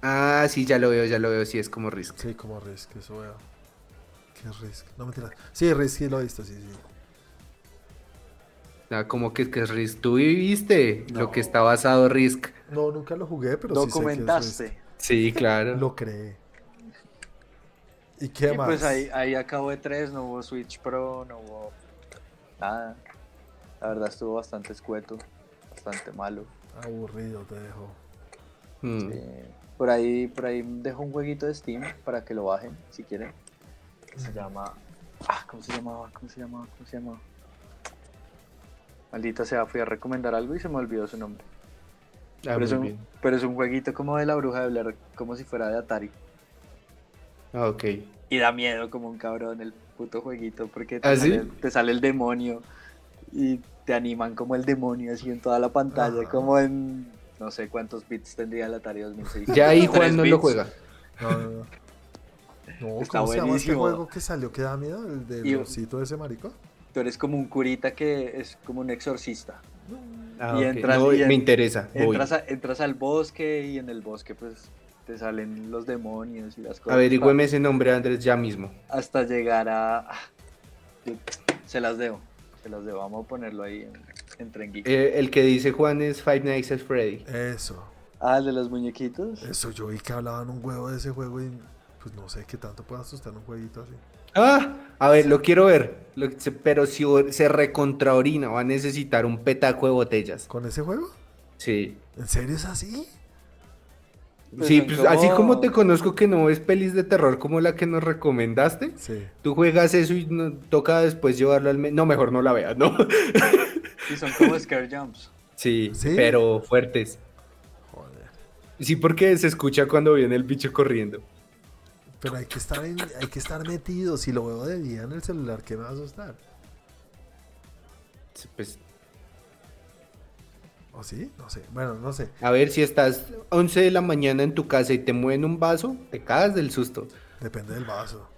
C: Ah, sí, ya lo veo, ya lo veo, sí, es como Risk.
A: Sí, como Risk, eso veo. ¿Qué es Risk? No mentira. Sí, Risk sí lo he visto, sí, sí.
C: Ah, como que, que es Risk, tú viviste
A: No.
C: lo que está basado Risk.
A: No, nunca lo jugué, pero sí sé que es
B: Documentaste.
A: Risk.
C: Sí, claro.
A: Lo creé. ¿Y qué
B: y
A: más?
B: pues ahí, ahí acabó de 3 no hubo Switch Pro, no hubo nada. La verdad estuvo bastante escueto, bastante malo.
A: Aburrido te dejo.
C: Mm.
B: Eh, por ahí, por ahí dejo un jueguito de Steam para que lo bajen, si quieren. Que se llama. Ah, ¿cómo se llamaba? ¿Cómo se llamaba? ¿Cómo se llamaba? Maldita sea, fui a recomendar algo y se me olvidó su nombre.
C: Ah,
B: pero, es
C: muy
B: un,
C: bien.
B: pero es un jueguito como de la bruja de Blair, como si fuera de Atari.
C: Ah, ok.
B: Y da miedo como un cabrón el puto jueguito porque te,
C: ¿Ah,
B: sale,
C: sí?
B: te sale el demonio y te animan como el demonio así en toda la pantalla,
C: Ah.
A: Ajá.
B: como en no sé cuántos bits tendría el Atari 2006.
C: Ya ahí
B: Tres
C: Juan no lo
B: bits.
C: juega.
A: No, no, no. No,
B: Está
A: ¿cómo se llama este
B: buenísimo.
A: juego que salió que da miedo? ¿El del
B: Y-
A: osito ese marico?
B: Tú eres como un curita que es como un exorcista.
C: Ah,
B: Y
C: ok.
B: entras-
C: No,
B: y en-
C: me interesa, voy.
B: Entras, a- entras al bosque y en el bosque pues te salen los demonios y las cosas.
C: Averígüeme ese nombre, Andrés, ya mismo.
B: Hasta llegar a... ah, yo- Se las debo, se las debo. Vamos a ponerlo ahí en, en Tren Geek.
C: Eh, el que dice Juan es Five Nights at Freddy.
A: Eso.
B: Ah, el de los muñequitos.
A: Eso, yo vi que hablaban un huevo de ese juego y pues no sé qué tanto puede asustar un jueguito así.
C: Ah, a ver, lo quiero ver. Lo- se- pero si o- se recontraorina, va a necesitar un petaco de botellas.
A: ¿Con ese juego?
C: Sí.
A: ¿En serio es así?
B: Pues
C: sí,
B: son
C: pues, así como
B: como-
C: te conozco que no ves pelis de terror como la que nos recomendaste,
A: Sí.
C: tú juegas eso y no- toca después llevarlo al... me- No, mejor no la veas, ¿no?
B: Y son como scare jumps.
C: Sí,
A: ¿Sí?
C: pero fuertes.
A: Joder.
C: Sí, porque se escucha cuando viene el bicho corriendo.
A: Pero hay que estar en- hay que estar metido. Si lo veo de día en el celular, ¿qué me va a asustar?
C: Sí, Pues,
A: ¿O sí? No sé. Bueno, no sé.
C: a ver, si estás 11 de la mañana en tu casa y te mueven un vaso, te cagas del susto.
A: Depende del vaso.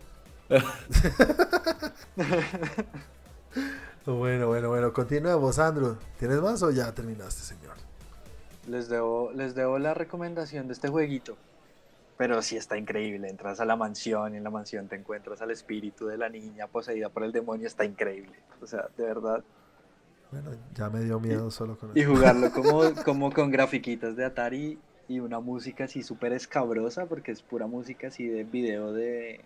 A: bueno, bueno, bueno. Continuemos, Andrew. ¿Tienes más o ya terminaste, señor?
B: Les debo, les debo la recomendación de este jueguito. Pero sí está increíble. Entras a la mansión y en la mansión te encuentras al espíritu de la niña poseída por el demonio. Está increíble. O sea, de verdad.
A: Bueno, ya me dio miedo solo con
B: Y
A: eso.
B: jugarlo como, como con grafiquitas de Atari y una música así súper escabrosa, porque es pura música así de video de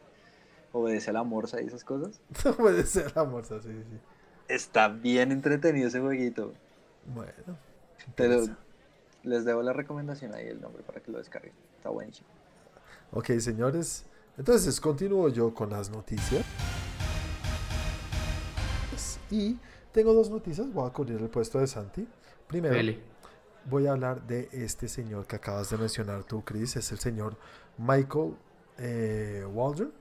B: obedece a la morsa y esas cosas.
A: No puede ser la morsa, sí, sí.
B: Está bien entretenido ese jueguito.
A: Bueno.
B: Te lo-
A: interesa.
B: les debo la recomendación ahí, el nombre, para que lo descarguen. Está buenísimo.
A: Ok, señores. Entonces, continúo yo con las noticias. Y Tengo dos noticias, voy a cubrir el puesto de Santi. Primero,
C: Dele.
A: voy a hablar de este señor que acabas de mencionar tú, Chris. Es el señor Michael eh, Waldron,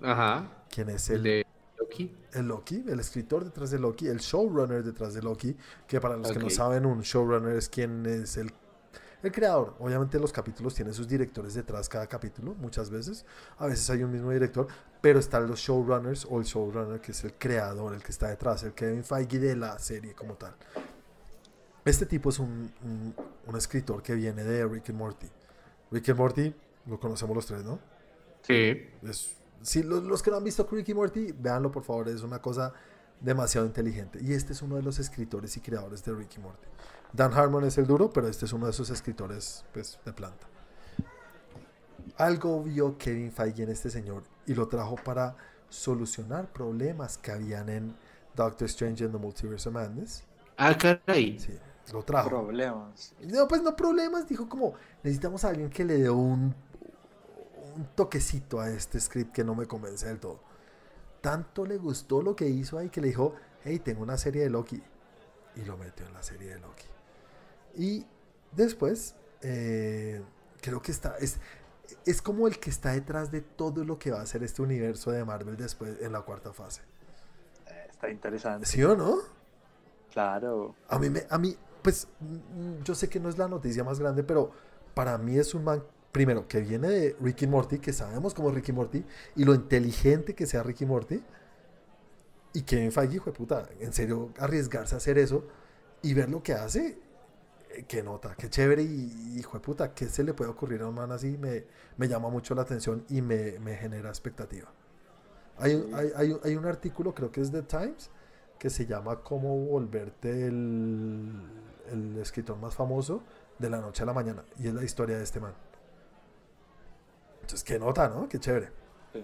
C: Ajá.
A: quien es
C: El
A: el,
C: de Loki.
A: el Loki, el escritor detrás de Loki, el showrunner detrás de Loki, que para los que no
C: Ok.
A: saben, un showrunner es quien es el, el creador. Obviamente los capítulos tienen sus directores detrás cada capítulo, muchas veces. A veces hay un mismo director, pero están los showrunners o el showrunner que es el creador, el que está detrás, el Kevin Feige de la serie como tal. Este tipo es un, un- un escritor que viene de Rick and Morty. Rick and Morty, lo conocemos los tres, ¿no?
C: Sí.
A: Es- si lo- los, que no han visto Rick y Morty, véanlo por favor, es una cosa demasiado inteligente. Y este es uno de los escritores y creadores de Rick y Morty. Dan Harmon es el duro, pero este es uno de sus escritores pues, de planta. Algo vio Kevin Feige en este señor y lo trajo para solucionar problemas que habían en Doctor Strange and the Multiverse of Madness.
C: Ah, caray.
A: Sí, lo
C: Ah.
A: trajo.
B: Problemas.
A: No, pues no problemas, dijo como necesitamos a alguien que le dé un, un toquecito a este script que no me convence del todo. Tanto le gustó lo que hizo ahí que le dijo, hey, tengo una serie de Loki. Y lo metió en la serie de Loki. Y después, eh, creo que está, es, es como el que está detrás de todo lo que va a ser este universo de Marvel después en la cuarta fase.
B: Eh, Está interesante.
A: ¿Sí o no?
B: Claro.
A: A mí, me- a mí, pues, mm, yo sé que no es la noticia más grande, pero para mí es un man, primero, que viene de Ricky Morty, que sabemos cómo es Ricky Morty, y lo inteligente que sea Ricky Morty, y Kevin Feige, hijo de puta, en serio, arriesgarse a hacer eso y ver lo que hace, eh, qué nota, qué chévere, y hijo de puta, qué se le puede ocurrir a un man así, me, me llama mucho la atención y me, me genera expectativa. Hay, un- hay, hay un- hay un artículo, creo que es The Times, que se llama Cómo volverte el, el escritor más famoso de la noche a la mañana. Y es la historia de este man. Entonces, qué nota, ¿no? Qué chévere.
B: Sí.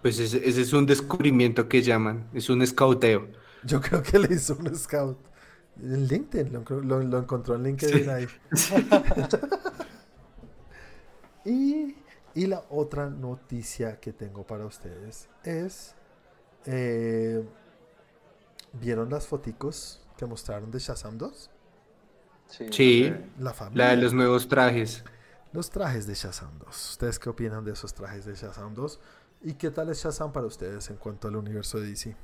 C: Pues ese, ese es un descubrimiento que llaman. Es un escauteo.
A: Yo creo que le hizo un scout. En LinkedIn, lo, encro- lo- lo encontró en LinkedIn ahí. y, y la otra noticia que tengo para ustedes es... eh, ¿Vieron las foticos que mostraron de Shazam 2?
B: Sí.
C: Sí.
B: no sé.
A: La familia.
C: La de los nuevos trajes.
A: Los trajes de Shazam 2. ¿Ustedes qué opinan de esos trajes de Shazam 2? ¿Y qué tal es Shazam para ustedes en cuanto al universo de DC?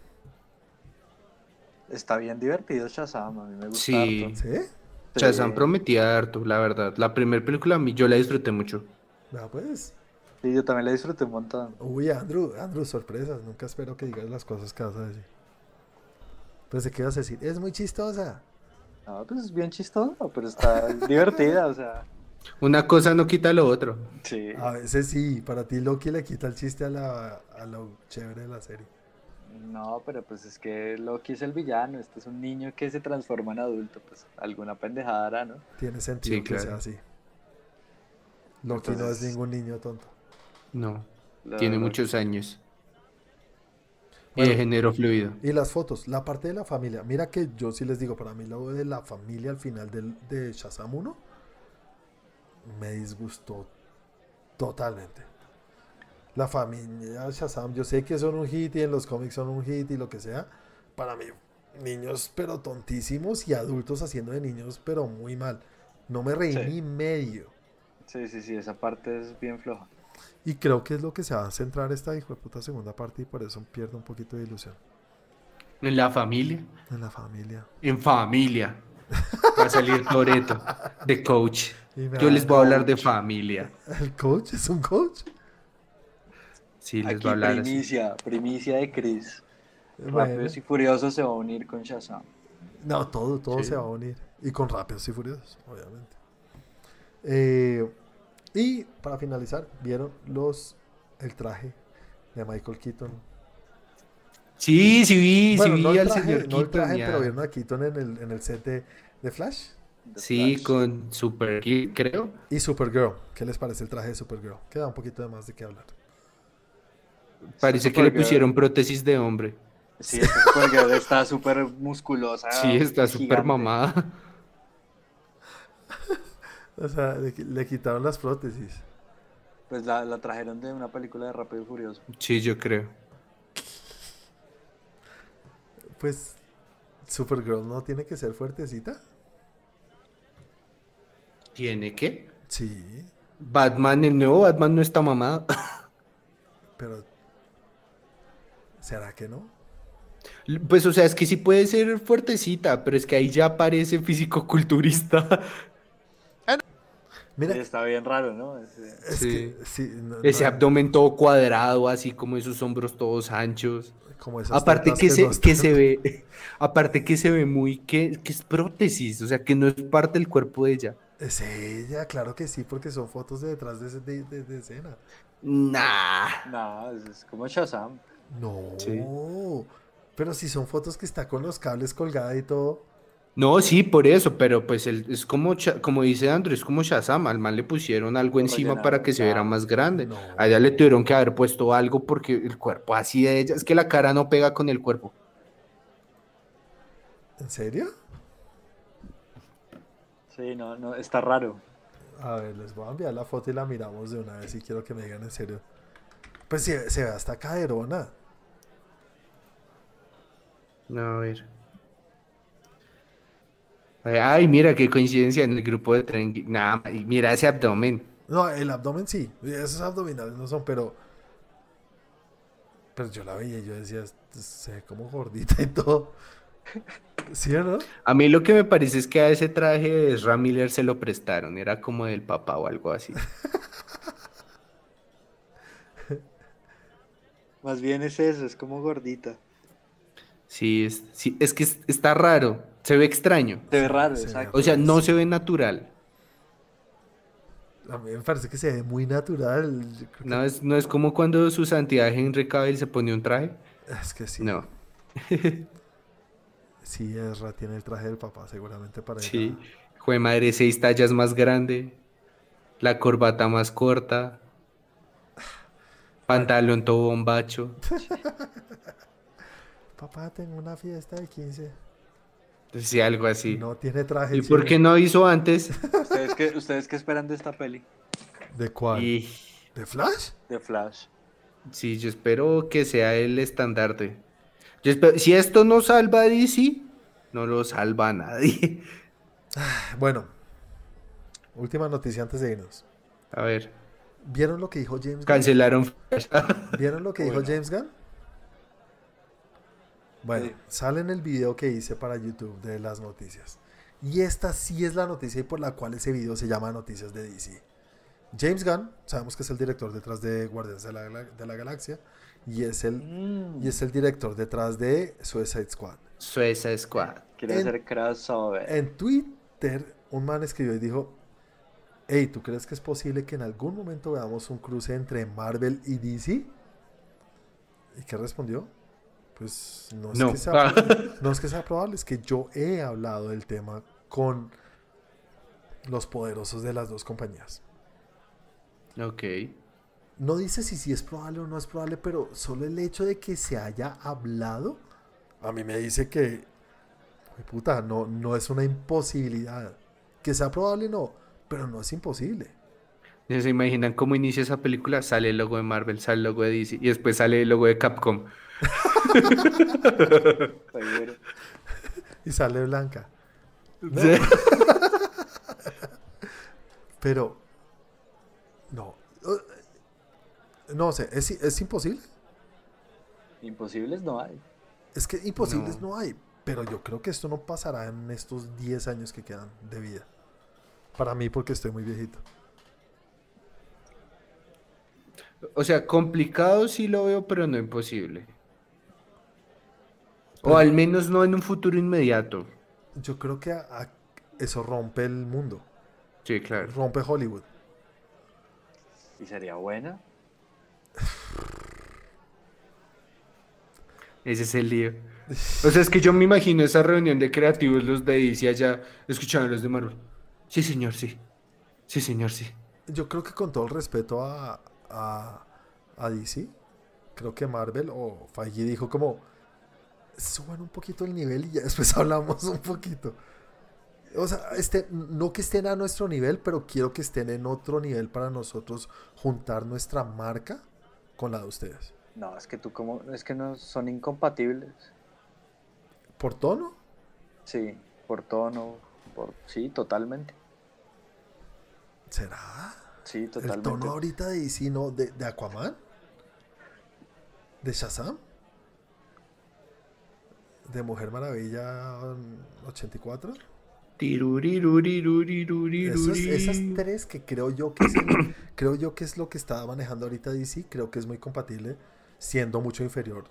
B: Está bien divertido Shazam, a mí me gusta.
C: Sí.
B: harto.
A: ¿Sí?
C: Shazam
B: Sí.
C: prometía harto, la verdad. La primera película a mí yo la disfruté mucho.
A: Vea pues.
B: Sí, yo también la disfruté un montón.
A: Uy, Andrew, Andrew, sorpresas. Nunca espero que digas las cosas que vas a decir. Pues, Pensé que ibas a decir, es muy chistosa.
B: No, pues es bien chistoso, pero está divertida, o sea.
C: Una cosa no quita lo otro.
B: Sí.
A: A veces sí, para ti Loki le quita el chiste a, la, a lo chévere de la serie.
B: No, pero pues es que Loki es el villano, este es un niño que se transforma en adulto, pues alguna pendejada hará, ¿no?
A: Tiene sentido
C: Sí,
A: que sea
C: claro.
A: así. Loki no es
B: Entonces-
A: ningún niño tonto.
C: No,
B: La
C: tiene
B: verdad.
C: muchos años. y
A: Bueno.
C: de género fluido.
A: Y las fotos, la parte de la familia. Mira que yo sí les digo, para mí lo de la familia al final del, de Shazam 1 me disgustó totalmente. La familia Shazam, yo sé que son un hit y en los cómics son un hit y lo que sea. Para mí, niños pero tontísimos y adultos haciendo de niños pero muy mal. No me reí
B: Sí.
A: ni medio.
B: Sí, sí, sí, esa parte es bien floja.
A: Y creo que es lo que se va a centrar esta hijo de puta segunda parte y por eso pierdo un poquito de ilusión.
C: En la familia.
A: En la familia.
C: En familia. Va a salir Toreto de coach.
A: Y me
C: Yo
A: da-
C: les voy a hablar de familia.
A: ¿El coach? ¿Es un coach?
C: Sí, les
B: Aquí
C: voy a hablar así.
B: primicia, primicia de Chris.
A: Bueno.
B: Rápidos y Furiosos se va a unir con Shazam.
A: No, todo, todo
C: Sí.
A: se va a unir. Y con Rápidos y Furiosos, obviamente. Eh, y para finalizar, vieron los el traje de Michael Keaton.
C: Sí, sí vi, sí vi
A: no el
C: al
A: traje,
C: señor
A: no el traje,
C: Keaton, ya.
A: pero vieron a Keaton en el, en el set de, de Flash.
B: The
C: Sí,
B: Flash.
C: con Super Kid, creo.
A: Y Supergirl. ¿Qué les parece el traje de Supergirl? Queda un poquito de más de qué hablar.
C: Parece que le
B: Supergirl.
C: pusieron prótesis de hombre.
B: Sí, esta Supergirl está súper
A: Ah,
B: musculosa.
C: Sí, está súper
B: gigante.
C: mamada.
A: O sea, le, qui- le quitaron las prótesis.
B: Pues la, la trajeron de una película de Rápido y Furioso.
C: Sí, yo creo.
A: Pues Supergirl no tiene que ser fuertecita.
C: ¿Tiene qué?
A: Sí,
C: Batman, el nuevo Batman no está mamado.
A: pero. ¿Será que no?
C: Pues, o sea, es que sí puede ser fuertecita, pero es que ahí ya parece físico-culturista.
A: Mira,
B: Está bien raro, ¿no? Es, eh,
A: es
C: sí.
A: que. sí, no-
C: Ese
A: no-
C: abdomen todo cuadrado, así como esos hombros todos anchos.
A: como esas
C: Aparte
A: tetas
C: que se,
A: no están-
C: que se ve, aparte que se ve muy que, que es prótesis, o sea, que no es parte del cuerpo de ella.
A: Es ella, claro que sí, porque son fotos de detrás de, ese- de- de- de escena.
C: Nah.
B: no, es, es como Shazam.
A: No.
C: Sí.
A: Pero si son fotos que está con los cables colgada y todo.
C: No, sí, por eso, pero pues el- es como, Sha- como dice Andrew, es como Shazam, al man le pusieron algo encima para que se viera
B: Rellenaron,
C: más grande.
A: No.
C: Allá le tuvieron que haber puesto algo porque el cuerpo así de ella, es que la cara no pega con el cuerpo.
A: ¿En serio?
B: Sí, no, no, está raro.
A: A ver, les voy a enviar la foto y la miramos de una vez y quiero que me digan en serio. Pues se, se ve hasta caderona.
C: A ver. Ay, mira qué coincidencia en el grupo de tren. Geek. Nah, y mira ese abdomen.
A: No, el abdomen sí. Esos abdominales no son, pero. Pero yo la veía y yo decía, se ve como gordita y todo. ¿Sí o no?
C: A mí lo que me parece es que a ese traje de Ezra Miller se lo prestaron, era como del papá o algo así.
B: Más bien es eso, es como gordita.
C: Sí, es, sí, es que es- está raro, se ve extraño.
B: Se ve raro,
A: Se ve
B: exacto.
C: O sea, no se ve natural.
A: A mí me parece que se ve muy natural. Yo creo que-
C: No es, no es como cuando su santidad Henry Cavill se pone un traje.
A: Es que sí.
C: No,
A: Sí, Ezra tiene el traje del papá, seguramente para ir
C: sí.
A: a-
C: Jue madre, seis tallas más grande, la corbata más corta, pantalón todo bombacho.
A: Papá, tengo una fiesta de 15.
C: Sí, algo así.
A: No tiene traje.
C: ¿Y
A: sí,
C: por qué no hizo antes?
B: ¿Ustedes qué, ¿Ustedes qué esperan de esta peli?
A: ¿De cuál?
C: Y-
A: ¿De Flash?
B: De Flash.
C: Sí, yo espero que sea el estandarte. Yo espero- si esto no salva a DC, no lo salva a nadie.
A: Bueno, última noticia antes de irnos.
C: A ver,
A: ¿Vieron lo que dijo James Gunn?
C: cancelaron.
A: ¿Vieron lo que dijo
B: Bueno.
A: James Gunn? Bueno,
B: Sí.
A: sale en el video que hice para YouTube de las noticias. Y esta sí es la noticia y por la cual ese video se llama Noticias de DC. James Gunn, sabemos que es el director detrás de Guardianes de la, Gala- de la Galaxia y es, el,
B: Mm.
A: y es el director detrás de Suicide Squad.
C: Sueza Squad.
B: Quiero
A: en- eh.
B: hacer crossover.
A: En Twitter, un man escribió y dijo: Hey, ¿tú crees que es posible que en algún momento veamos un cruce entre Marvel y DC? ¿Y qué respondió? Pues no es,
C: No.
A: Que, sea, no es que sea probable, es que yo he hablado del tema con los poderosos de las dos compañías.
C: ok.
A: No dice si sí es probable o no es probable, pero solo el hecho de que se haya hablado, a mí me dice que, "Jue puta, no, no es una imposibilidad. Que sea probable, no, pero no es imposible.
C: ¿Ya ¿Se imaginan cómo inicia esa película? Sale el logo de Marvel, sale el logo de DC y después sale el logo de Capcom.
B: Seguro.
A: Y sale blanca.
C: Sí.
A: Pero, no, eh, no sé, ¿es, es imposible?
B: Imposibles no hay.
A: Es que imposibles
C: No.
A: no hay, pero yo creo que esto no pasará en estos 10 años que quedan de vida. Para mí, porque estoy muy viejito.
C: O sea, complicado sí lo veo, pero no imposible. O al menos no en un futuro inmediato.
A: Yo creo que a- a- eso rompe el mundo,
C: Sí, claro.
A: rompe Hollywood.
B: ¿Y sería buena?
C: Ese es el lío. O sea, es que yo me imagino esa reunión de creativos, los de DC allá, escuchando a los de Marvel. Sí, señor, sí. Sí, señor, sí.
A: Yo creo que con todo el respeto a, a, a DC, creo que Marvel o Feige dijo como, suban un poquito el nivel y ya después hablamos un poquito. O sea, este, no que estén a nuestro nivel, pero quiero que estén en otro nivel para nosotros juntar nuestra marca con la de ustedes.
B: No, es que tú como... Es que no son incompatibles.
A: ¿Por tono?
B: Sí, por tono, por... sí, totalmente.
A: ¿Será?
B: Sí,
A: ¿El tono
B: totalmente.
A: ahorita de DC no- de, de Aquaman? ¿De Shazam? ¿De Mujer Maravilla mm, 84? Esas, esas tres que creo yo que, es, creo yo que es lo que está manejando ahorita DC, creo que es muy compatible, siendo mucho inferior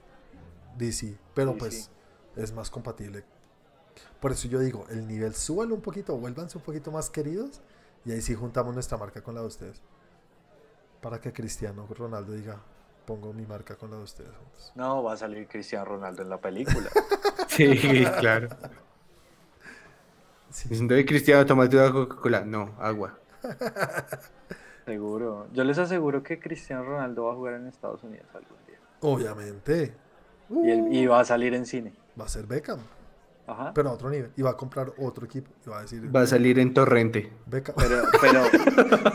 A: DC, pero
B: Sí,
A: pues
B: sí.
A: es más compatible. Por eso yo digo, el nivel súbalo un poquito, vuélvanse un poquito más queridos y ahí sí juntamos nuestra marca con la de ustedes. Para que Cristiano Ronaldo diga, pongo mi marca con la de ustedes juntos.
B: No, va a salir Cristiano Ronaldo en la película.
C: Sí, claro.
A: Sí.
C: Diciendo, "Ey, Cristiano, tomate una Coca-Cola. No, agua.
B: Seguro. Yo les aseguro que Cristiano Ronaldo va a jugar en Estados Unidos algún día.
A: Obviamente. Uh.
B: Y, él- y va a salir en cine.
A: Va a ser Beckham,
B: Ajá.
A: pero a otro nivel. Y va a comprar otro equipo. Y va a decir,
C: Va a salir en torrente.
A: Beckham.
B: Pero, pero,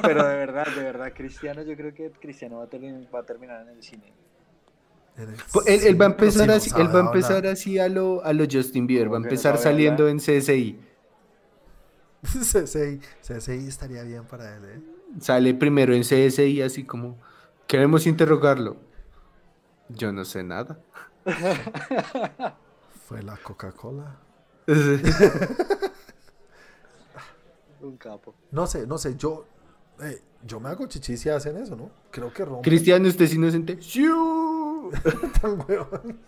B: pero de verdad, de verdad, Cristiano, yo creo que Cristiano va a, termi- va a terminar en el cine.
A: Él, es-
C: Pues, Él, él va a
A: sí,
C: empezar
A: no
C: así,
A: sabe
C: él va a
A: hablar.
C: empezar así a lo, a lo Justin Bieber, va a
B: Como que no
C: empezar
B: sabe
C: saliendo
B: hablar.
C: en CSI.
A: CSI, CSI estaría bien para él, ¿eh?
C: Sale primero en CSI así como, queremos interrogarlo. Yo no sé nada.
A: Fue la Coca-Cola.
B: Un capo.
A: No sé, no sé, yo, eh, yo me hago chichi si hacen eso, ¿no? Creo que rompen
C: Cristiano, usted es inocente. ¡Siu!
A: tan huevón.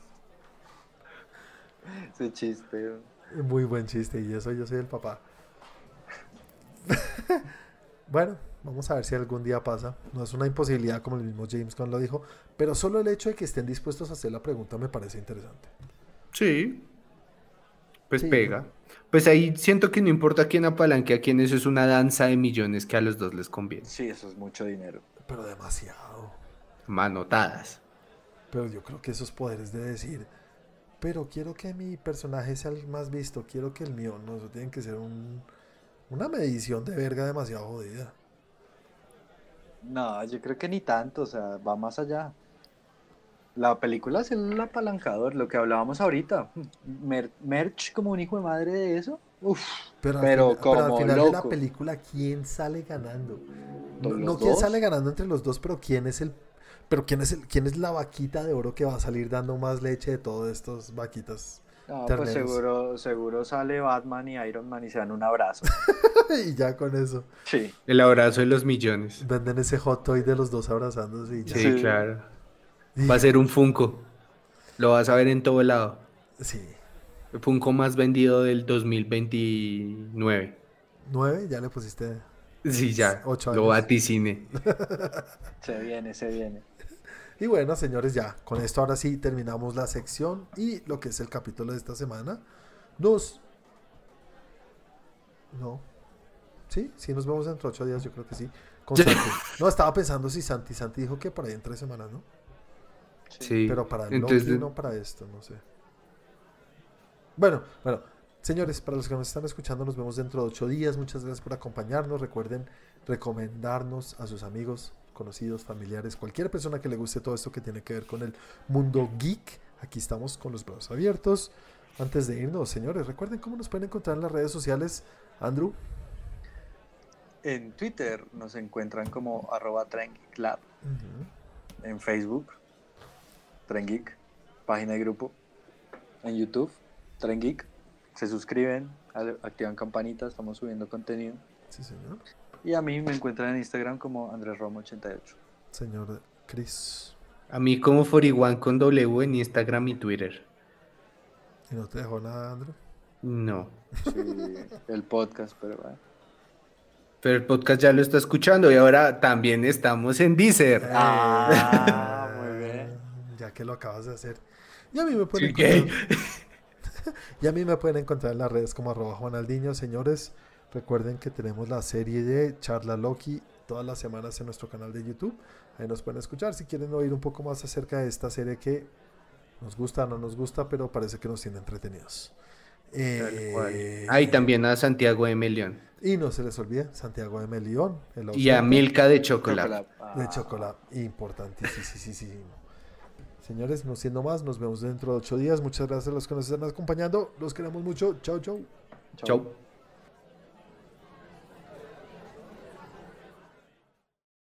B: Ese chiste.
A: Muy buen chiste, y eso yo soy el papá. bueno, vamos a ver si algún día pasa. No es una imposibilidad, como el mismo James Gunn lo dijo, pero solo el hecho de que estén dispuestos a hacer la pregunta me parece interesante.
C: Sí. Pues
A: Sí.
C: pega. Pues ahí siento que no importa quién apalanque a quién, eso es una danza de millones que a los dos les conviene.
B: Sí, eso es mucho dinero.
A: Pero demasiado.
C: Manotadas.
A: Pero yo creo que esos poderes de decir, pero quiero que mi personaje sea el más visto, quiero que el mío, no, eso tiene que ser un, una medición de verga demasiado jodida.
B: No, yo creo que ni tanto, o sea, va más allá. La película es el apalancador, lo que hablábamos ahorita. Mer- merch como un hijo de madre de eso. Uf,
A: Pero al,
B: Pero
A: fina- pero al
B: como
A: final de la
B: loco.
A: película, ¿quién sale ganando? No,
B: ¿Los
A: no quién
B: dos?
A: sale ganando entre los dos, pero quién es el pero quién es el quién es la vaquita de oro que va a salir dando más leche de todos estos vaquitas.
B: no,
A: Terneros.
B: pues seguro, seguro sale Batman y Iron Man y se dan un abrazo.
A: y ya con eso.
B: Sí,
C: El abrazo de los millones.
A: Venden ese hot toy de los dos abrazándose y ya.
C: Sí,
A: Sí.
B: Sí.
C: claro. Va a ser un Funko. Lo vas a ver en todo lado. El Funko más vendido del 2029.
A: Nueve, ya le pusiste.
C: Sí, ya.
A: Ocho
C: Lo
A: años.
C: vaticine.
B: se viene, se viene.
A: Y bueno, señores, ya, con esto ahora sí terminamos la sección y lo que es el capítulo de esta semana. Nos. No. Sí, sí, nos vemos dentro de ocho días, yo creo que sí. Con
C: Sí.
A: Santi. No, estaba pensando si Santi. Santi dijo que por ahí en tres semanas, ¿no?
C: Sí.
A: Pero para el
C: Entonces,
A: Loki, no para esto, no sé. Bueno, bueno. Señores, para los que nos están escuchando, nos vemos dentro de ocho días. Muchas gracias por acompañarnos. Recuerden recomendarnos a sus amigos, conocidos, familiares, cualquier persona que le guste todo esto que tiene que ver con el mundo geek. Aquí estamos con los brazos abiertos. Antes de irnos, señores, recuerden cómo nos pueden encontrar en las redes sociales. Andrew,
B: En Twitter nos encuentran como arroba Club, en Facebook, Trengeek, página de grupo, en YouTube, Trengeek. Se suscriben, al- activan campanita, estamos subiendo contenido.
A: sí, señor.
B: Y a mí me encuentran en Instagram como Andrés Romo88.
A: Señor Chris,
C: a mí como 41 con W en Instagram y Twitter.
A: ¿y no te dejó nada, Andrew?
C: No.
B: el podcast, pero bueno.
C: Pero el podcast ya lo está escuchando y ahora también estamos en Deezer.
B: Ah, muy bien.
A: Eh, Ya que lo acabas de hacer. Y a mí me pueden
C: Soy gay.
A: encontrar. Y a mí me pueden encontrar en las redes como arroba Juanaldiño, señores. Recuerden que tenemos la serie de Charla Loki todas las semanas en nuestro canal de YouTube. Ahí nos pueden escuchar si quieren oír un poco más acerca de esta serie que nos gusta, no nos gusta, pero parece que nos tiene entretenidos. Eh,
C: Ahí también a Santiago de Melión.
A: Y no se les olvide Santiago de Melión, el
C: Y a
A: autor
B: Ah.
C: Milka de Chocolate.
A: de chocolate, importantísimo. Señores, no siendo más,
B: Ah,
A: nos vemos dentro de ocho días. Muchas gracias a los que nos están acompañando. Los queremos mucho. Chao, chao.
C: Chau.